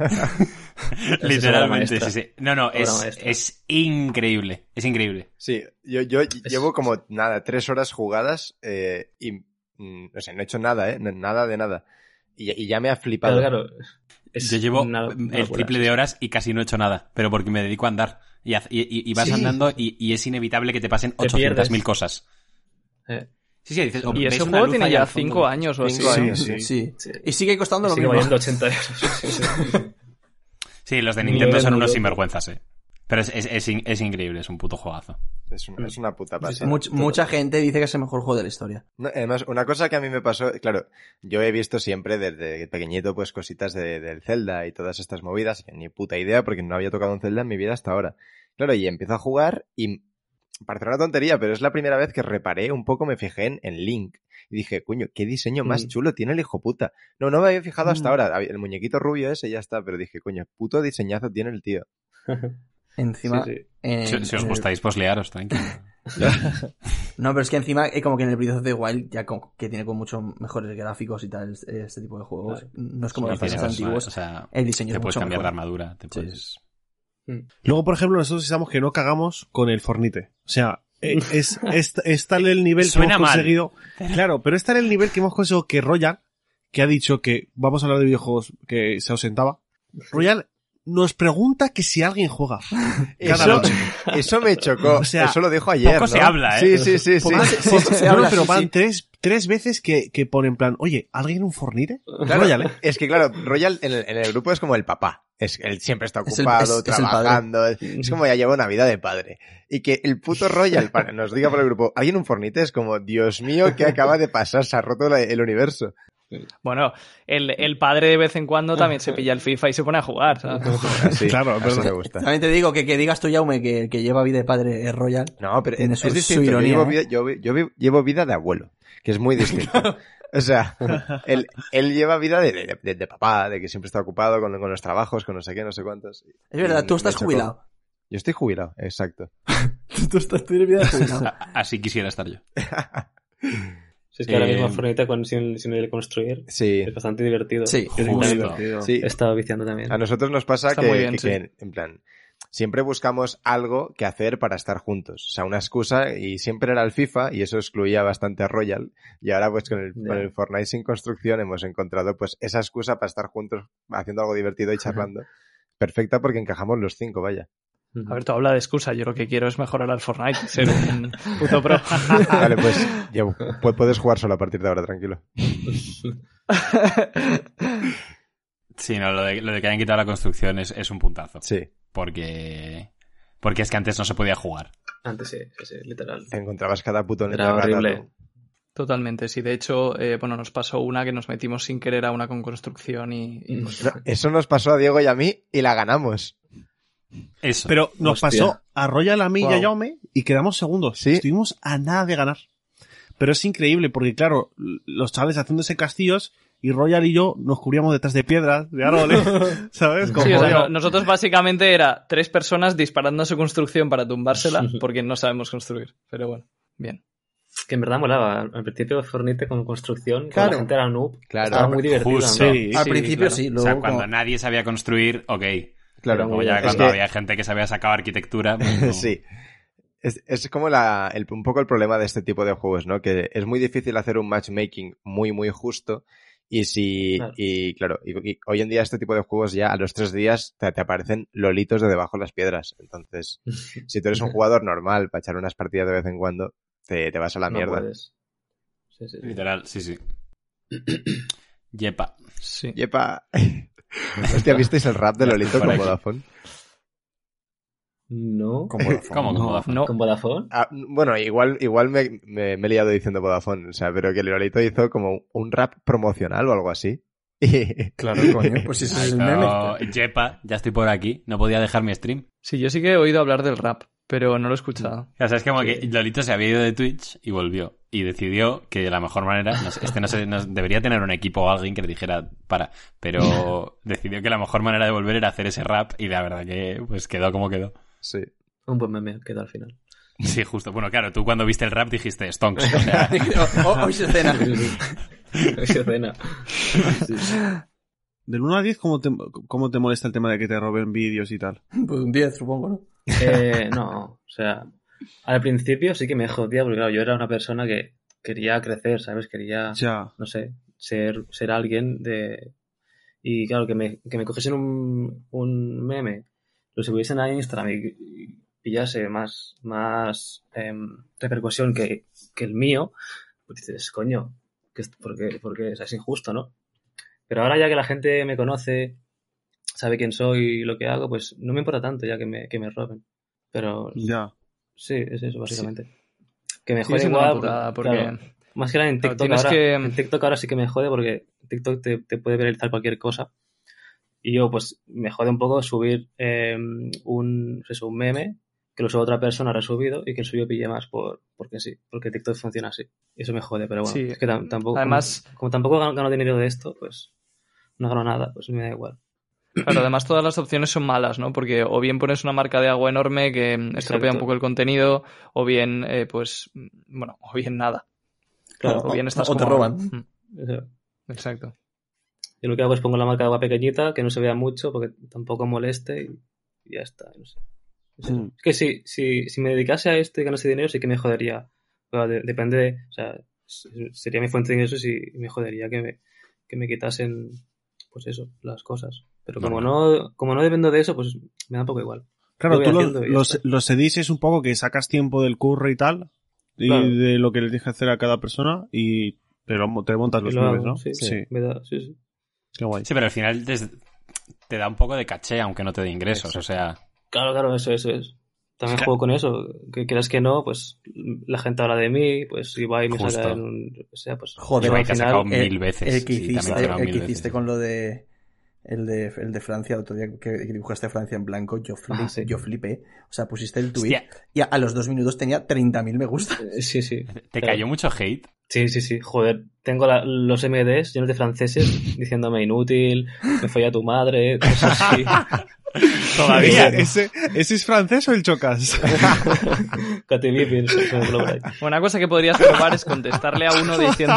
Speaker 2: (laughs)
Speaker 3: Esa
Speaker 2: Literalmente,
Speaker 3: es obra
Speaker 2: sí, sí. No, no,
Speaker 3: Obra
Speaker 2: es,
Speaker 3: maestra.
Speaker 2: es increíble. Es increíble.
Speaker 7: Sí, yo, yo llevo como nada, tres horas jugadas eh, y mm, o sea, no he hecho nada, ¿eh? No- Nada de nada. Y, y ya me ha flipado.
Speaker 3: Claro, claro. Es
Speaker 2: Yo llevo
Speaker 3: una- una
Speaker 2: el
Speaker 3: locura.
Speaker 2: triple de horas y casi no he hecho nada, pero porque me dedico a andar. Y, haz- y- y- y vas
Speaker 7: Sí.
Speaker 2: andando y, y es inevitable que te pasen
Speaker 3: Te pierdes.
Speaker 2: 800.000 cosas.
Speaker 3: Eh.
Speaker 2: Sí, sí, dices, "Oh,
Speaker 5: Y
Speaker 2: "Ves
Speaker 5: ese
Speaker 2: una
Speaker 5: juego
Speaker 2: luz
Speaker 5: tiene
Speaker 2: ahí
Speaker 5: ya
Speaker 2: al fondo".
Speaker 5: 5 años o así.
Speaker 4: Sí,
Speaker 5: ¿eh?
Speaker 4: sí.
Speaker 6: Sí.
Speaker 3: Sí.
Speaker 6: Y sigue costando lo
Speaker 3: Sigue
Speaker 6: mismo. (laughs)
Speaker 3: valiendo 80 euros. Sí, sí.
Speaker 2: Sí, los de
Speaker 3: Ni
Speaker 2: Nintendo
Speaker 3: eres
Speaker 2: son
Speaker 3: ni
Speaker 2: unos
Speaker 3: yo.
Speaker 2: sinvergüenzas, eh. Pero es, es- es in- es increíble, es un puto juegazo.
Speaker 7: Es, un- es una puta pasada.
Speaker 6: Much- mucha gente dice que es el mejor juego de la historia.
Speaker 7: No, además, una cosa que a mí me pasó, claro, yo he visto siempre desde pequeñito pues cositas de, del Zelda y todas estas movidas, que ni puta idea porque no había tocado un Zelda en mi vida hasta ahora. Claro, y empiezo a jugar y parecerá una tontería, pero es la primera vez que reparé un poco, me fijé en, en Link. Y dije, coño, qué diseño más
Speaker 3: Mm.
Speaker 7: chulo tiene el hijo puta. No, no me había fijado hasta
Speaker 6: Mm.
Speaker 7: ahora. El muñequito rubio ese ya está, pero dije, coño, puto diseñazo tiene el tío.
Speaker 6: Encima.
Speaker 3: Sí, sí.
Speaker 6: en-
Speaker 2: Si, si os
Speaker 6: en el-
Speaker 2: gustáis, pues liaros, tranquilo.
Speaker 6: No, pero es que encima, eh, como que en el Breath of the Wild, ya como que tiene con muchos mejores gráficos y tal, eh, este tipo de juegos. No es como
Speaker 2: No
Speaker 6: los
Speaker 2: tienes
Speaker 6: pasados
Speaker 2: más-
Speaker 6: antiguos.
Speaker 2: O sea,
Speaker 6: El diseño
Speaker 2: te
Speaker 6: es
Speaker 2: puedes
Speaker 6: mucho
Speaker 2: cambiar de
Speaker 6: mejor.
Speaker 2: armadura, te
Speaker 6: Sí,
Speaker 2: puedes...
Speaker 4: Luego, por ejemplo, nosotros pensamos que no cagamos con el Fornite. O sea,
Speaker 6: (laughs)
Speaker 4: eh, es, es, es tal el nivel que
Speaker 2: Suena
Speaker 4: hemos
Speaker 2: mal.
Speaker 4: conseguido. Claro, pero es tal el nivel que hemos conseguido que Royal, que ha dicho que vamos a hablar de videojuegos, que se ausentaba. Royal nos pregunta que si
Speaker 6: (laughs)
Speaker 4: alguien juega. Cada
Speaker 7: Eso,
Speaker 4: noche.
Speaker 7: eso me chocó.
Speaker 4: O sea,
Speaker 7: eso lo dijo ayer.
Speaker 2: poco
Speaker 7: ¿no?
Speaker 2: se habla, ¿eh?
Speaker 7: Sí, sí, sí. sí.
Speaker 4: Poco-
Speaker 6: sí, sí, se
Speaker 4: no,
Speaker 6: habla,
Speaker 4: pero
Speaker 6: sí,
Speaker 4: van
Speaker 6: sí.
Speaker 4: Tres, tres veces que, que ponen en plan, oye, ¿alguien un Fornite?
Speaker 7: Claro,
Speaker 4: Royal, ¿eh?
Speaker 7: Es que claro, Royal en el, en el grupo es como el papá. Es, él siempre está
Speaker 6: Es el-
Speaker 7: ocupado,
Speaker 6: es- es el padre.
Speaker 7: trabajando. Es, como ya lleva una vida de padre. Y que el
Speaker 4: (laughs)
Speaker 7: puto Royal para- nos diga por el grupo, ¿alguien un fornite? Es como, Dios mío, ¿qué acaba de pasar? Se ha roto la- el universo.
Speaker 5: Bueno, el, el padre de vez en cuando también
Speaker 3: (laughs)
Speaker 5: se pilla el FIFA y se pone a jugar. ¿sabes?
Speaker 7: Así,
Speaker 4: Claro,
Speaker 7: así
Speaker 4: verdad.
Speaker 7: me gusta.
Speaker 6: También te digo que, que digas tú, Jaume, que el que lleva vida de padre es Royal.
Speaker 7: No, pero
Speaker 6: Tiene
Speaker 7: es,
Speaker 6: su-
Speaker 7: es
Speaker 6: su
Speaker 7: distinto. Yo
Speaker 6: ironía,
Speaker 7: llevo
Speaker 6: ¿eh?
Speaker 7: vida- yo vi- yo vi- llevo vida de abuelo, que es
Speaker 4: (laughs)
Speaker 7: muy distinto. O sea, él, él lleva vida de, de- de- de papá, de que siempre está ocupado con, con los trabajos, con no sé qué, no sé cuántos.
Speaker 6: Es verdad,
Speaker 7: Y
Speaker 6: tú
Speaker 7: me
Speaker 6: estás
Speaker 7: chocó.
Speaker 6: jubilado. (laughs)
Speaker 7: Yo estoy jubilado, exacto.
Speaker 6: tú estás, tú tienes vida
Speaker 2: (laughs)
Speaker 6: de
Speaker 2: (laughs)
Speaker 6: jubilado.
Speaker 2: A- Así quisiera estar yo.
Speaker 3: Sí, es que ahora
Speaker 2: Eh,
Speaker 3: mismo Fornite con, sin, sin el construir
Speaker 7: Sí.
Speaker 3: es bastante divertido.
Speaker 6: Sí.
Speaker 3: Yo
Speaker 2: Justo.
Speaker 3: también
Speaker 7: Sí,
Speaker 3: he estado viciando también.
Speaker 7: a nosotros nos pasa
Speaker 5: Está
Speaker 7: que,
Speaker 5: muy bien,
Speaker 7: que-
Speaker 5: sí.
Speaker 7: que, en plan, siempre buscamos algo que hacer para estar juntos. O sea, una excusa y siempre era el FIFA y eso excluía bastante a Royal. Y ahora pues con el,
Speaker 3: Ya.
Speaker 7: con el Fortnite sin construcción hemos encontrado pues esa excusa para estar juntos haciendo algo divertido y charlando. Perfecta porque encajamos los cinco, vaya.
Speaker 5: A ver, tú habla de excusa. Yo lo que quiero es mejorar al Fortnite, ser un puto pro.
Speaker 7: Vale, pues (laughs) ya pu- puedes jugar solo a partir de ahora, tranquilo.
Speaker 2: Sí, no, lo de, lo de que hayan quitado la construcción es, es un puntazo.
Speaker 7: Sí.
Speaker 2: Porque... Porque es que antes no se podía jugar.
Speaker 3: Antes sí, sí, sí, literal.
Speaker 7: Te encontrabas cada puto en el
Speaker 3: Era
Speaker 7: cada
Speaker 3: horrible.
Speaker 7: rato.
Speaker 5: Totalmente, sí. De hecho, eh, bueno, nos pasó una que nos metimos sin querer a una con construcción y... y-
Speaker 3: Pues,
Speaker 7: Eso nos pasó a Diego y a mí y la ganamos.
Speaker 2: Eso.
Speaker 4: Pero nos
Speaker 3: Hostia.
Speaker 4: pasó a Royal, a mí y a
Speaker 3: Wow.
Speaker 4: Jaume y quedamos segundos.
Speaker 7: Sí.
Speaker 4: Estuvimos a nada de ganar. Pero es increíble porque, claro, los chavales haciéndose castillos y Royal y yo nos cubríamos detrás de piedras,
Speaker 3: (laughs)
Speaker 4: de árboles, ¿sabes? Como
Speaker 5: Sí, o sea,
Speaker 4: yo.
Speaker 5: no- nosotros básicamente era tres personas disparando a su construcción
Speaker 9: (laughs)
Speaker 5: para tumbársela porque no sabemos construir. Pero bueno, bien.
Speaker 3: Que en verdad molaba. Al principio Fornite con construcción, claro.
Speaker 7: Claro.
Speaker 3: la gente era noob.
Speaker 7: Claro.
Speaker 3: Estaba muy divertido.
Speaker 2: Justo.
Speaker 3: ¿no?
Speaker 4: Sí.
Speaker 6: Al
Speaker 4: sí,
Speaker 6: principio
Speaker 3: claro.
Speaker 6: sí,
Speaker 2: o
Speaker 6: luego.
Speaker 2: sea, cuando
Speaker 6: como-
Speaker 2: nadie sabía construir, ok.
Speaker 7: Claro.
Speaker 2: Como ya
Speaker 7: Es
Speaker 2: cuando
Speaker 7: que-
Speaker 2: había gente que sabía sacar arquitectura.
Speaker 7: (laughs)
Speaker 2: pues no.
Speaker 7: Sí. Es, es como la, el- un poco el problema de este tipo de juegos, ¿no? Que es muy difícil hacer un matchmaking muy, muy justo. Y si,
Speaker 3: Claro.
Speaker 7: y claro, y, y hoy en día este tipo de juegos ya a los tres días te, te aparecen lolitos de debajo de las piedras. Entonces, si tú eres un jugador normal para echar unas partidas de vez en cuando, te, te vas a la
Speaker 3: No
Speaker 7: mierda.
Speaker 3: puedes. Sí, sí, sí.
Speaker 2: Literal, sí,
Speaker 7: (coughs)
Speaker 2: sí. Yepa.
Speaker 5: Sí.
Speaker 7: Yepa. Hostia, ¿visteis el rap de
Speaker 2: Ya
Speaker 7: Lolito
Speaker 2: estoy por
Speaker 7: con
Speaker 2: aquí.
Speaker 7: Vodafone?
Speaker 3: No.
Speaker 6: como Vodafone.
Speaker 2: (laughs) ¿Cómo?
Speaker 6: No.
Speaker 2: ¿Cómo da?
Speaker 5: No,
Speaker 3: ¿Con Vodafone?
Speaker 7: Ah, bueno, igual, igual me, me- me he liado diciendo Vodafone, o sea, pero que Lolito hizo como un rap promocional o algo así. (laughs)
Speaker 6: Claro, coño, pues eso es el meme.
Speaker 2: Oh, Yepa, ya estoy por aquí. No podía dejar mi stream.
Speaker 5: sí, yo sí que he oído hablar del rap, pero no lo he escuchado.
Speaker 2: O sea, es como que Lolito se había ido de Twitch y volvió. Y decidió que de la mejor manera, no sé, este no, sé, no- debería tener un equipo o alguien que le dijera para,
Speaker 7: (laughs)
Speaker 2: pero decidió que la mejor manera de volver era hacer ese rap y la verdad que pues quedó como quedó.
Speaker 7: Sí.
Speaker 3: Un buen meme quedó al final. (laughs)
Speaker 2: Sí, justo. Bueno, claro, tú cuando viste el rap dijiste Stonks. O
Speaker 6: (laughs)
Speaker 2: sea,
Speaker 6: O- o- "Oh, Hoy se
Speaker 2: (laughs)
Speaker 6: cena.
Speaker 3: Sí, sí, sí. Esa escena. Sí, sí.
Speaker 4: Del 1 al 10, ¿cómo te, ¿cómo te molesta el tema de que te roben vídeos y tal?
Speaker 6: Pues un 10, supongo, ¿no?
Speaker 3: Eh, no, o sea, al principio sí que me jodía porque claro, yo era una persona que quería crecer, ¿sabes? Quería,
Speaker 4: Ya.
Speaker 3: no sé, ser, ser alguien de... Y claro, que me, que me cogiesen un, un meme, lo subiesen a Instagram y, y pillase más, más em, repercusión que, que el mío, pues dices, coño, que es- porque, porque o sea, es injusto, ¿no? Pero ahora ya que la gente me conoce, sabe quién soy y lo que hago, pues no me importa tanto ya que me, que me roben. Pero
Speaker 4: Ya.
Speaker 3: sí, es eso básicamente. Que me
Speaker 9: Sigue
Speaker 3: jode
Speaker 9: siendo una
Speaker 3: igual.
Speaker 9: putada,
Speaker 3: porque,
Speaker 9: porque
Speaker 3: claro, más que nada en
Speaker 9: claro,
Speaker 3: TikTok,
Speaker 9: tienes
Speaker 3: ahora,
Speaker 9: que-
Speaker 3: en TikTok ahora sí que me jode porque TikTok te, te puede viralizar cualquier cosa. Y yo, pues, me jode un poco subir eh, un, eso, un meme que lo suba otra persona resubido y que el suyo pille más por porque sí, porque TikTok funciona así. Y eso me jode, pero bueno,
Speaker 9: Sí.
Speaker 3: es que tam- tampoco...
Speaker 9: Además-
Speaker 3: Como, como tampoco gano, gano dinero de esto, pues no gano nada, pues me da igual.
Speaker 9: Claro, además todas las opciones son malas, ¿no? Porque o bien pones una marca de agua enorme que mm, estropea
Speaker 3: Exacto.
Speaker 9: un poco el contenido, o bien, eh, pues, mm, bueno, o bien nada.
Speaker 3: Claro,
Speaker 9: O bien estás
Speaker 6: o te
Speaker 9: como-
Speaker 6: roban.
Speaker 9: Mm,
Speaker 3: o sea,
Speaker 9: Exacto.
Speaker 3: Yo lo que hago es pongo la marca de agua pequeñita, que no se vea mucho, porque tampoco moleste y, y ya está. no sé. Es eso.
Speaker 4: Mm.
Speaker 3: Es que si, si, si me dedicase a esto y ganase dinero, sí que me jodería. Pero de- depende, de- o sea, s- sería mi fuente de ingresos y me jodería que me, que me quitasen, pues eso, las cosas. Pero como no, como no dependo de eso, pues me da un poco igual. Lo
Speaker 4: Claro,
Speaker 3: voy
Speaker 4: tú los,
Speaker 3: haciendo y ya
Speaker 4: los,
Speaker 3: está.
Speaker 4: los sedis es un poco que sacas tiempo del curro y tal, y
Speaker 3: Claro.
Speaker 4: de lo que le tienes que hacer a cada persona, y te, lo- te montas los
Speaker 3: Y lo hago,
Speaker 4: memes, ¿no?
Speaker 3: sí,
Speaker 4: sí.
Speaker 3: me da- sí, sí.
Speaker 4: Qué guay.
Speaker 2: Sí, pero al final des- te, da un poco de caché, aunque no te dé ingresos. O sea,
Speaker 3: Claro, claro, eso, eso es. También juego con eso. Que quieras que no, pues la gente habla de mí, pues si va y me
Speaker 2: Justo.
Speaker 3: saca en un... O sea, pues...
Speaker 6: Joder,
Speaker 2: Yo
Speaker 6: al
Speaker 2: ahí te has
Speaker 6: final,
Speaker 2: sacado
Speaker 6: el-
Speaker 2: mil veces.
Speaker 6: El que
Speaker 2: Sí, también te has
Speaker 6: hiciste,
Speaker 2: sacado
Speaker 6: el
Speaker 2: mil
Speaker 6: que
Speaker 2: veces.
Speaker 6: hiciste con lo de el, de. el de Francia, el otro día que, que dibujaste Francia en blanco, yo, flip-
Speaker 3: Ah, sí.
Speaker 6: yo flipé. O sea, pusiste el tweet
Speaker 2: hostia,
Speaker 6: y a, a los dos minutos tenía 30.000 me (laughs) gusta.
Speaker 3: eh, Sí, sí.
Speaker 2: te
Speaker 3: Claro.
Speaker 2: cayó mucho hate.
Speaker 6: (laughs)
Speaker 3: Sí, sí, sí. Joder, tengo la- los MDs llenos de franceses diciéndome inútil, me folla tu madre, cosas
Speaker 4: (laughs)
Speaker 3: así.
Speaker 4: Todavía,
Speaker 3: Bueno.
Speaker 4: ¿ese, ese es francés o el chocas?
Speaker 3: Katy Bibi, no sé, me lo por ahí.
Speaker 9: Una cosa que podrías probar es contestarle a uno diciendo...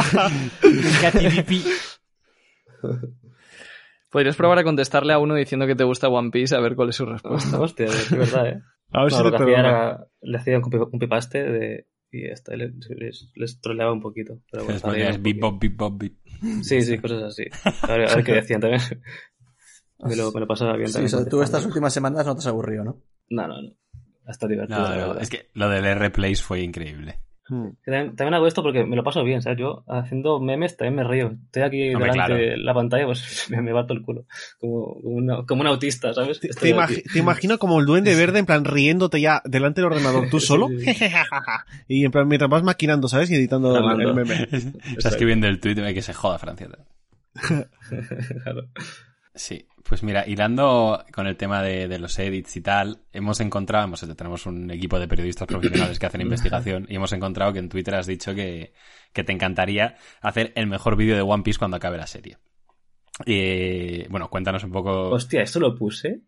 Speaker 9: podrías probar a contestarle a uno diciendo que te gusta One Piece a ver cuál es su respuesta.
Speaker 3: (laughs) Hostia, es verdad, ¿eh?
Speaker 4: A ver
Speaker 3: No,
Speaker 4: si
Speaker 3: lo
Speaker 4: te
Speaker 3: que hacía
Speaker 4: perdono.
Speaker 3: era, le hacía un copy- un pipaste de... Y ya está, y les, les- les troleaba un poquito. Pero bueno,
Speaker 2: Después
Speaker 3: también
Speaker 2: ponías
Speaker 3: un
Speaker 2: beep,
Speaker 3: poquito.
Speaker 2: bop, beep, bop, beep.
Speaker 3: Sí, sí, cosas así. A ver, a ver qué decían también. (laughs) Me lo, me lo pasaba bien
Speaker 6: Sí, o
Speaker 3: también.
Speaker 6: sea, tú
Speaker 3: contestando.
Speaker 6: estas últimas semanas no te has aburrido, ¿no?
Speaker 3: No, no, no. Hasta divertido.
Speaker 2: No,
Speaker 3: la
Speaker 2: no,
Speaker 3: verdad.
Speaker 2: es que lo del R-Place fue increíble.
Speaker 4: Mm.
Speaker 3: Que También, también hago esto porque me lo paso bien, ¿sabes? Yo haciendo memes también me río. Estoy aquí
Speaker 2: Hombre,
Speaker 3: delante
Speaker 2: claro.
Speaker 3: de la pantalla, pues (laughs) me, me bato el culo. Como, como, una- como un autista, ¿sabes?
Speaker 4: Te,
Speaker 3: Estoy
Speaker 4: te imagi-
Speaker 3: aquí.
Speaker 4: te imagino como el duende verde, en plan, riéndote ya delante del ordenador, tú solo. (laughs)
Speaker 3: Sí,
Speaker 4: y en plan, mientras vas maquinando, ¿sabes? Y editando el, el
Speaker 3: Grabando.
Speaker 4: meme.
Speaker 2: Estás escribiendo el tweet de que se joda Francia.
Speaker 3: (laughs) Claro.
Speaker 2: Sí, pues mira, hilando con el tema de, de los edits y tal, hemos encontrado, hemos- tenemos un equipo de periodistas profesionales que hacen investigación y hemos encontrado que en Twitter has dicho que, que te encantaría hacer el mejor vídeo de One Piece cuando acabe la serie. Eh, bueno, cuéntanos un poco.
Speaker 3: Hostia, ¿esto lo puse?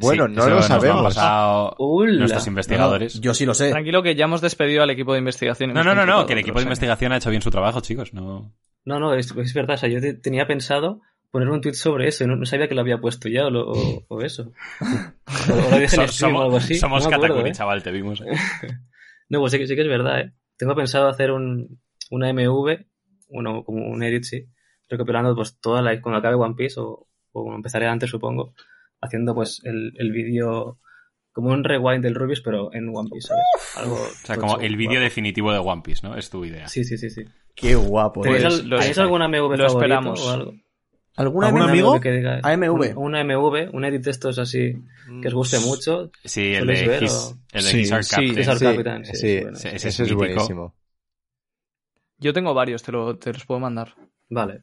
Speaker 7: Bueno,
Speaker 2: Sí,
Speaker 7: no
Speaker 2: eso
Speaker 7: lo
Speaker 2: nos han
Speaker 7: sabemos.
Speaker 2: pasado
Speaker 3: ¡Hola!
Speaker 2: nuestros investigadores.
Speaker 6: Yo sí lo sé.
Speaker 9: Tranquilo que ya hemos despedido al equipo de investigación. y
Speaker 2: Eh. No,
Speaker 9: hemos
Speaker 2: no, no, no,
Speaker 9: contratado
Speaker 2: que el
Speaker 9: otro,
Speaker 2: equipo de
Speaker 9: o sea
Speaker 2: investigación ha hecho bien su trabajo, chicos. No,
Speaker 3: No, no, es, es verdad. O sea, yo te- tenía pensado poner un tweet sobre eso y no, no sabía que lo había puesto ya o, lo- o-
Speaker 2: (laughs)
Speaker 3: o eso. O, o lo dije en
Speaker 2: So-
Speaker 3: el stream o algo así.
Speaker 2: somos
Speaker 3: no me acuerdo,
Speaker 2: Katakuri,
Speaker 3: ¿eh?
Speaker 2: chaval, te vimos.
Speaker 3: No, pues sí que, sí que es verdad, ¿eh? Tengo pensado hacer un, una MV, uno, como un edit, sí, recopilando pues toda la, cuando acabe One Piece, o, o bueno, empezaré antes, supongo, haciendo pues el, el vídeo como un rewind del Rubius, pero en One Piece, ¿sabes? Algo
Speaker 2: O
Speaker 3: (laughs)
Speaker 2: sea, como el vídeo
Speaker 3: de...
Speaker 2: definitivo de One Piece, ¿no? Es tu idea.
Speaker 3: Sí, sí, sí, sí.
Speaker 6: Qué guapo.
Speaker 3: ¿Tenéis,
Speaker 6: eres.
Speaker 3: al-
Speaker 9: Pues lo-
Speaker 3: tenéis alguna MV
Speaker 9: lo
Speaker 3: favorito
Speaker 9: esperamos.
Speaker 3: o algo?
Speaker 6: ¿Alguna
Speaker 4: ¿Algún
Speaker 6: vez-
Speaker 4: amigo?
Speaker 3: que diga,
Speaker 6: AMV.
Speaker 3: Un, una MV, un edit de estos así
Speaker 7: Mm,
Speaker 3: que os guste mucho.
Speaker 2: Sí, el
Speaker 3: ¿Soléis
Speaker 2: de
Speaker 3: ver
Speaker 2: His,
Speaker 3: o-
Speaker 2: el de
Speaker 4: Sí,
Speaker 2: His Are
Speaker 4: sí,
Speaker 2: Captain.
Speaker 3: His Are-
Speaker 7: Sí,
Speaker 3: Capitán, sí,
Speaker 7: sí,
Speaker 3: es bueno.
Speaker 2: Ese- ese
Speaker 7: ese
Speaker 2: es
Speaker 7: es
Speaker 2: mítico.
Speaker 7: buenísimo.
Speaker 9: Yo tengo varios, te, lo, te los puedo mandar.
Speaker 3: Vale.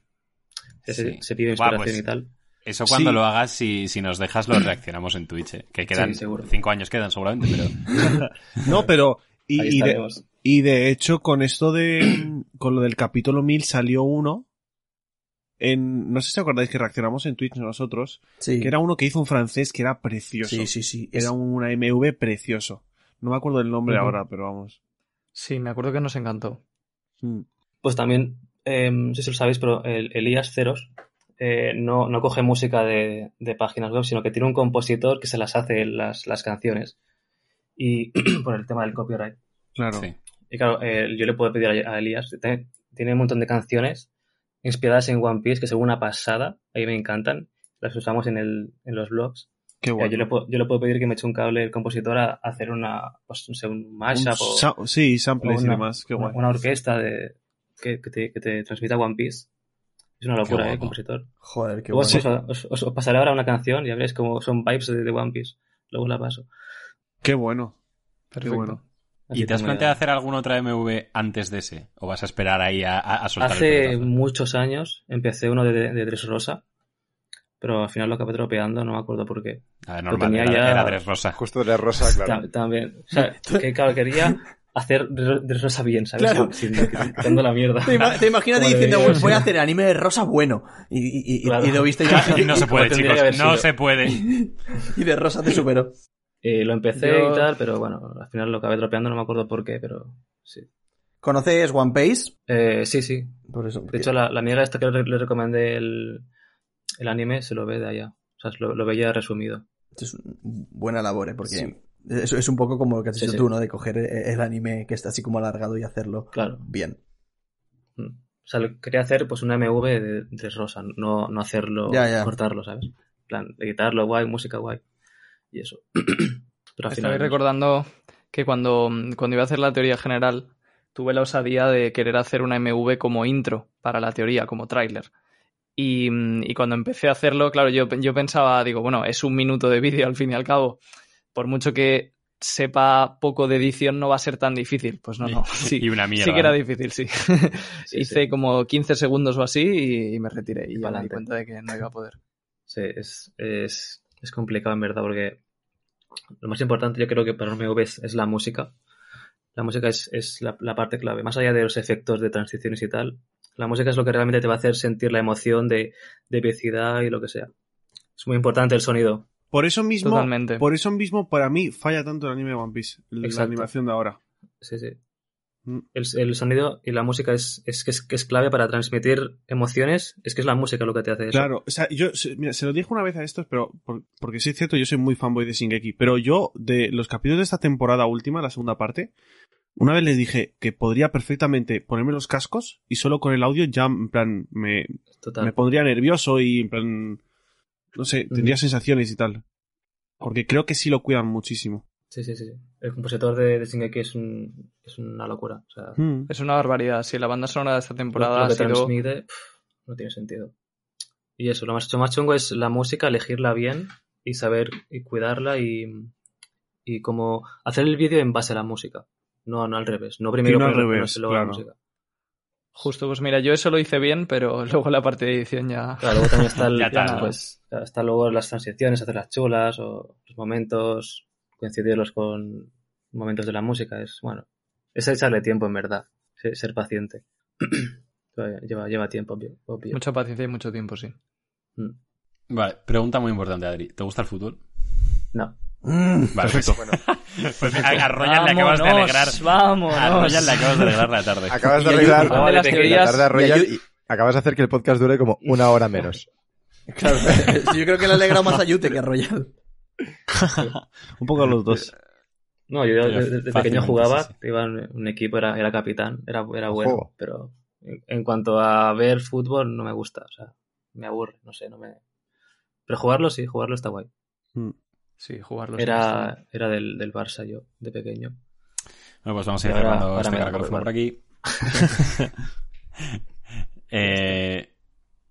Speaker 3: Se, se-
Speaker 2: Sí.
Speaker 3: se pide
Speaker 2: Buah,
Speaker 3: inspiración
Speaker 2: pues,
Speaker 3: y tal.
Speaker 2: Eso cuando
Speaker 4: Sí.
Speaker 2: lo hagas, si, si nos dejas, lo reaccionamos en Twitch. eh, Que quedan
Speaker 3: Sí, seguro.
Speaker 2: cinco años, quedan seguramente, pero
Speaker 4: No, pero. Y,
Speaker 3: Ahí
Speaker 4: y de,
Speaker 3: estaremos.
Speaker 4: Y de hecho, con esto de. con lo del capítulo 1000 salió uno. En, no sé si acordáis que reaccionamos en Twitch nosotros.
Speaker 6: Sí.
Speaker 4: Que era uno que hizo un francés que era precioso.
Speaker 6: sí, sí, sí. Es-
Speaker 4: Era una MV precioso. No me acuerdo el nombre
Speaker 9: Ujú.
Speaker 4: ahora, pero vamos.
Speaker 9: Sí, me acuerdo que nos encantó.
Speaker 4: Mm.
Speaker 3: Pues también, eh, no sé si lo sabéis, pero el Elías Ceros eh, no, no coge música de, de páginas web, sino que tiene un compositor que se las hace él las, las canciones. Y (clears throat) por el tema del copyright.
Speaker 4: Claro.
Speaker 2: sí.
Speaker 3: Y claro, eh, yo le puedo pedir a, a Elías, te- tiene un montón de canciones inspiradas en One Piece, que son una pasada, a mí me encantan, las usamos en, el, en los blogs.
Speaker 4: Qué
Speaker 3: Eh,
Speaker 4: guay.
Speaker 3: yo, le puedo, yo le puedo pedir que me eche un cable el compositor a hacer una, pues, no sé, un
Speaker 4: Un
Speaker 3: mashup o
Speaker 4: sa- sí, samples
Speaker 3: una-
Speaker 4: y demás. Qué
Speaker 3: una,
Speaker 4: guay.
Speaker 3: una orquesta de, que, que te, que te transmita One Piece. Es una
Speaker 2: Qué
Speaker 3: locura, ¿eh,
Speaker 2: guapo.
Speaker 3: compositor?
Speaker 6: Joder, qué
Speaker 3: Luego
Speaker 6: bueno.
Speaker 3: os, os- os- os pasaré ahora una canción y ya veréis cómo son vibes de, de One Piece. Luego la paso.
Speaker 4: Qué bueno.
Speaker 5: Perfecto.
Speaker 4: bueno.
Speaker 3: Así
Speaker 2: ¿Y te has
Speaker 3: como
Speaker 2: planteado
Speaker 3: ya-
Speaker 2: hacer alguna otra MV antes de ese? ¿O vas a esperar ahí a, a- a soltar el
Speaker 3: Hace
Speaker 2: pelotazo?
Speaker 3: muchos años empecé uno de, de, de Dressrosa, pero al final lo acabé tropeando, no me acuerdo por qué.
Speaker 2: A ver, Ah, normal,
Speaker 3: tenía
Speaker 2: era,
Speaker 3: ya-
Speaker 2: era Dres Rosa.
Speaker 7: Justo de la rosa, claro.
Speaker 3: Ta- También. O sea, que claro, quería hacer Dre- Dressrosa bien, ¿sabes?
Speaker 6: Claro.
Speaker 3: (laughs) Sin, quitando la mierda.
Speaker 6: Te, ima- te imaginas
Speaker 3: Como
Speaker 6: diciendo,
Speaker 3: debería
Speaker 6: pues voy a (laughs)
Speaker 3: ser.
Speaker 6: hacer anime de rosa bueno. Y, y, y-
Speaker 3: Claro.
Speaker 6: y lo viste y,
Speaker 2: (laughs) no se
Speaker 3: Como
Speaker 2: puede,
Speaker 3: tendría que haber
Speaker 2: chicos, no
Speaker 3: sido.
Speaker 2: se puede.
Speaker 6: (laughs) y de rosa te superó.
Speaker 3: (laughs) Eh, lo empecé
Speaker 5: Yo-
Speaker 3: y tal, pero bueno, al final lo acabé tropeando, no me acuerdo por qué, pero sí.
Speaker 6: ¿Conoces One Piece?
Speaker 3: Eh, sí, sí.
Speaker 6: Por eso.
Speaker 3: De hecho, la, la amiga esta que le, le recomendé el, el anime se lo ve de allá. O sea, lo, lo veía resumido.
Speaker 6: Esto es un- buena labor, ¿eh? porque
Speaker 3: Sí.
Speaker 6: es, es un poco como lo que has
Speaker 3: Sí,
Speaker 6: hecho
Speaker 3: sí.
Speaker 6: tú, ¿no? De coger eh, el anime que está así como alargado y hacerlo
Speaker 3: Claro.
Speaker 6: bien.
Speaker 3: Mm. O sea, lo- quería hacer pues una MV de, de Rosa, no, no hacerlo,
Speaker 6: Ya, ya.
Speaker 3: cortarlo, ¿sabes? En plan, editarlo guay, música guay. Y eso. (clears throat) pero al
Speaker 5: Estaba
Speaker 3: final.
Speaker 5: recordando que cuando, cuando iba a hacer la teoría general, tuve la osadía de querer hacer una MV como intro para la teoría, como tráiler. Y, mm, y cuando empecé a hacerlo, claro, yo, yo pensaba, digo, bueno, es un minuto de vídeo al fin y al cabo. Por mucho que sepa poco de edición, no va a ser tan difícil. Pues no, (laughs) no. Sí,
Speaker 2: Y una mierda.
Speaker 5: sí que era
Speaker 2: ¿no?
Speaker 5: difícil, sí. (laughs)
Speaker 3: sí,
Speaker 5: Hice
Speaker 3: sí.
Speaker 5: como 15 segundos o así y, y me retiré. Y ya me di
Speaker 3: pa'lante.
Speaker 5: cuenta de que no iba a poder.
Speaker 3: Sí, es, es, es complicado en verdad porque lo más importante yo creo que para un MV es, es la música. La música es, es la, la parte clave. Más allá de los efectos de transiciones y tal, la música es lo que realmente te va a hacer sentir la emoción de, de velocidad y lo que sea. Es muy importante el sonido.
Speaker 4: Por eso mismo, pues-
Speaker 5: Totalmente.
Speaker 4: por eso mismo, para mí falla tanto el anime de One Piece, la
Speaker 3: Exacto.
Speaker 4: animación de ahora.
Speaker 3: Sí, sí.
Speaker 4: Mm.
Speaker 3: El, el sonido y la música es, es, que es que es clave para transmitir emociones. Es que es la música lo que te hace eso.
Speaker 4: Claro, o sea, yo, se- mira, se lo dije una vez a estos, pero, por- porque sí es cierto, yo soy muy fanboy de Shingeki, pero yo, de los capítulos de esta temporada última, la segunda parte, una vez les dije que podría perfectamente ponerme los cascos y solo con el audio ya, en plan, me,
Speaker 3: Total.
Speaker 4: me pondría nervioso y, en plan, no sé, tendría sensaciones y tal. Porque creo que sí lo cuidan muchísimo.
Speaker 3: Sí, sí, sí. sí. El compositor de, de Shingeki es, un, es una locura. O sea,
Speaker 4: Mm.
Speaker 5: Es una barbaridad. Sí, la banda sonora de esta temporada
Speaker 3: lo
Speaker 5: ha
Speaker 3: que
Speaker 5: sido.
Speaker 3: transmite pf, no tiene sentido. Y eso, lo más, lo más chungo es la música, elegirla bien y saber y cuidarla y, y como hacer el vídeo en base a la música. No, no al revés. No primero
Speaker 4: Sí, no al
Speaker 3: poner los
Speaker 4: revés,
Speaker 3: planos y luego la
Speaker 4: claro.
Speaker 3: música.
Speaker 5: Justo, pues mira, yo eso lo hice bien, pero (laughs) luego la parte de edición ya.
Speaker 3: Claro, luego también
Speaker 4: (laughs)
Speaker 3: está, el-
Speaker 2: Ya está, ¿no?
Speaker 3: pues, claro, está luego las transiciones, hacer las chulas o los momentos, coincidirlos con momentos de la música. Es bueno, es echarle tiempo en verdad, ser, ser paciente. (clears throat) lleva, lleva tiempo, obvio. obvio.
Speaker 5: Mucha paciencia y mucho tiempo, sí.
Speaker 3: Mm.
Speaker 2: Vale, pregunta muy importante, Adri. ¿Te gusta el fútbol?
Speaker 3: No.
Speaker 6: Mm.
Speaker 2: Vale, perfecto. pues mira, a a Royal le acabas de
Speaker 5: Vámonos,
Speaker 2: alegrar. A
Speaker 5: Vámonos.
Speaker 2: Royal le acabas de alegrar la tarde.
Speaker 7: Acabas de
Speaker 6: Y
Speaker 7: arreglar
Speaker 5: ayuda-
Speaker 7: la
Speaker 5: las teorías-
Speaker 7: tarde a
Speaker 6: y
Speaker 7: Royal
Speaker 6: ayu-
Speaker 7: y acabas de hacer que el podcast dure como una hora menos.
Speaker 6: Claro, (laughs) yo creo que le ha alegrado más a Yute que a Royal.
Speaker 4: Un poco a los dos.
Speaker 3: No, yo
Speaker 2: Pero
Speaker 3: desde, desde
Speaker 2: fácilmente,
Speaker 3: pequeño jugaba,
Speaker 2: sí,
Speaker 3: iba en un equipo, era, era capitán, era, era bueno,
Speaker 7: Juego.
Speaker 3: pero en, en cuanto a ver fútbol no me gusta, o sea, me aburre, no sé, no me... Pero jugarlo sí, jugarlo está guay.
Speaker 5: Sí, jugarlo. sí, está
Speaker 3: Era, era del, del Barça yo, de pequeño.
Speaker 2: Bueno, pues vamos a ir
Speaker 3: Y ahora-
Speaker 2: cerrando
Speaker 3: ahora
Speaker 2: este
Speaker 3: me la
Speaker 2: Caracol Phone
Speaker 3: juego,
Speaker 2: por aquí.
Speaker 3: (laughs)
Speaker 2: eh,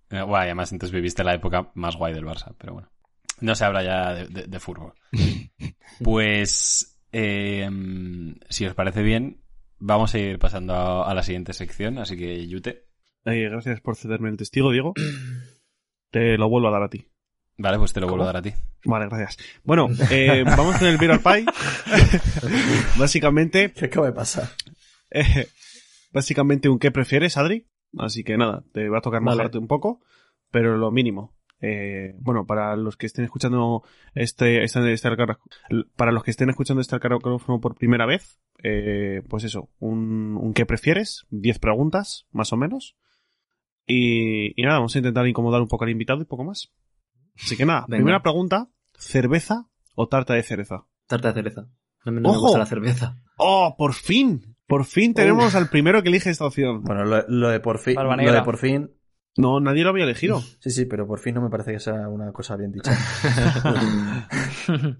Speaker 2: eh, guay, además entonces viviste la época más guay del Barça, pero bueno. No se habla ya de, de- de fútbol.
Speaker 3: (laughs)
Speaker 2: pues, eh, si os parece bien, vamos a ir pasando a, a la siguiente sección, así que Yute.
Speaker 4: Eh, gracias por cederme el testigo, Diego. Te lo vuelvo a dar a ti.
Speaker 2: Vale, pues te lo vuelvo a dar a ti.
Speaker 4: Vale, gracias. Bueno, eh, vamos con el Beer or Pie. (laughs) básicamente,
Speaker 6: ¿Qué acaba de pasar?
Speaker 4: eh, (laughs) básicamente un qué prefieres, Adri. Así que nada, te va a tocar
Speaker 3: Vale.
Speaker 4: mojarte un poco, pero lo mínimo. Eh, bueno, para los que estén escuchando este, este, este alcar- para los que estén escuchando este micrófono por primera vez, eh, pues eso, un, un qué prefieres, 10 preguntas, más o menos. Y, y nada, vamos a intentar incomodar un poco al invitado y poco más. Así que nada,
Speaker 3: Venga.
Speaker 4: primera pregunta, ¿cerveza o tarta de cereza?
Speaker 3: Tarta de cereza. No, me- no me
Speaker 4: ¡Ojo!
Speaker 3: gusta
Speaker 2: (laughs)
Speaker 3: la cerveza.
Speaker 4: ¡Oh, por fin! Por fin tenemos al primero que elige esta opción.
Speaker 6: Bueno, lo, lo de por fin.
Speaker 5: Barba
Speaker 6: Lo
Speaker 5: negra.
Speaker 6: de por fin.
Speaker 4: No, nadie lo había elegido.
Speaker 6: Sí, sí, pero por fin no me parece que sea una cosa bien
Speaker 4: (laughs)
Speaker 6: dicha.
Speaker 5: bien.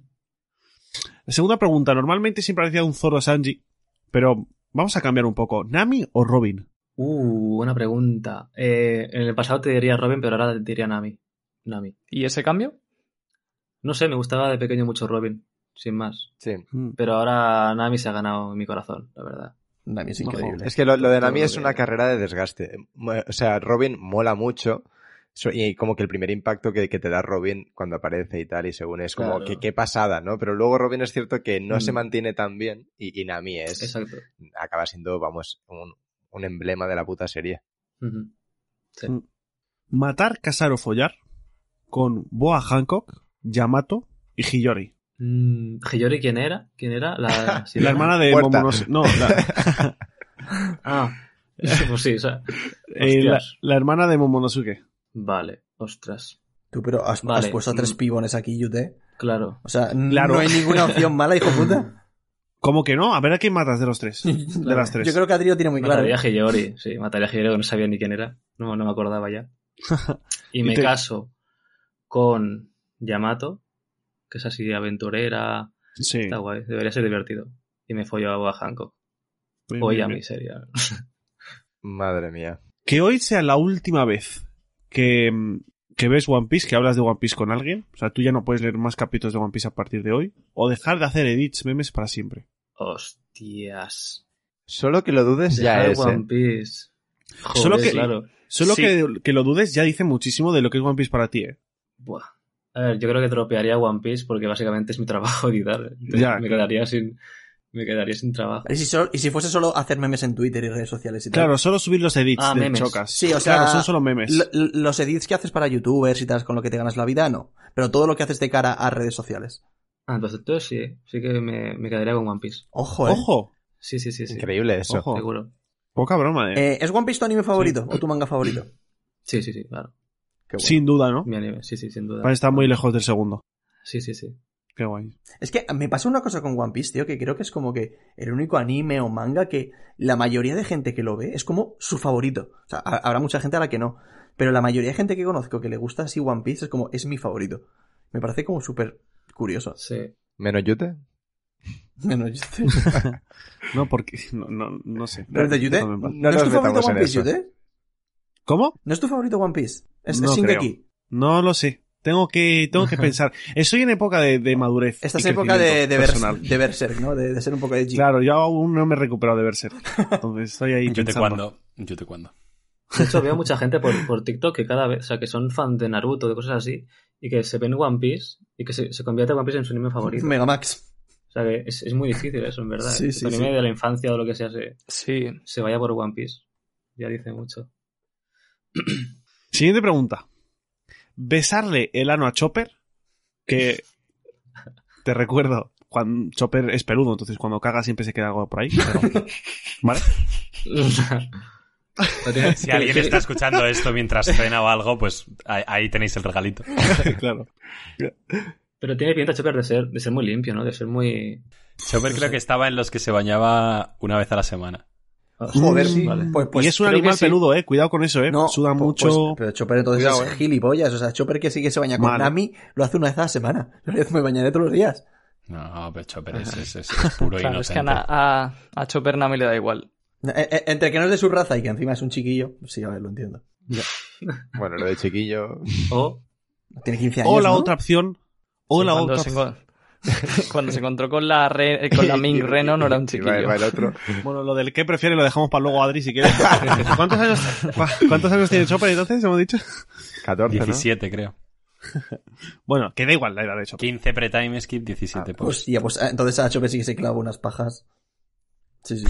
Speaker 4: Segunda pregunta. Normalmente siempre decía un Zoro Sanji, pero vamos a cambiar un poco. ¿Nami o Robin?
Speaker 3: Uh, buena pregunta. Eh, en el pasado te diría Robin, pero ahora te diría Nami. Nami.
Speaker 9: ¿Y ese cambio?
Speaker 3: No sé, me gustaba de pequeño mucho Robin, sin más.
Speaker 7: Sí.
Speaker 3: Pero ahora Nami se ha ganado en mi corazón, la verdad.
Speaker 6: Nami es increíble.
Speaker 7: Es que lo, lo de
Speaker 6: Todo
Speaker 7: Nami
Speaker 6: lo
Speaker 7: es
Speaker 6: que-
Speaker 7: una carrera de desgaste. O sea, Robin mola mucho. so- Y como que el primer impacto que, que te da Robin cuando aparece y tal, y según es como
Speaker 3: Claro.
Speaker 7: que qué pasada, ¿no? Pero luego Robin es cierto que no
Speaker 3: Mm.
Speaker 7: se mantiene tan bien y, y Nami es,
Speaker 3: Exacto.
Speaker 7: acaba siendo, vamos, un, un emblema de la puta serie.
Speaker 3: Ujú. Sí.
Speaker 4: Mm. Matar, casar o follar con Boa Hancock, Yamato y Hiyori.
Speaker 3: Mm, ¿Hiyori quién era? ¿Quién era? La,
Speaker 4: la hermana de
Speaker 7: Puerta.
Speaker 4: Momonos- No, la,
Speaker 3: Ah, pues (laughs) sí, o sea.
Speaker 4: eh, la-
Speaker 3: Hostias.
Speaker 4: la hermana de Momonosuke.
Speaker 3: Vale, ostras.
Speaker 6: Tú, pero has, has
Speaker 3: Vale.
Speaker 6: puesto a tres pibones aquí, Yute.
Speaker 3: Claro.
Speaker 6: O sea, n-
Speaker 4: Claro.
Speaker 6: no hay ninguna opción mala, hijo puta.
Speaker 4: ¿Cómo que no? A ver a quién matas de los tres. (laughs) De las tres.
Speaker 6: Yo creo que Adri lo tiene muy claro.
Speaker 3: Mataría a Hiyori, sí, mataría a Hiyori que no sabía ni quién era. No, no me acordaba ya. Y me
Speaker 4: te-
Speaker 3: caso con Yamato, que es así aventurera.
Speaker 4: Sí.
Speaker 3: Está guay, debería ser divertido. Y me follo a Hancock.
Speaker 4: Bien,
Speaker 3: O
Speaker 4: bien,
Speaker 3: a
Speaker 4: bien.
Speaker 3: mi sería.
Speaker 7: Madre mía.
Speaker 4: Que hoy sea la última vez que, mm, que ves One Piece, que hablas de One Piece con alguien. O sea, tú ya no puedes leer más capítulos de One Piece a partir de hoy. O dejar de hacer edits memes para siempre.
Speaker 3: (laughs) Hostias.
Speaker 7: Solo que lo dudes ya
Speaker 3: Dejar
Speaker 7: es,
Speaker 3: One
Speaker 7: ¿eh?
Speaker 3: Piece. Joder,
Speaker 4: Solo que-
Speaker 3: claro.
Speaker 4: Solo
Speaker 2: Sí.
Speaker 4: que, que lo dudes ya dice muchísimo de lo que es One Piece para ti, ¿eh?
Speaker 3: Buah. A ver, yo creo que tropearía One Piece porque básicamente es mi trabajo (laughs) editar. Entonces,
Speaker 4: Ya.
Speaker 3: Me quedaría sin. Me quedaría sin trabajo.
Speaker 6: Y si, solo- y si fuese solo hacer memes en Twitter y redes sociales y tal.
Speaker 4: Claro, solo subir los edits
Speaker 3: Ah,
Speaker 4: de
Speaker 3: memes.
Speaker 4: Chocas.
Speaker 6: Sí, o sea,
Speaker 4: Claro, son solo memes.
Speaker 6: Lo- eh. lo- los edits que haces para youtubers y tal, con lo que te ganas la vida, no. Pero todo lo que haces de cara a redes sociales.
Speaker 3: Ah, entonces tú sí. Sí que me, me quedaría con One Piece.
Speaker 6: Ojo, eh.
Speaker 4: Ojo,
Speaker 3: Sí, sí, sí. sí.
Speaker 7: Increíble eso.
Speaker 4: Ojo.
Speaker 3: Seguro.
Speaker 4: poca broma, ¿eh?
Speaker 6: Eh, ¿Es One Piece tu anime favorito o tu manga favorito?
Speaker 3: Sí, sí, sí, claro.
Speaker 7: Qué bueno.
Speaker 4: Sin duda, ¿no?
Speaker 3: Mi anime, sí, sí, sin duda.
Speaker 6: Pues-
Speaker 4: Parece estar muy lejos del segundo.
Speaker 3: Sí, sí, sí.
Speaker 4: Qué guay.
Speaker 6: Es que me pasa una cosa con One Piece, tío, que creo que es como que el único anime o manga que la mayoría de gente que lo ve es como su favorito. O sea, ha- habrá mucha gente a la que no. Pero la mayoría de gente que conozco que le gusta así One Piece es como, es mi favorito. Me parece como súper (laughs) curioso.
Speaker 3: Sí.
Speaker 7: ¿Menos Yute?
Speaker 6: Menos Yute.
Speaker 4: No, porque... No, no, no sé.
Speaker 6: Realmente, Yute,
Speaker 4: Déjame en
Speaker 6: ¿No,
Speaker 4: paz.
Speaker 7: No
Speaker 6: es tu
Speaker 7: nos
Speaker 6: favorito
Speaker 7: metamos
Speaker 6: One
Speaker 7: en
Speaker 6: Piece,
Speaker 7: eso.
Speaker 6: Yute?
Speaker 4: ¿Cómo?
Speaker 6: ¿No es tu favorito One Piece? Es,
Speaker 4: No
Speaker 6: es
Speaker 4: creo.
Speaker 6: Shingeki.
Speaker 4: No lo sé. Tengo que, tengo
Speaker 9: (laughs)
Speaker 4: que pensar. Estoy en época de, de madurez.
Speaker 6: Esta
Speaker 4: y
Speaker 6: es época de, de,
Speaker 4: crecimiento
Speaker 6: Berserk-
Speaker 4: personal.
Speaker 6: de Berserk, ¿no? De, de ser un poco de chico.
Speaker 4: Claro, yo aún no me he recuperado
Speaker 6: (laughs)
Speaker 4: de Berserk. Entonces estoy ahí
Speaker 2: Yo te
Speaker 4: pensando.
Speaker 2: cuando. Yo te cuando.
Speaker 3: De hecho, veo mucha gente por, por TikTok que cada vez, o sea, que son fan de Naruto, de cosas así, y que se ven One Piece y que se, se convierte One Piece en su anime favorito.
Speaker 6: Megamax.
Speaker 3: O sea, que es, es muy difícil eso, en verdad. ¿eh?
Speaker 6: Sí,
Speaker 3: que
Speaker 6: sí,
Speaker 3: tu anime
Speaker 6: sí.
Speaker 3: de la infancia o lo que sea se,
Speaker 9: Sí.
Speaker 3: se vaya por One Piece. Ya dice mucho.
Speaker 4: Siguiente pregunta. Besarle el ano a Chopper, que
Speaker 6: (laughs)
Speaker 4: te recuerdo, cuando Chopper es peludo, entonces cuando caga siempre se queda algo por ahí.
Speaker 9: (laughs)
Speaker 4: pero- ¿Vale?
Speaker 3: (laughs) No tiene-
Speaker 2: Si alguien está escuchando esto mientras cena o algo, pues ahí, ahí tenéis el regalito.
Speaker 4: claro.
Speaker 3: Pero tiene pinta Chopper de ser, de ser muy limpio, ¿no? De ser muy...
Speaker 2: Chopper creo que estaba en los que se bañaba una vez a la semana.
Speaker 6: Joder,
Speaker 4: Mm,
Speaker 6: sí.
Speaker 3: vale.
Speaker 6: Pues, pues
Speaker 4: y es un
Speaker 6: creo que
Speaker 4: animal
Speaker 6: sí.
Speaker 4: peludo, eh. Cuidado con eso, eh.
Speaker 6: No,
Speaker 4: Suda
Speaker 6: pues-
Speaker 4: mucho.
Speaker 6: pues- pero Chopper entonces
Speaker 7: Cuidado,
Speaker 6: es
Speaker 7: eh.
Speaker 6: gilipollas. O sea, Chopper que sí que se baña con
Speaker 4: Malo.
Speaker 6: Nami lo hace una vez a la semana. (laughs) Yo me bañaré todos los días.
Speaker 2: No, pero Chopper es, es- es- es (laughs) puro
Speaker 9: Claro, es que
Speaker 2: inocente.
Speaker 9: a, na- a, a Chopper Nami le da igual.
Speaker 6: Eh, eh, entre que no es de su raza y que encima es un chiquillo. Sí, a ver, lo entiendo.
Speaker 7: Bueno, lo de chiquillo.
Speaker 3: O
Speaker 6: Tiene 15 años.
Speaker 4: O la
Speaker 6: ¿no?
Speaker 4: otra opción. O
Speaker 9: Sí,
Speaker 4: la
Speaker 9: cuando
Speaker 4: otra
Speaker 9: se
Speaker 4: opción.
Speaker 9: encon- (laughs) cuando se encontró con la, Re- eh, con la
Speaker 4: (laughs)
Speaker 9: Ming Reno no era un
Speaker 7: (laughs) Y va-
Speaker 9: chiquillo.
Speaker 7: va el otro.
Speaker 4: Bueno, lo del que prefiere lo dejamos para luego Adri si quieres. ¿Cuántos años, cua- ¿Cuántos años tiene Chopper entonces? Hemos dicho.
Speaker 7: 14, ¿no?
Speaker 2: 17, creo.
Speaker 4: Bueno, que da igual la edad de Chopper.
Speaker 2: 15 pre-time skip, 17 post.
Speaker 6: Hostia, pues eh, entonces a Chopper sí que se clava unas pajas. Sí,
Speaker 4: (laughs)
Speaker 6: sí.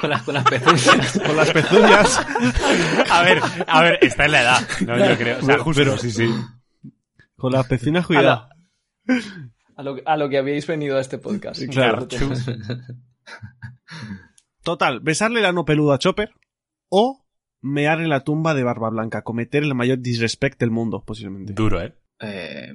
Speaker 3: con las, con las pezuñas.
Speaker 4: Con las pezuñas.
Speaker 2: (laughs) A
Speaker 4: (laughs)
Speaker 2: ver, a ver, está en la edad. No, yo creo. O sea, justo, sí, sí.
Speaker 4: Con las pezuñas, cuidado.
Speaker 9: A lo, a lo que habíais venido a este podcast.
Speaker 5: (laughs)
Speaker 4: Claro. Total, besarle la no peluda a Chopper o mear en la tumba de Barba Blanca, cometer el mayor disrespect del mundo, posiblemente.
Speaker 2: Duro, ¿eh?
Speaker 3: eh,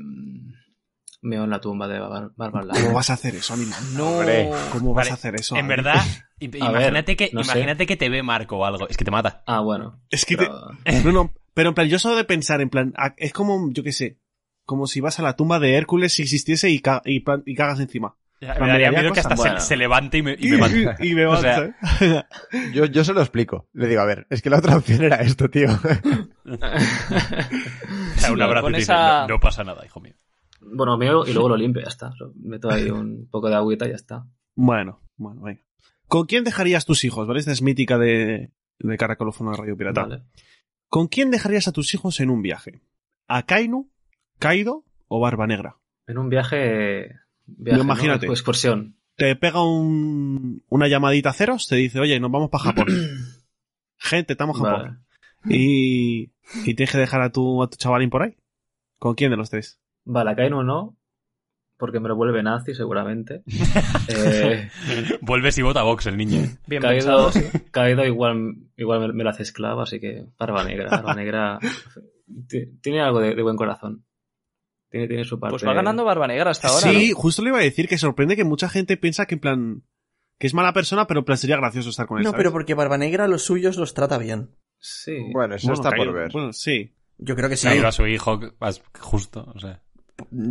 Speaker 3: meo en la tumba de Bar- Barba Blanca.
Speaker 4: ¿Cómo vas a hacer eso, animal?
Speaker 9: No.
Speaker 7: Hombre.
Speaker 4: ¿Cómo vas
Speaker 2: Vale,
Speaker 4: a hacer eso?
Speaker 2: En
Speaker 4: Adri?
Speaker 2: verdad, i-
Speaker 3: A ver,
Speaker 2: imagínate, que,
Speaker 3: no sé.
Speaker 2: imagínate que te ve Marco o algo. Es que te mata.
Speaker 3: Ah, bueno.
Speaker 4: Es que
Speaker 3: pero-
Speaker 2: (laughs)
Speaker 4: te- (laughs) No, no, pero en plan, yo solo de pensar, en plan, a- es como, yo qué sé, como si vas a la tumba de Hércules si existiese y, ca- y, plan- y cagas encima.
Speaker 2: Ya, me daría miedo que hasta se-
Speaker 3: Bueno.
Speaker 2: se, levante y me, y me mate.
Speaker 4: (laughs) y
Speaker 2: (laughs)
Speaker 4: me
Speaker 2: O sea,
Speaker 4: mata, ¿eh?
Speaker 7: Yo, yo se lo explico. Le digo, a ver, es que la otra (laughs) opción era esto, tío.
Speaker 2: O sea, un
Speaker 5: Lo
Speaker 2: abrazo y te
Speaker 5: pones
Speaker 2: dice,
Speaker 5: a-
Speaker 2: "No- no pasa nada, hijo mío.
Speaker 3: Bueno, meo y luego lo limpio, ya está. Lo Meto ahí un poco de agüita y ya está.
Speaker 4: Bueno, bueno, venga. ¿Con quién dejarías tus hijos? ¿Vale? Esta es mítica de, de Caracolofono de Radio Pirata.
Speaker 3: Vale.
Speaker 4: ¿Con quién dejarías a tus hijos en un viaje? ¿A Kainu, Kaido o Barba Negra?
Speaker 3: En un viaje. viaje
Speaker 4: No, imagínate.
Speaker 3: ¿no? Pues Excursión.
Speaker 4: Te pega un, una llamadita a ceros, te dice, oye, nos vamos para
Speaker 2: (clears throat)
Speaker 4: Japón. Gente, estamos en Japón.
Speaker 3: Vale.
Speaker 4: Y, y tienes que dejar a tu, a tu chavalín por ahí. ¿Con quién de los tres?
Speaker 3: Vale, a Kainu no, porque me lo vuelve nazi
Speaker 2: (laughs)
Speaker 3: seguramente. Eh,
Speaker 2: Vuelves y vota a Vox el niño. ¿eh?
Speaker 5: Bien
Speaker 3: Kaido,
Speaker 5: pensado.
Speaker 3: Kaido igual, igual me, me lo hace esclavo, así que barba
Speaker 5: (laughs)
Speaker 3: negra. Barba negra ti- tiene algo de, de buen corazón. Tiene, tiene su parte.
Speaker 5: Pues va ganando Barba Negra hasta ahora.
Speaker 4: sí,
Speaker 5: ¿no?
Speaker 4: justo le iba a decir que sorprende que mucha gente piensa que en plan... Que es mala persona, pero en plan sería gracioso estar con él,
Speaker 6: No,
Speaker 4: ¿sabes?
Speaker 6: pero porque Barba Negra los suyos los trata bien.
Speaker 3: Sí.
Speaker 7: (laughs)
Speaker 3: (laughs)
Speaker 7: Bueno, eso
Speaker 4: Bueno,
Speaker 7: está
Speaker 4: Kaido-
Speaker 7: por ver.
Speaker 4: Bueno, sí.
Speaker 6: Yo creo que sí.
Speaker 2: Se ha ido a su hijo, as- justo, o sea,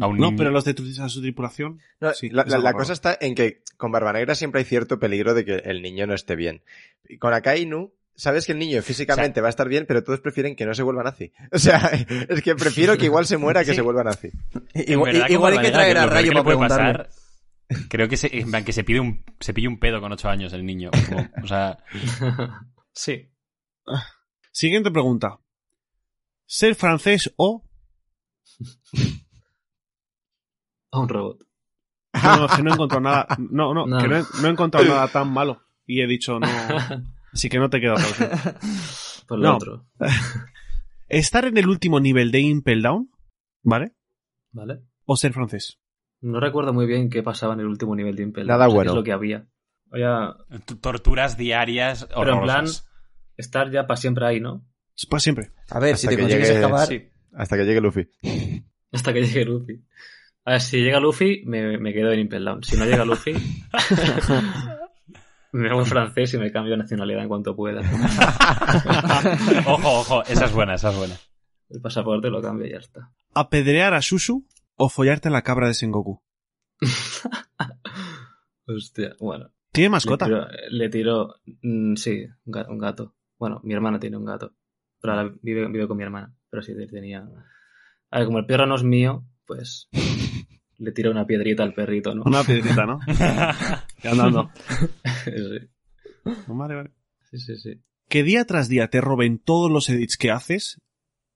Speaker 2: a un
Speaker 4: No,
Speaker 2: niño.
Speaker 4: pero los de tu- a su tripulación...
Speaker 7: No,
Speaker 4: sí,
Speaker 7: la
Speaker 4: es
Speaker 7: la-
Speaker 4: algo
Speaker 7: la
Speaker 4: raro.
Speaker 7: cosa está en que con Barbanegra siempre hay cierto peligro de que el niño no esté bien. Y con Akainu, sabes que el niño físicamente va a estar bien, pero todos prefieren que no se vuelva nazi. (laughs) O sea, es que prefiero que igual se muera que
Speaker 2: Sí.
Speaker 7: se vuelva nazi.
Speaker 6: I-
Speaker 2: En
Speaker 6: Igual,
Speaker 2: verdad,
Speaker 6: igual hay
Speaker 2: con
Speaker 6: que
Speaker 2: Barba Negra,
Speaker 6: traer a
Speaker 2: lo peor que
Speaker 6: Rayo
Speaker 2: le
Speaker 6: para
Speaker 2: puede
Speaker 6: preguntarle.
Speaker 2: pasar, creo que se, en plan, que se pide un, se pille un pedo con ocho años el niño. como, o sea,
Speaker 5: Sí.
Speaker 4: Siguiente pregunta. ¿Ser francés o...?
Speaker 3: A un robot.
Speaker 4: No, no, es que no he encontrado nada...
Speaker 2: (laughs)
Speaker 4: No, no,
Speaker 3: No.
Speaker 4: que no he, no he encontrado nada tan malo. Y he dicho no...
Speaker 7: Ah.
Speaker 4: Así que no te queda otra opción.
Speaker 3: (laughs)
Speaker 6: (laughs)
Speaker 3: Por lo
Speaker 4: No.
Speaker 3: otro.
Speaker 4: ¿Estar en el último nivel de Impel Down? ¿Vale?
Speaker 3: ¿Vale?
Speaker 4: ¿O ser francés?
Speaker 3: No recuerdo muy bien qué pasaba en el último nivel de Impel. O
Speaker 7: Nada
Speaker 3: sea, qué
Speaker 7: bueno.
Speaker 3: Es lo que había. Voy a
Speaker 2: t- torturas diarias
Speaker 3: Pero en plan-
Speaker 2: horrorosas.
Speaker 3: estar ya para siempre ahí, ¿no? (laughs)
Speaker 4: Es Para Pues siempre.
Speaker 6: A ver, si
Speaker 7: Hasta
Speaker 6: te
Speaker 7: que
Speaker 6: consigues
Speaker 7: llegues-
Speaker 6: escapar.
Speaker 5: sí.
Speaker 7: Hasta que llegue Luffy.
Speaker 3: Hasta que llegue Luffy. A ver, si llega Luffy, me, me quedo en Impel Down. Si no llega Luffy, (laughs) me voy francés y me cambio de nacionalidad en cuanto pueda.
Speaker 2: ojo, ojo, esa es buena, esa es
Speaker 3: (laughs)
Speaker 2: buena.
Speaker 3: El pasaporte lo cambio y ya está.
Speaker 4: ¿Apedrear a Shushu o follarte a la cabra de Sengoku?
Speaker 3: Hostia, bueno.
Speaker 4: Tiene
Speaker 3: Le
Speaker 4: mascota.
Speaker 3: tiro, le tiro- mm, sí, un ga- un gato. Bueno, mi hermana tiene un gato. Pero ahora vive, vive con mi hermana. Pero sí te- tenía. A ver, como el perro no es mío,
Speaker 4: (laughs)
Speaker 3: pues le tiro una piedrita al perrito, ¿no?
Speaker 4: Una
Speaker 3: (laughs)
Speaker 4: piedrita, ¿no? Y (laughs) Andando.
Speaker 3: sí,
Speaker 4: Vale, vale.
Speaker 3: sí, sí, sí.
Speaker 4: Que día tras día te roben todos los edits que haces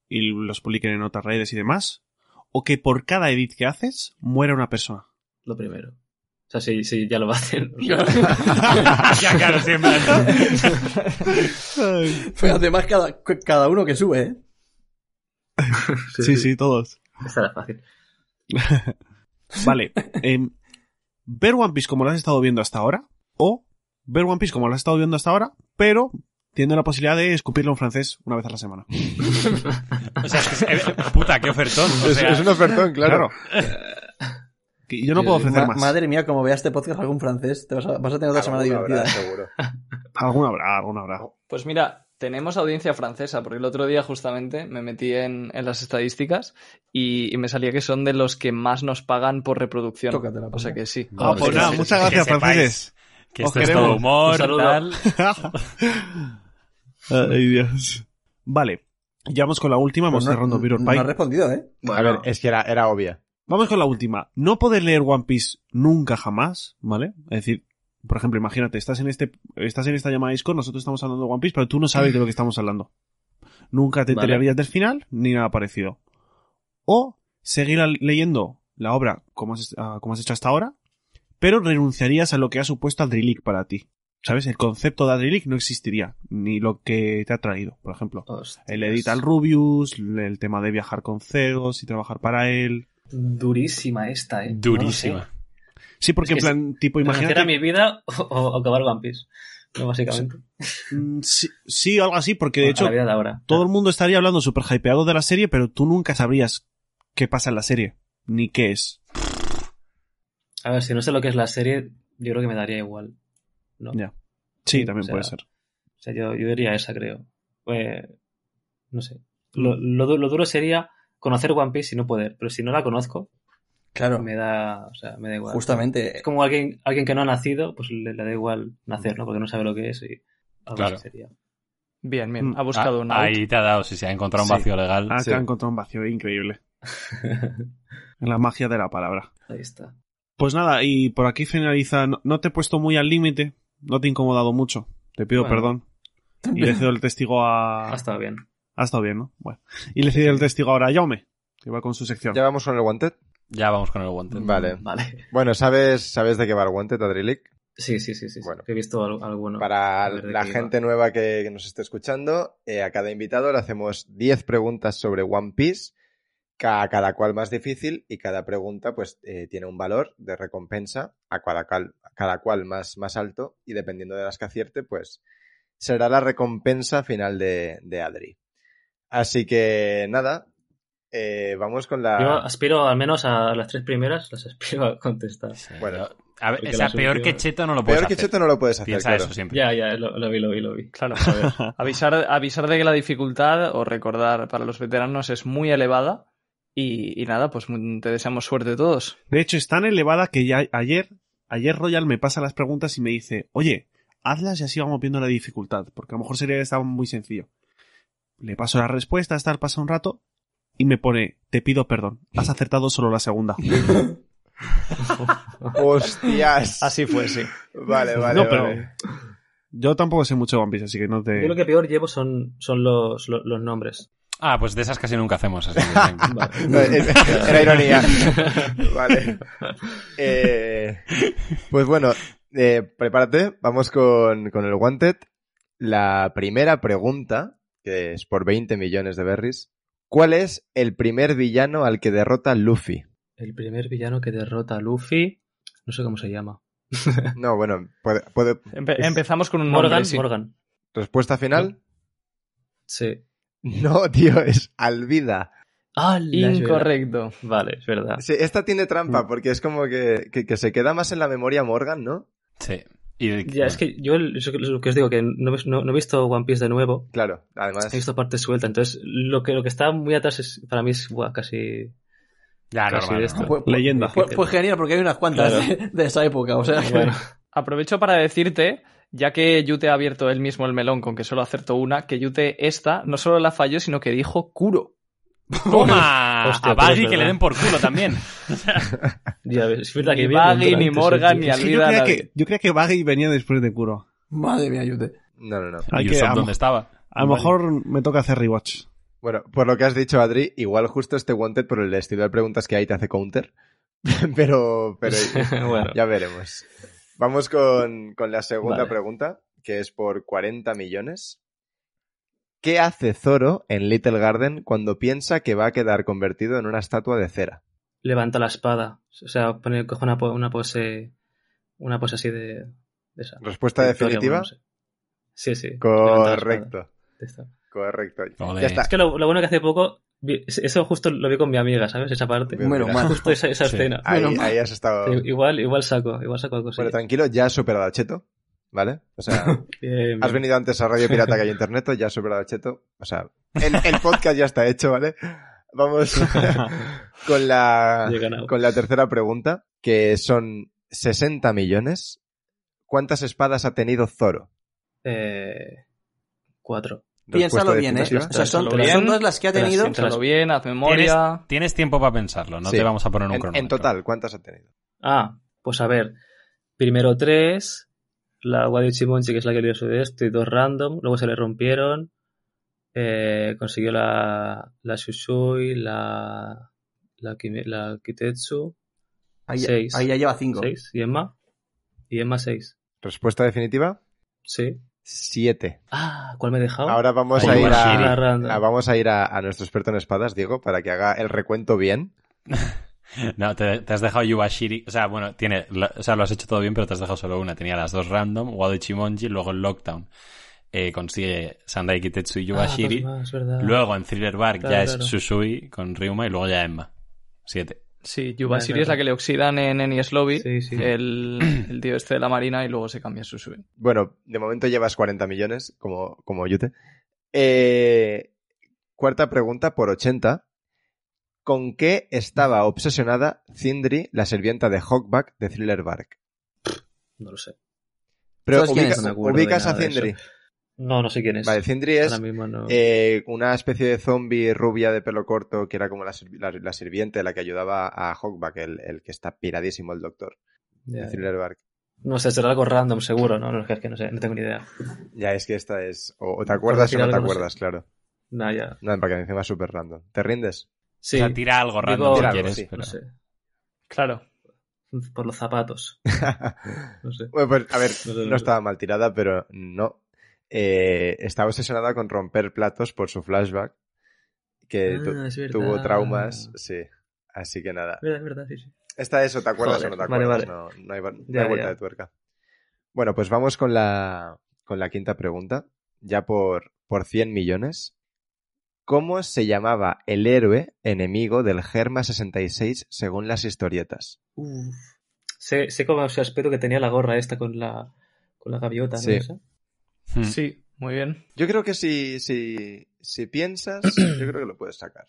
Speaker 4: y los publiquen en otras redes y demás. O que por cada edit que haces muera una persona.
Speaker 3: Lo primero. O sea, sí, sí, ya lo va a hacer. O
Speaker 4: (laughs)
Speaker 3: sea,
Speaker 2: ya, claro, siempre.
Speaker 6: (laughs) Pero además cada, cada uno que sube, ¿eh?
Speaker 4: Sí, sí, todos.
Speaker 3: Esta era fácil.
Speaker 4: Vale. em, ver One Piece como lo has estado viendo hasta ahora. O ver One Piece como lo has estado viendo hasta ahora, pero teniendo la posibilidad de escupirlo en francés una vez a la semana.
Speaker 2: O sea, es que, es- eh, puta, qué ofertón. O
Speaker 7: es,
Speaker 2: sea,
Speaker 7: es un ofertón, claro.
Speaker 4: (laughs) Que Yo no puedo ofrecer
Speaker 6: Ma-
Speaker 4: más.
Speaker 6: Madre mía, como veas este podcast algún francés, te vas, a, vas a tener otra semana
Speaker 7: Alguna
Speaker 6: divertida.
Speaker 7: habrá,
Speaker 6: (laughs)
Speaker 7: seguro.
Speaker 4: Alguna habrá, alguna habrá.
Speaker 5: Pues mira, tenemos audiencia francesa, porque el otro día justamente me metí en, en las estadísticas y, y me salía que son de los que más nos pagan por reproducción.
Speaker 6: Tócate la
Speaker 5: o sea
Speaker 6: polla.
Speaker 5: que sí.
Speaker 4: Ah, pues nada, muchas
Speaker 2: que
Speaker 4: gracias,
Speaker 2: sepáis
Speaker 4: franceses.
Speaker 2: Que
Speaker 4: Os
Speaker 2: esto es
Speaker 4: queremos.
Speaker 2: todo humor,
Speaker 3: Un saludo.
Speaker 2: tal.
Speaker 4: (laughs) Ay, Dios. Vale. Ya vamos con la última. Vamos
Speaker 6: Pues no-
Speaker 4: cerrando Mirror
Speaker 6: no
Speaker 4: Pie.
Speaker 6: has respondido, ¿eh?
Speaker 7: A ver, es que era, era obvia.
Speaker 4: Vamos con la última. No poder leer One Piece nunca jamás, ¿vale? Es decir, por ejemplo, imagínate, estás en este, estás en esta llamada de Discord, nosotros estamos hablando de One Piece, pero tú no sabes de lo que estamos hablando. Nunca te
Speaker 3: Vale.
Speaker 4: enterarías del final, ni nada parecido. O seguir al- leyendo la obra como has, ah, como has hecho hasta ahora, pero renunciarías a lo que ha supuesto Adrilik para ti. ¿Sabes? El concepto de Adrilik no existiría, ni lo que te ha traído, por ejemplo.
Speaker 3: Hostias.
Speaker 4: El editar Rubius, el tema de viajar con Zeus y trabajar para él.
Speaker 3: Durísima esta, eh.
Speaker 2: Durísima.
Speaker 4: Sí, porque
Speaker 3: Es que
Speaker 4: en plan, tipo,
Speaker 3: Imagínate...
Speaker 4: imagínate.
Speaker 3: mi vida o, o acabar One Piece? No, básicamente.
Speaker 4: Mm, Sí, sí, algo así, porque de
Speaker 3: A
Speaker 4: hecho,
Speaker 3: la vida de ahora.
Speaker 4: todo el mundo estaría hablando súper hypeado de la serie, pero tú nunca sabrías qué pasa en la serie, ni qué es.
Speaker 3: A ver, si no sé lo que es la serie, yo creo que me daría igual. ¿no?
Speaker 4: Ya. Sí,
Speaker 3: Sí,
Speaker 4: también
Speaker 3: o sea,
Speaker 4: puede ser.
Speaker 3: O sea, yo, yo diría esa, creo. Eh, no sé. Lo, lo du- lo duro sería conocer One Piece y no poder. Pero si no la conozco,
Speaker 6: Claro.
Speaker 3: me da, o sea, me da igual.
Speaker 6: Justamente.
Speaker 3: Es como alguien, alguien que no ha nacido, pues le, le da igual nacer, ¿no? Porque no sabe lo que es y algo
Speaker 2: Claro.
Speaker 3: así sería.
Speaker 9: Bien,
Speaker 4: Mm,
Speaker 9: bien. Ha
Speaker 2: Ah,
Speaker 9: buscado una.
Speaker 2: Ahí te ha dado, si se ha encontrado un
Speaker 4: Sí.
Speaker 2: vacío legal.
Speaker 4: Ah,
Speaker 2: Sí.
Speaker 4: que ha encontrado un vacío increíble. en la magia de la palabra.
Speaker 3: Ahí está.
Speaker 4: Pues nada, y por aquí finaliza. No, no te he puesto muy al límite, no te he incomodado mucho. Te pido
Speaker 3: Bueno.
Speaker 4: perdón. Y le cedo el testigo a.
Speaker 3: Ha estado bien.
Speaker 4: Ha estado bien, ¿no? Bueno. Y le cedo el testigo ahora a Jaume, que va con su sección.
Speaker 7: ¿Ya vamos con el Wanted?
Speaker 2: Ya vamos con el guante.
Speaker 7: Vale.
Speaker 3: Vale.
Speaker 7: Bueno, ¿sabes, ¿sabes de qué va el Wanted, Adrilic?
Speaker 3: Sí, sí, sí, sí. sí.
Speaker 7: Bueno.
Speaker 3: He visto algo, algo bueno.
Speaker 7: Para
Speaker 3: A ver de
Speaker 7: la
Speaker 3: qué iba.
Speaker 7: gente nueva que, que nos esté escuchando, eh, a cada invitado le hacemos 10 preguntas sobre One Piece, ca- cada cual más difícil y cada pregunta pues eh, tiene un valor de recompensa a cada cual, a cada cual más, más alto y dependiendo de las que acierte pues será la recompensa final de, de Adri. Así que nada, eh, vamos con la...
Speaker 3: Yo aspiro al menos a las tres primeras, las aspiro a contestar.
Speaker 2: Sí,
Speaker 7: Bueno.
Speaker 2: yo- a ver,
Speaker 3: Porque
Speaker 2: o sea,
Speaker 3: las
Speaker 2: peor
Speaker 3: últimas-
Speaker 2: que Cheto no lo puedes
Speaker 7: Peor que
Speaker 2: hacer.
Speaker 7: Cheto no lo puedes hacer,
Speaker 2: Piensa
Speaker 7: claro.
Speaker 2: eso siempre.
Speaker 3: Ya, ya, lo, lo vi, lo vi, lo vi.
Speaker 9: Claro,
Speaker 7: (laughs)
Speaker 9: joder. avisar, avisar de que la dificultad, o recordar para los veteranos, es muy elevada. Y, y nada, pues mm, te deseamos suerte todos.
Speaker 4: De hecho, es tan elevada que ya ayer, ayer Royal me pasa las preguntas y me dice, oye, hazlas y así vamos viendo la dificultad, porque a lo mejor sería esta muy sencillo. Le paso las respuestas, tal, pasa un rato y me pone, te pido perdón, has acertado solo
Speaker 3: (laughs)
Speaker 4: la segunda.
Speaker 7: Hostias.
Speaker 9: Así fue, sí.
Speaker 7: (laughs) Vale, vale.
Speaker 4: no, pero
Speaker 7: vale.
Speaker 4: yo tampoco sé mucho de One Piece, así que no te...
Speaker 3: Yo lo que peor llevo son, son los, lo- los, nombres.
Speaker 2: Ah, pues de esas casi nunca hacemos. así que
Speaker 4: (laughs)
Speaker 2: venga.
Speaker 3: Vale.
Speaker 7: (laughs) No, es- Era ironía. Vale. Eh, pues bueno, eh, prepárate. Vamos con, con el Wanted. La primera pregunta, que es por 20 millones de berries. ¿Cuál es el primer villano al que derrota Luffy?
Speaker 3: El primer villano que derrota a Luffy, no sé cómo se llama.
Speaker 7: No, bueno, puede- puede-
Speaker 9: Empe-
Speaker 7: Es-
Speaker 9: empezamos con un nombre,
Speaker 3: Morgan,
Speaker 9: sí.
Speaker 3: Morgan.
Speaker 7: respuesta final.
Speaker 3: Sí.
Speaker 7: No, tío, es Alvida.
Speaker 3: Ah,
Speaker 9: Incorrecto.
Speaker 3: Vale, es verdad.
Speaker 7: Sí, esta tiene trampa porque es como que, que- que se queda más en la memoria Morgan, ¿no?
Speaker 2: Sí. Y de-
Speaker 3: Ya, es que yo el- eso que- lo que os digo, que no, he vis- no- no he visto One Piece de nuevo,
Speaker 7: Claro, además.
Speaker 3: he visto parte suelta, entonces lo que, lo que está muy atrás es, para mí es buah, casi...
Speaker 2: Ya,
Speaker 3: casi
Speaker 2: normal,
Speaker 3: de esto.
Speaker 2: normal.
Speaker 4: Leyenda.
Speaker 6: Fue, fue genial porque hay unas cuantas
Speaker 3: Claro.
Speaker 6: (laughs) de, de esa época, o sea que-
Speaker 3: Bueno,
Speaker 9: (laughs) Aprovecho para decirte, ya que Yute ha abierto él mismo el melón con que solo acertó una, que Yute esta no solo la falló, sino que dijo Kuro.
Speaker 2: ¡Toma!
Speaker 3: Pues, Hostia,
Speaker 2: a
Speaker 3: pero es
Speaker 2: Baggy que
Speaker 3: verdad.
Speaker 2: le den por culo
Speaker 3: (laughs)
Speaker 2: también.
Speaker 3: ya ves, es verdad
Speaker 9: Ni
Speaker 3: que vi un montón
Speaker 9: Baggy, ni
Speaker 3: antes,
Speaker 9: Morgan,
Speaker 3: sí.
Speaker 9: ni
Speaker 4: Es que yo,
Speaker 9: Alvida.
Speaker 4: creía
Speaker 9: nadie.
Speaker 4: que, yo creía que Baggy venía después de Kuro.
Speaker 6: (laughs) Madre mía, Yute.
Speaker 7: No, no, no.
Speaker 4: Hay
Speaker 2: ¿Y
Speaker 4: que-
Speaker 2: Usopp
Speaker 4: a, lo-
Speaker 2: dónde estaba?
Speaker 4: a lo
Speaker 2: Vale.
Speaker 4: mejor me toca hacer rewatch.
Speaker 7: Bueno, por lo que has dicho, Adri, igual justo este Wanted por el estilo de preguntas que hay te hace counter. (laughs) pero
Speaker 3: (laughs)
Speaker 7: pero
Speaker 3: bueno,
Speaker 7: ya veremos. Vamos con, con la segunda
Speaker 3: Vale.
Speaker 7: pregunta, que es por 40 millones. ¿Qué hace Zoro en Little Garden cuando piensa que va a quedar convertido en una estatua de cera?
Speaker 3: levanta la espada. O sea, pone, coge una, po- una pose. Una pose así de. de esa.
Speaker 7: Respuesta
Speaker 3: Victoria,
Speaker 7: definitiva.
Speaker 3: bueno, no sé. Sí, sí. levanta la espada.
Speaker 7: Correcto,
Speaker 3: Ya está.
Speaker 7: correcto.
Speaker 2: Ole.
Speaker 7: Ya está.
Speaker 3: Es que lo, lo bueno que hace poco. vi- eso justo lo vi con mi amiga, ¿sabes? Esa parte.
Speaker 7: Bien,
Speaker 6: Bueno,
Speaker 7: bien.
Speaker 6: mal.
Speaker 3: Justo esa, esa
Speaker 2: Sí.
Speaker 3: escena.
Speaker 7: Ahí,
Speaker 6: Bueno,
Speaker 7: ahí has estado.
Speaker 3: Sí, Igual, igual saco, igual saco algo así.
Speaker 7: Bueno, tranquilo, ya has superado a Cheto, ¿vale?
Speaker 3: (laughs)
Speaker 7: O sea,
Speaker 3: Bien, bien.
Speaker 7: Has venido antes a Radio Pirata que a Internet, ya has superado a Cheto. O sea, el, el podcast ya está hecho, ¿vale? Vamos (laughs) con la,
Speaker 3: Ya he
Speaker 7: (laughs)
Speaker 3: ganado.
Speaker 7: con la tercera pregunta, que son 60 millones. ¿Cuántas espadas ha tenido Zoro?
Speaker 3: Eh, cuatro.
Speaker 6: Piénsalo
Speaker 7: Respuesta
Speaker 6: bien, ¿eh?
Speaker 7: definitiva.
Speaker 6: O sea, son,
Speaker 9: Piénsalo bien.
Speaker 6: son todas las que ha
Speaker 3: Pero
Speaker 6: tenido.
Speaker 3: sí,
Speaker 9: Piénsalo bien, haz
Speaker 2: ¿Tienes,
Speaker 9: memoria.
Speaker 2: tienes tiempo para pensarlo, no
Speaker 7: Sí.
Speaker 2: te vamos a poner un
Speaker 7: En, en
Speaker 2: cronómetro.
Speaker 7: total, ¿cuántas ha tenido?
Speaker 3: Ah, pues a ver. Primero tres. La Wadi Chimonchi, que es la que le dio su de esto, y dos random. Luego se le rompieron. Eh, consiguió la, la Shushui, la, la, Kime- la Kitetsu.
Speaker 6: Ahí,
Speaker 3: Seis.
Speaker 6: ahí ya lleva cinco.
Speaker 3: ¿Seis? ¿Y Emma? ¿Y Emma seis?
Speaker 7: Respuesta definitiva,
Speaker 3: Sí.
Speaker 7: 7.
Speaker 3: Ah, ¿cuál me he dejado?
Speaker 7: Ahora vamos
Speaker 2: Ahí va
Speaker 7: a ir
Speaker 2: Shiri.
Speaker 3: La
Speaker 7: a...
Speaker 3: random.
Speaker 7: a- vamos a ir a, a nuestro experto en espadas, Diego, para que haga el recuento bien.
Speaker 2: (laughs) No, te, te has dejado Yubashiri. O sea, bueno, tiene, la- o sea, lo has hecho todo bien, pero te has dejado solo una. Tenía las dos random, Wado y Chimonji, luego el Lockdown. Eh, consigue Sandai Kitetsu y
Speaker 3: Ah, dos
Speaker 2: Yubashiri.
Speaker 3: más, verdad.
Speaker 2: luego en Thriller Bark
Speaker 3: Claro,
Speaker 2: ya
Speaker 3: claro.
Speaker 2: es Susui con Ryuma y luego ya Emma. Siete.
Speaker 9: Sí,
Speaker 3: Vale,
Speaker 9: Yubashiri
Speaker 3: vale.
Speaker 9: es la que le oxidan en Eni Lobby,
Speaker 3: Sí, sí.
Speaker 9: El, el tío este de la marina, y luego se cambia a Susue.
Speaker 7: Bueno, de momento llevas 40 millones, como, como Yute. Eh, cuarta pregunta por 80. con qué estaba obsesionada Cindri, la sirvienta de Hawkback de Thriller Bark.
Speaker 3: No lo sé.
Speaker 7: Pero
Speaker 6: ¿Sabes quién
Speaker 7: ubica-
Speaker 6: es?
Speaker 3: No me acuerdo de
Speaker 7: ubicas a
Speaker 3: nada de eso.
Speaker 7: Cindri.
Speaker 3: No, no sé quién es.
Speaker 7: Vale, Cindri es
Speaker 3: Ahora mismo no.
Speaker 7: eh, una especie de zombie rubia de pelo corto que era como la, sirvi- la, la sirviente, la que ayudaba a Hawkback, el, el que está piradísimo, el doctor
Speaker 3: Ya,
Speaker 7: de
Speaker 3: ya.
Speaker 7: Thriller Bark.
Speaker 3: No sé, será algo random seguro, ¿no? No, es que no sé, no tengo ni idea.
Speaker 7: Ya es que esta es. O, o te acuerdas o
Speaker 3: decir
Speaker 7: no te
Speaker 3: algo, no sé.
Speaker 7: acuerdas, claro.
Speaker 3: Nah, ya.
Speaker 7: No, porque encima es súper random. ¿Te rindes?
Speaker 3: Sí,
Speaker 2: O sea, tira algo random
Speaker 3: Digo-
Speaker 2: si
Speaker 7: Tira algo,
Speaker 2: quieres.
Speaker 7: sí.
Speaker 2: pero-
Speaker 3: no sé.
Speaker 5: Claro.
Speaker 3: Por los zapatos. No sé.
Speaker 7: (laughs) Bueno, pues a ver,
Speaker 3: No sé, no
Speaker 7: no
Speaker 3: sé.
Speaker 7: estaba mal tirada, pero no. Eh, estaba obsesionada con romper platos por su flashback, que
Speaker 3: Ah,
Speaker 7: tu-
Speaker 3: es verdad.
Speaker 7: tuvo traumas, sí. Así que nada.
Speaker 3: Es verdad, es verdad, sí, sí.
Speaker 7: Esta es o te acuerdas
Speaker 3: Joder,
Speaker 7: o no te
Speaker 3: vale,
Speaker 7: acuerdas, No, no hay, va- no
Speaker 3: Ya,
Speaker 7: hay vuelta
Speaker 3: ya.
Speaker 7: de tuerca. Bueno, pues vamos con la, con la quinta pregunta, ya por, por 100 millones. ¿Cómo se llamaba el héroe enemigo del Germa 66 según las historietas?
Speaker 3: Uf. Sé, sé cómo ese aspecto que tenía la gorra esta con la, con la gaviota, ¿no?
Speaker 7: Sí.
Speaker 3: Esa. Mm.
Speaker 2: Hmm.
Speaker 5: Sí, muy bien.
Speaker 7: Yo creo que si, si, si
Speaker 3: (clears throat)
Speaker 7: piensas, yo creo que lo puedes sacar.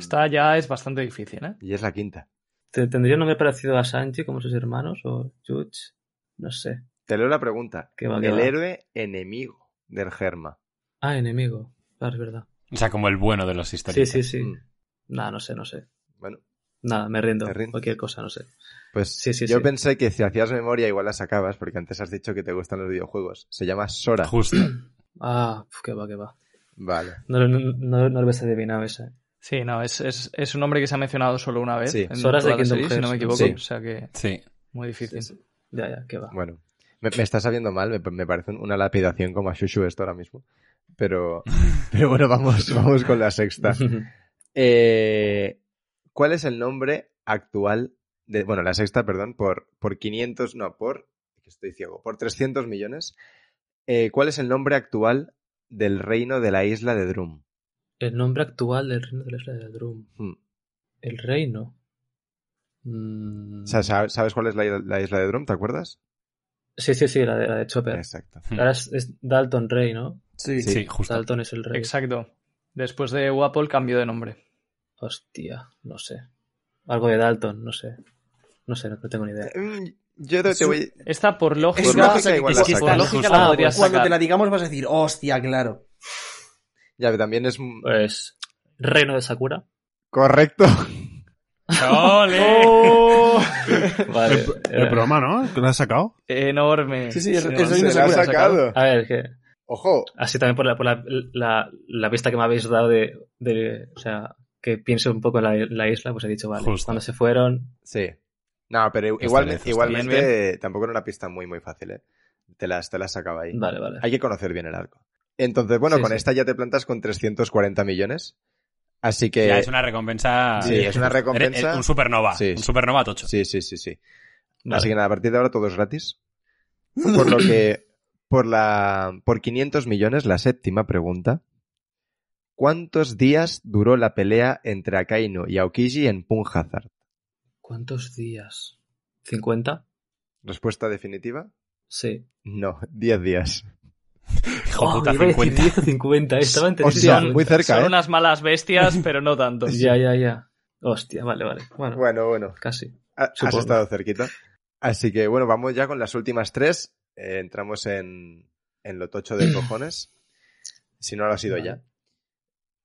Speaker 5: Esta ya es bastante difícil, ¿eh?
Speaker 7: Y es la quinta.
Speaker 3: ¿Te- ¿Tendría un nombre parecido a Sanji como sus hermanos o Judge? No sé.
Speaker 7: Te leo la pregunta.
Speaker 3: Qué Ah, va, qué
Speaker 7: el
Speaker 3: va.
Speaker 7: héroe enemigo del Germa.
Speaker 3: Ah, enemigo. Claro, es verdad.
Speaker 2: O sea, como el bueno de los
Speaker 3: Sí,
Speaker 2: historias.
Speaker 3: sí, sí.
Speaker 7: Mm.
Speaker 3: Nah, no sé, no sé.
Speaker 7: Bueno,
Speaker 3: Nada, me rindo.
Speaker 7: Te rindes.
Speaker 3: Cualquier cosa, no sé.
Speaker 7: pues
Speaker 3: Sí, sí,
Speaker 7: yo
Speaker 3: sí.
Speaker 7: pensé que si hacías memoria igual la sacabas, porque antes has dicho que te gustan los videojuegos. Se llama Sora.
Speaker 2: Justo.
Speaker 3: Ah, pf, qué va, qué va.
Speaker 7: Vale.
Speaker 3: No, no, no, no lo ves adivinado ese.
Speaker 5: Sí, no, es, es, es un hombre que se ha mencionado solo una vez.
Speaker 7: Sí.
Speaker 5: en
Speaker 3: Soras de
Speaker 5: toda la
Speaker 3: Kingdom
Speaker 5: serie, si no me
Speaker 3: Hearts,
Speaker 5: equivoco.
Speaker 7: ¿no? Sí.
Speaker 5: O sea que
Speaker 2: Sí.
Speaker 5: muy difícil.
Speaker 3: Sí, sí. Ya, ya, qué va.
Speaker 7: Bueno, me, me está sabiendo mal, me, me parece una lapidación como a Shushu esto ahora mismo.
Speaker 3: (laughs)
Speaker 7: Pero, pero bueno, vamos, vamos con la sexta. Eh, ¿Cuál es el nombre actual de, bueno, la sexta, perdón, por, por 500, no, por, que estoy ciego, por 300 millones? eh, ¿Cuál es el nombre actual del reino de la isla de Drum?
Speaker 3: El nombre actual del reino de la isla de Drum.
Speaker 7: Hmm.
Speaker 3: El reino. Mm.
Speaker 7: O sea, ¿sab- ¿Sabes cuál es la, i- la isla de Drum? ¿Te acuerdas?
Speaker 3: Sí, sí, sí, la de, la de Chopper.
Speaker 7: Exacto.
Speaker 3: Ahora es, es Dalton Rey, ¿no?
Speaker 6: Sí.
Speaker 2: Sí, Mm. justo.
Speaker 3: Dalton es el rey.
Speaker 5: Exacto. Después de Wapol cambió de nombre.
Speaker 3: Hostia, no sé. Algo de Dalton, no sé. No sé, no, no tengo ni idea.
Speaker 7: Mm, Yo te
Speaker 6: Es un-
Speaker 7: voy...
Speaker 5: Esta por lógica,
Speaker 7: lógica igual
Speaker 5: es
Speaker 7: la
Speaker 5: que
Speaker 7: sacas.
Speaker 5: por lógica
Speaker 2: Justo.
Speaker 5: la
Speaker 3: Ah,
Speaker 6: pues
Speaker 5: podrías
Speaker 3: bueno,
Speaker 6: Cuando
Speaker 5: sacar.
Speaker 6: te la digamos vas a decir, hostia, claro.
Speaker 7: Ya, también es... un-
Speaker 3: Pues. Reino de Sakura.
Speaker 2: (laughs)
Speaker 7: Correcto.
Speaker 2: ¡Ole!
Speaker 3: ¡Oh! Vale. eh,
Speaker 4: El, el
Speaker 3: era-
Speaker 4: programa, ¿no? ¿Lo has sacado?
Speaker 5: Enorme.
Speaker 6: Sí, sí, es, es
Speaker 7: Se
Speaker 6: Reino
Speaker 7: la ha
Speaker 6: Sakura.
Speaker 7: sacado.
Speaker 3: A ver, que.
Speaker 7: Ojo,
Speaker 3: Así también por la, por la, la- la pista que me habéis dado de. de- o sea, que piense un poco en la, la isla, pues he dicho, vale.
Speaker 2: Justo.
Speaker 3: Cuando se fueron.
Speaker 7: Sí. No, pero
Speaker 2: Está bien,
Speaker 7: igualmente,
Speaker 2: está
Speaker 7: igualmente
Speaker 5: bien,
Speaker 7: tampoco era una pista muy, muy fácil, ¿eh? Te las, te las sacaba ahí.
Speaker 3: Vale, vale.
Speaker 7: Hay que conocer bien el arco. Entonces, bueno,
Speaker 3: Sí,
Speaker 7: con
Speaker 3: sí.
Speaker 7: esta ya te plantas con 340 millones. Así que...
Speaker 2: Ya, es una recompensa.
Speaker 7: Sí, es una recompensa.
Speaker 2: Eres- eh, Un supernova.
Speaker 7: Sí,
Speaker 2: Un
Speaker 7: sí.
Speaker 2: supernova tocho.
Speaker 7: Sí, sí, sí, sí.
Speaker 3: Vale.
Speaker 7: Así que nada, a partir de ahora todo es gratis. Por lo que, por la, por 500 millones, la séptima pregunta. ¿Cuántos días duró la pelea entre Akainu y Aokiji en Punjazar?
Speaker 3: ¿Cuántos días? ¿50?
Speaker 7: Respuesta definitiva.
Speaker 3: Sí.
Speaker 7: No, 10 días.
Speaker 2: Hijo
Speaker 3: Oh,
Speaker 2: puta,
Speaker 3: iba a decir
Speaker 2: 50.
Speaker 3: 10 o 50, estaba entre
Speaker 7: (laughs) Hostia,
Speaker 3: 10 y 50.
Speaker 7: muy cerca,
Speaker 5: Son
Speaker 7: ¿eh?
Speaker 5: unas malas bestias, pero no tanto.
Speaker 3: (laughs) Ya, ya, ya. Hostia, vale, vale. Bueno,
Speaker 7: Bueno, bueno.
Speaker 3: casi.
Speaker 7: Ha- Ah, Has
Speaker 3: Supongo.
Speaker 7: estado cerquita. Así que bueno, vamos ya con las últimas tres. Eh, entramos en, en lo
Speaker 3: (clears throat)
Speaker 7: tocho de cojones. si no lo ha sido
Speaker 3: Vale.
Speaker 7: ya.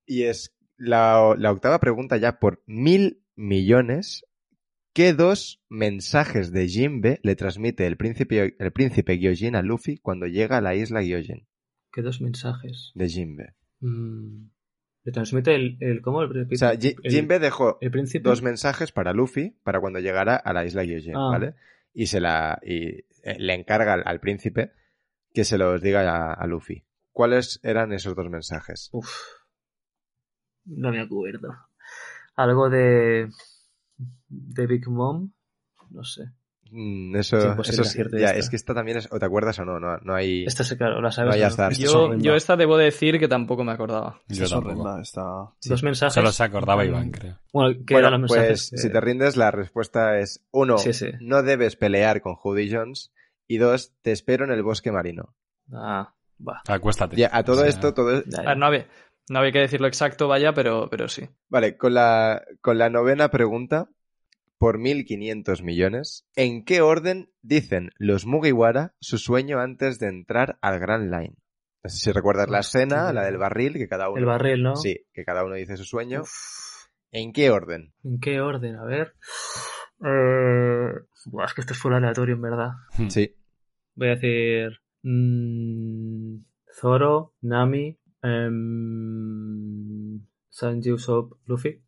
Speaker 7: Y es la, la octava pregunta ya por mil millones. ¿Qué dos mensajes de Jinbe le transmite el príncipe, el príncipe Gyojin a Luffy cuando llega a la isla Gyojin
Speaker 3: Que dos mensajes.
Speaker 7: de Jinbe?
Speaker 3: Mm. Le transmite el, el ¿cómo? El, príncipe-
Speaker 7: O sea, Ji-
Speaker 3: el-
Speaker 7: Jinbe dejó
Speaker 3: el príncipe.
Speaker 7: dos mensajes para Luffy para cuando llegara a la isla Gyojin,
Speaker 3: Ah.
Speaker 7: ¿vale? Y se la y eh, le encarga al, al príncipe que se los diga a, a Luffy. ¿Cuáles eran esos dos mensajes?
Speaker 3: Uf. No me acuerdo. Algo de de Big Mom, no sé.
Speaker 7: Mm, eso,
Speaker 3: Es imposible
Speaker 7: eso sí,
Speaker 3: decirte
Speaker 7: ya,
Speaker 3: esta.
Speaker 7: es que esta también es, o te acuerdas o no, no, no hay
Speaker 3: Esta se claro, la sabes.
Speaker 7: no hay
Speaker 3: ¿no?
Speaker 7: azar.
Speaker 4: Esta es
Speaker 5: Yo,
Speaker 4: horrenda.
Speaker 5: yo esta debo decir que tampoco me acordaba.
Speaker 2: Yo
Speaker 4: Esta es
Speaker 2: tampoco.
Speaker 4: horrenda, esta-
Speaker 3: Dos mensajes.
Speaker 2: Solo se acordaba Iván, creo.
Speaker 3: Bueno, ¿qué
Speaker 7: Bueno,
Speaker 3: eran los
Speaker 7: pues
Speaker 3: mensajes? eh.
Speaker 7: si te rindes la respuesta es uno,
Speaker 3: Sí, sí.
Speaker 7: no debes pelear con Judy Jones y dos, te espero en el bosque marino.
Speaker 3: Ah, va.
Speaker 2: Acuéstate.
Speaker 7: Ya, a todo
Speaker 2: Pues O sea,
Speaker 7: esto todo
Speaker 3: Ya,
Speaker 5: A ver,
Speaker 3: ya.
Speaker 7: Ah,
Speaker 5: Ah, no, había, No había que decirlo exacto, vaya, pero, pero sí.
Speaker 7: Vale, con la, con la novena pregunta, por 1.500 millones, ¿en qué orden dicen los Mugiwara su sueño antes de entrar al Grand Line? No sé si recuerdas la escena, la del barril, que cada uno...
Speaker 3: El barril, ¿no?
Speaker 7: Sí, que cada uno dice su sueño. ¿En qué orden?
Speaker 3: ¿En qué orden? A ver. Eh, buah, es que esto fue aleatorio, en verdad.
Speaker 2: Hmm. Mm.
Speaker 7: Sí.
Speaker 3: Voy a decir. mm, Zoro, Nami, em, Sanji, Usopp, Luffy.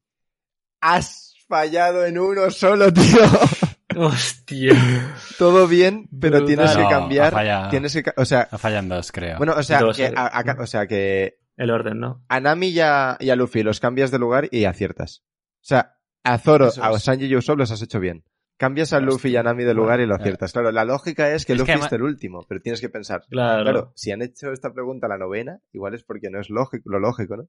Speaker 7: Has fallado en uno solo, (laughs) tío.
Speaker 3: Hostia.
Speaker 7: Todo bien, pero
Speaker 3: Brutal.
Speaker 7: tienes que
Speaker 2: No,
Speaker 7: cambiar.
Speaker 2: ha fallado.
Speaker 7: Tienes que, ca- o sea,
Speaker 2: Ha fallado en dos, creo.
Speaker 7: bueno, o sea,
Speaker 3: Dos,
Speaker 7: que
Speaker 3: eh.
Speaker 7: a, a- o sea que
Speaker 3: El orden, ¿no?
Speaker 7: a Nami y a, y a Luffy los cambias de lugar y aciertas. O sea, a Zoro,
Speaker 6: Eso
Speaker 7: a
Speaker 6: es.
Speaker 7: Sanji y Usopp los has hecho bien. Cambias a Luffy y a Nami de lugar y lo aciertas. Claro, la lógica es que
Speaker 2: Es que
Speaker 7: Luffy
Speaker 2: además-
Speaker 7: es el último, pero tienes que pensar.
Speaker 3: Claro.
Speaker 7: Claro, si han hecho esta pregunta a la novena, igual es porque no es lógico, lo lógico, ¿no?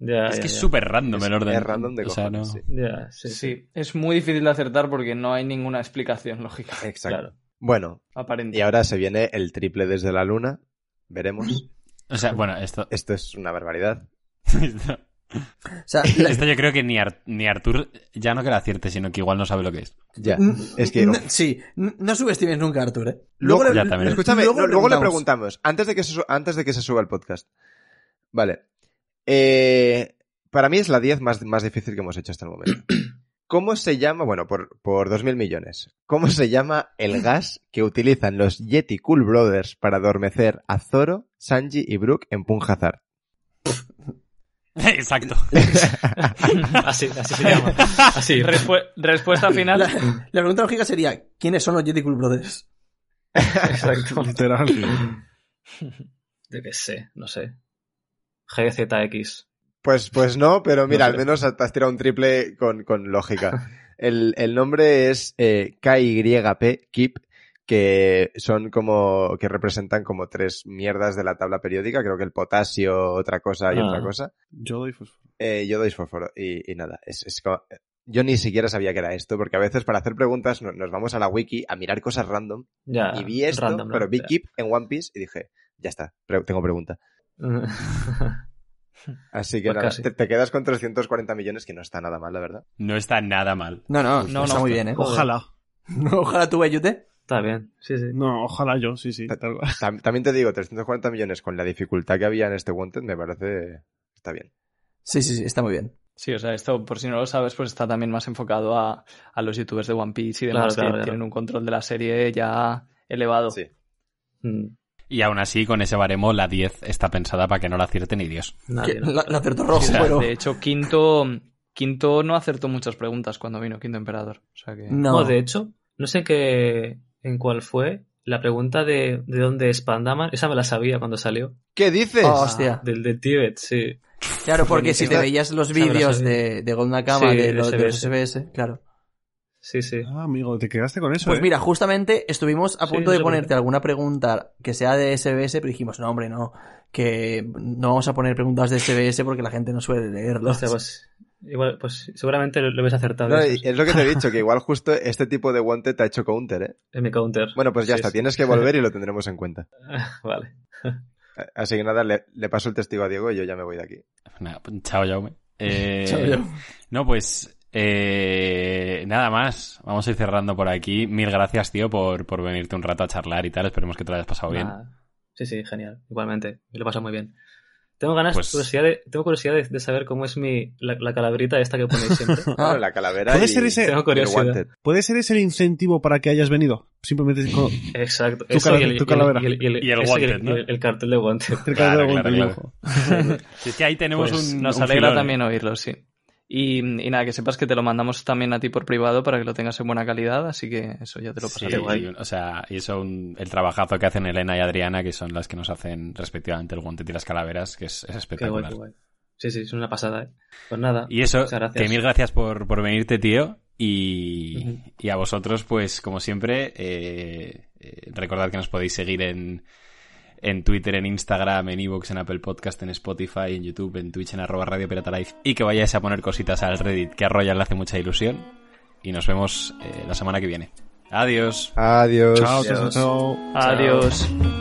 Speaker 3: Ya,
Speaker 2: es que
Speaker 3: ya,
Speaker 2: es
Speaker 3: ya.
Speaker 2: súper random
Speaker 7: Es-
Speaker 2: el orden.
Speaker 7: es random de
Speaker 2: O sea, no-
Speaker 7: cojones, sí.
Speaker 3: Ya, sí,
Speaker 5: Sí,
Speaker 3: sí.
Speaker 5: es muy difícil de acertar porque no hay ninguna explicación lógica
Speaker 7: Exacto.
Speaker 3: Claro.
Speaker 7: Bueno,
Speaker 5: aparente.
Speaker 7: y ahora se viene el triple desde la luna. Veremos.
Speaker 2: O sea, bueno, esto... (laughs)
Speaker 7: Esto es una barbaridad.
Speaker 2: esto...
Speaker 6: O sea, la-
Speaker 2: esto yo creo que ni, Ar- ni Artur ya no que lo acierte, sino que igual no sabe lo que es. (laughs)
Speaker 7: Ya.
Speaker 6: n-
Speaker 7: Es que.
Speaker 6: n- sí, n- no subestimes nunca a Arthur, ¿eh?
Speaker 7: Luego-
Speaker 6: le-
Speaker 2: Ya, también.
Speaker 7: Escúchame, no, luego, le
Speaker 6: preguntamos.
Speaker 7: preguntamos, antes de que se, su- antes de que se suba el podcast. Vale. Eh, para mí es la 10 más, más difícil que hemos hecho hasta el (clears throat) momento. ¿Cómo se llama, bueno, por, por 2.000 millones, cómo se llama el gas que utilizan los Yeti Cool Brothers para adormecer a Zoro, Sanji y Brook en Punjazar?
Speaker 2: Exacto.
Speaker 3: Así, así se llama. Así.
Speaker 5: Respu- respuesta final.
Speaker 6: La, la pregunta lógica sería, ¿quiénes son los Jedi Cool Brothers?
Speaker 3: (laughs)
Speaker 4: (laughs)
Speaker 3: Exacto.
Speaker 4: Literal.
Speaker 3: Yo qué sé, no sé. GZX.
Speaker 7: Pues, pues no, pero mira,
Speaker 3: No sé.
Speaker 7: al menos te has tirado un triple con, con lógica.
Speaker 3: (laughs)
Speaker 7: El, el nombre es eh, KYP, KIP, que son como, que representan como tres mierdas de la tabla periódica. Creo que el potasio, otra cosa y
Speaker 3: Ah.
Speaker 7: otra cosa.
Speaker 4: Yo doy fosforo.
Speaker 7: Eh, yo doy fósforo y, y nada, es, es como- Yo ni siquiera sabía que era esto, porque a veces para hacer preguntas no- nos vamos a la wiki a mirar cosas random.
Speaker 3: Ya.
Speaker 7: y vi esto,
Speaker 3: Ah, random, ¿no?
Speaker 7: pero vi
Speaker 3: Ya.
Speaker 7: KIP en One Piece y dije, ya está, pre- tengo pregunta.
Speaker 3: (laughs)
Speaker 7: Así que
Speaker 3: Pues
Speaker 7: nada,
Speaker 3: casi.
Speaker 7: te, te quedas con 340 millones, que no está nada mal, la verdad.
Speaker 2: No está nada mal.
Speaker 6: No, no,
Speaker 2: Pues
Speaker 6: no,
Speaker 2: no,
Speaker 6: está
Speaker 2: no.
Speaker 6: muy bien, ¿eh?
Speaker 4: Ojalá.
Speaker 6: (laughs) Ojalá tú, eh, Ayute.
Speaker 3: Está bien, sí, sí.
Speaker 4: No, ojalá yo, sí, sí. tal cual.
Speaker 7: Tam- también te digo, 340 millones con la dificultad que había en este Wanted, me parece. Está bien.
Speaker 6: Sí, sí, sí, está muy bien.
Speaker 5: Sí, o sea, esto, por si no lo sabes, pues está también más enfocado a, a los youtubers de One Piece y
Speaker 3: Claro,
Speaker 5: demás
Speaker 3: claro,
Speaker 5: que
Speaker 3: claro.
Speaker 5: tienen un control de la serie ya elevado.
Speaker 7: Sí.
Speaker 3: Mm,
Speaker 2: Y aún así, con ese baremo, la 10 está pensada para que no la acierte ni Dios.
Speaker 3: nadie,
Speaker 6: Que
Speaker 3: Ah, ¿no?
Speaker 6: la, la acertó rojo,
Speaker 5: O sea,
Speaker 6: pero...
Speaker 5: De hecho, Quinto, Quinto no acertó muchas preguntas cuando vino Quinto Emperador. O sea que...
Speaker 6: No,
Speaker 3: No, de hecho, no sé qué, en cuál fue la pregunta de, de dónde es Pandaman. Esa me la sabía cuando salió.
Speaker 7: ¿Qué dices?
Speaker 6: Oh, hostia.
Speaker 3: Del, del Tíbet, sí.
Speaker 6: claro, porque si te
Speaker 7: Esta-
Speaker 6: veías los
Speaker 3: esa me la
Speaker 6: vídeos
Speaker 3: sabía.
Speaker 6: de, de Gold Nakama,
Speaker 3: Sí,
Speaker 6: de, los, de los
Speaker 3: SBS.
Speaker 6: SBS, claro.
Speaker 3: Sí, sí.
Speaker 4: (laughs) Ah, amigo, te quedaste con eso.
Speaker 6: Pues
Speaker 4: ¿eh?
Speaker 6: mira, justamente estuvimos a
Speaker 3: Sí,
Speaker 6: punto
Speaker 3: no
Speaker 6: de
Speaker 3: sé por
Speaker 6: ponerte
Speaker 3: qué.
Speaker 6: alguna pregunta que sea de SBS, pero dijimos, no, hombre, no, que no vamos a poner preguntas de SBS porque la gente no suele leerlos.
Speaker 3: Hostia, pues, igual, pues seguramente lo, lo ves acertado.
Speaker 7: No,
Speaker 3: esas,
Speaker 7: y- es lo que te he dicho, que igual justo este tipo de Wanted te ha hecho counter, ¿eh?
Speaker 3: En mi counter.
Speaker 7: Bueno, pues ya
Speaker 3: Sí,
Speaker 7: está,
Speaker 3: sí.
Speaker 7: tienes que volver y lo tendremos
Speaker 3: (laughs)
Speaker 7: en cuenta.
Speaker 3: Vale.
Speaker 7: A- Así que nada, le, le paso el testigo a Diego y yo ya me voy de aquí.
Speaker 2: Nada, pues, chao, (laughs) Jaume. Eh,
Speaker 6: Chao, yo.
Speaker 2: No, pues eh, nada más. Vamos a ir cerrando por aquí. Mil gracias, tío, por, por venirte un rato a charlar y tal. Esperemos que te lo hayas pasado bien.
Speaker 3: Nada. Sí, sí, genial. Igualmente. Me lo he pasado muy bien. Tengo ganas,
Speaker 2: Pues-
Speaker 3: curiosidad de, tengo curiosidad de, de saber cómo es mi, la, la calabrita esta que ponéis
Speaker 2: (laughs)
Speaker 3: siempre.
Speaker 6: Ah,
Speaker 7: Claro, la calavera
Speaker 4: ¿Puede
Speaker 7: y-
Speaker 4: ser ese-
Speaker 7: y
Speaker 3: Tengo
Speaker 7: el
Speaker 3: curiosidad.
Speaker 7: Wanted.
Speaker 4: ¿Puede ser ese el incentivo para que hayas venido? Simplemente con...
Speaker 3: Exacto.
Speaker 4: Tu
Speaker 3: Eso
Speaker 4: cala-
Speaker 3: y el- y
Speaker 4: tu
Speaker 3: el-
Speaker 4: calavera.
Speaker 3: y el- y el-
Speaker 2: Y el
Speaker 3: eso
Speaker 2: Wanted, ¿no?
Speaker 3: y el- el cartel de Wanted.
Speaker 4: cerca
Speaker 2: Claro,
Speaker 4: de algún
Speaker 2: claro, claro.
Speaker 4: dibujo.
Speaker 2: (laughs) Si es que ahí tenemos
Speaker 5: Pues
Speaker 2: un.
Speaker 5: nos
Speaker 2: un
Speaker 5: alegra
Speaker 2: filón, ¿eh?
Speaker 5: también oírlo, sí. Y, y nada, que sepas que te lo mandamos también a ti por privado para que lo tengas en buena calidad, así que eso ya te lo
Speaker 2: Sí,
Speaker 5: pasaré.
Speaker 2: y, o sea, y eso, un- el trabajazo que hacen Elena y Adriana, que son las que nos hacen respectivamente el guante y las calaveras, que es, es
Speaker 3: Qué guay,
Speaker 2: espectacular.
Speaker 3: qué guay. Sí, sí, es una pasada, ¿eh? Pues nada.
Speaker 2: Y eso,
Speaker 3: Muchas gracias.
Speaker 2: que mil gracias por, por venirte, tío. Y,
Speaker 3: Ujú.
Speaker 2: y a vosotros, pues, como siempre, eh, eh, recordad que nos podéis seguir en, en Twitter, en Instagram, en Evox, en Apple Podcast, en Spotify, en YouTube, en Twitch, en arroba Radio Pirata Live. Y que vayáis a poner cositas al Reddit, que a Royal le hace mucha ilusión. Y nos vemos eh, la semana que viene. Adiós.
Speaker 7: Adiós.
Speaker 4: Chao, chao, chao.
Speaker 5: Adiós.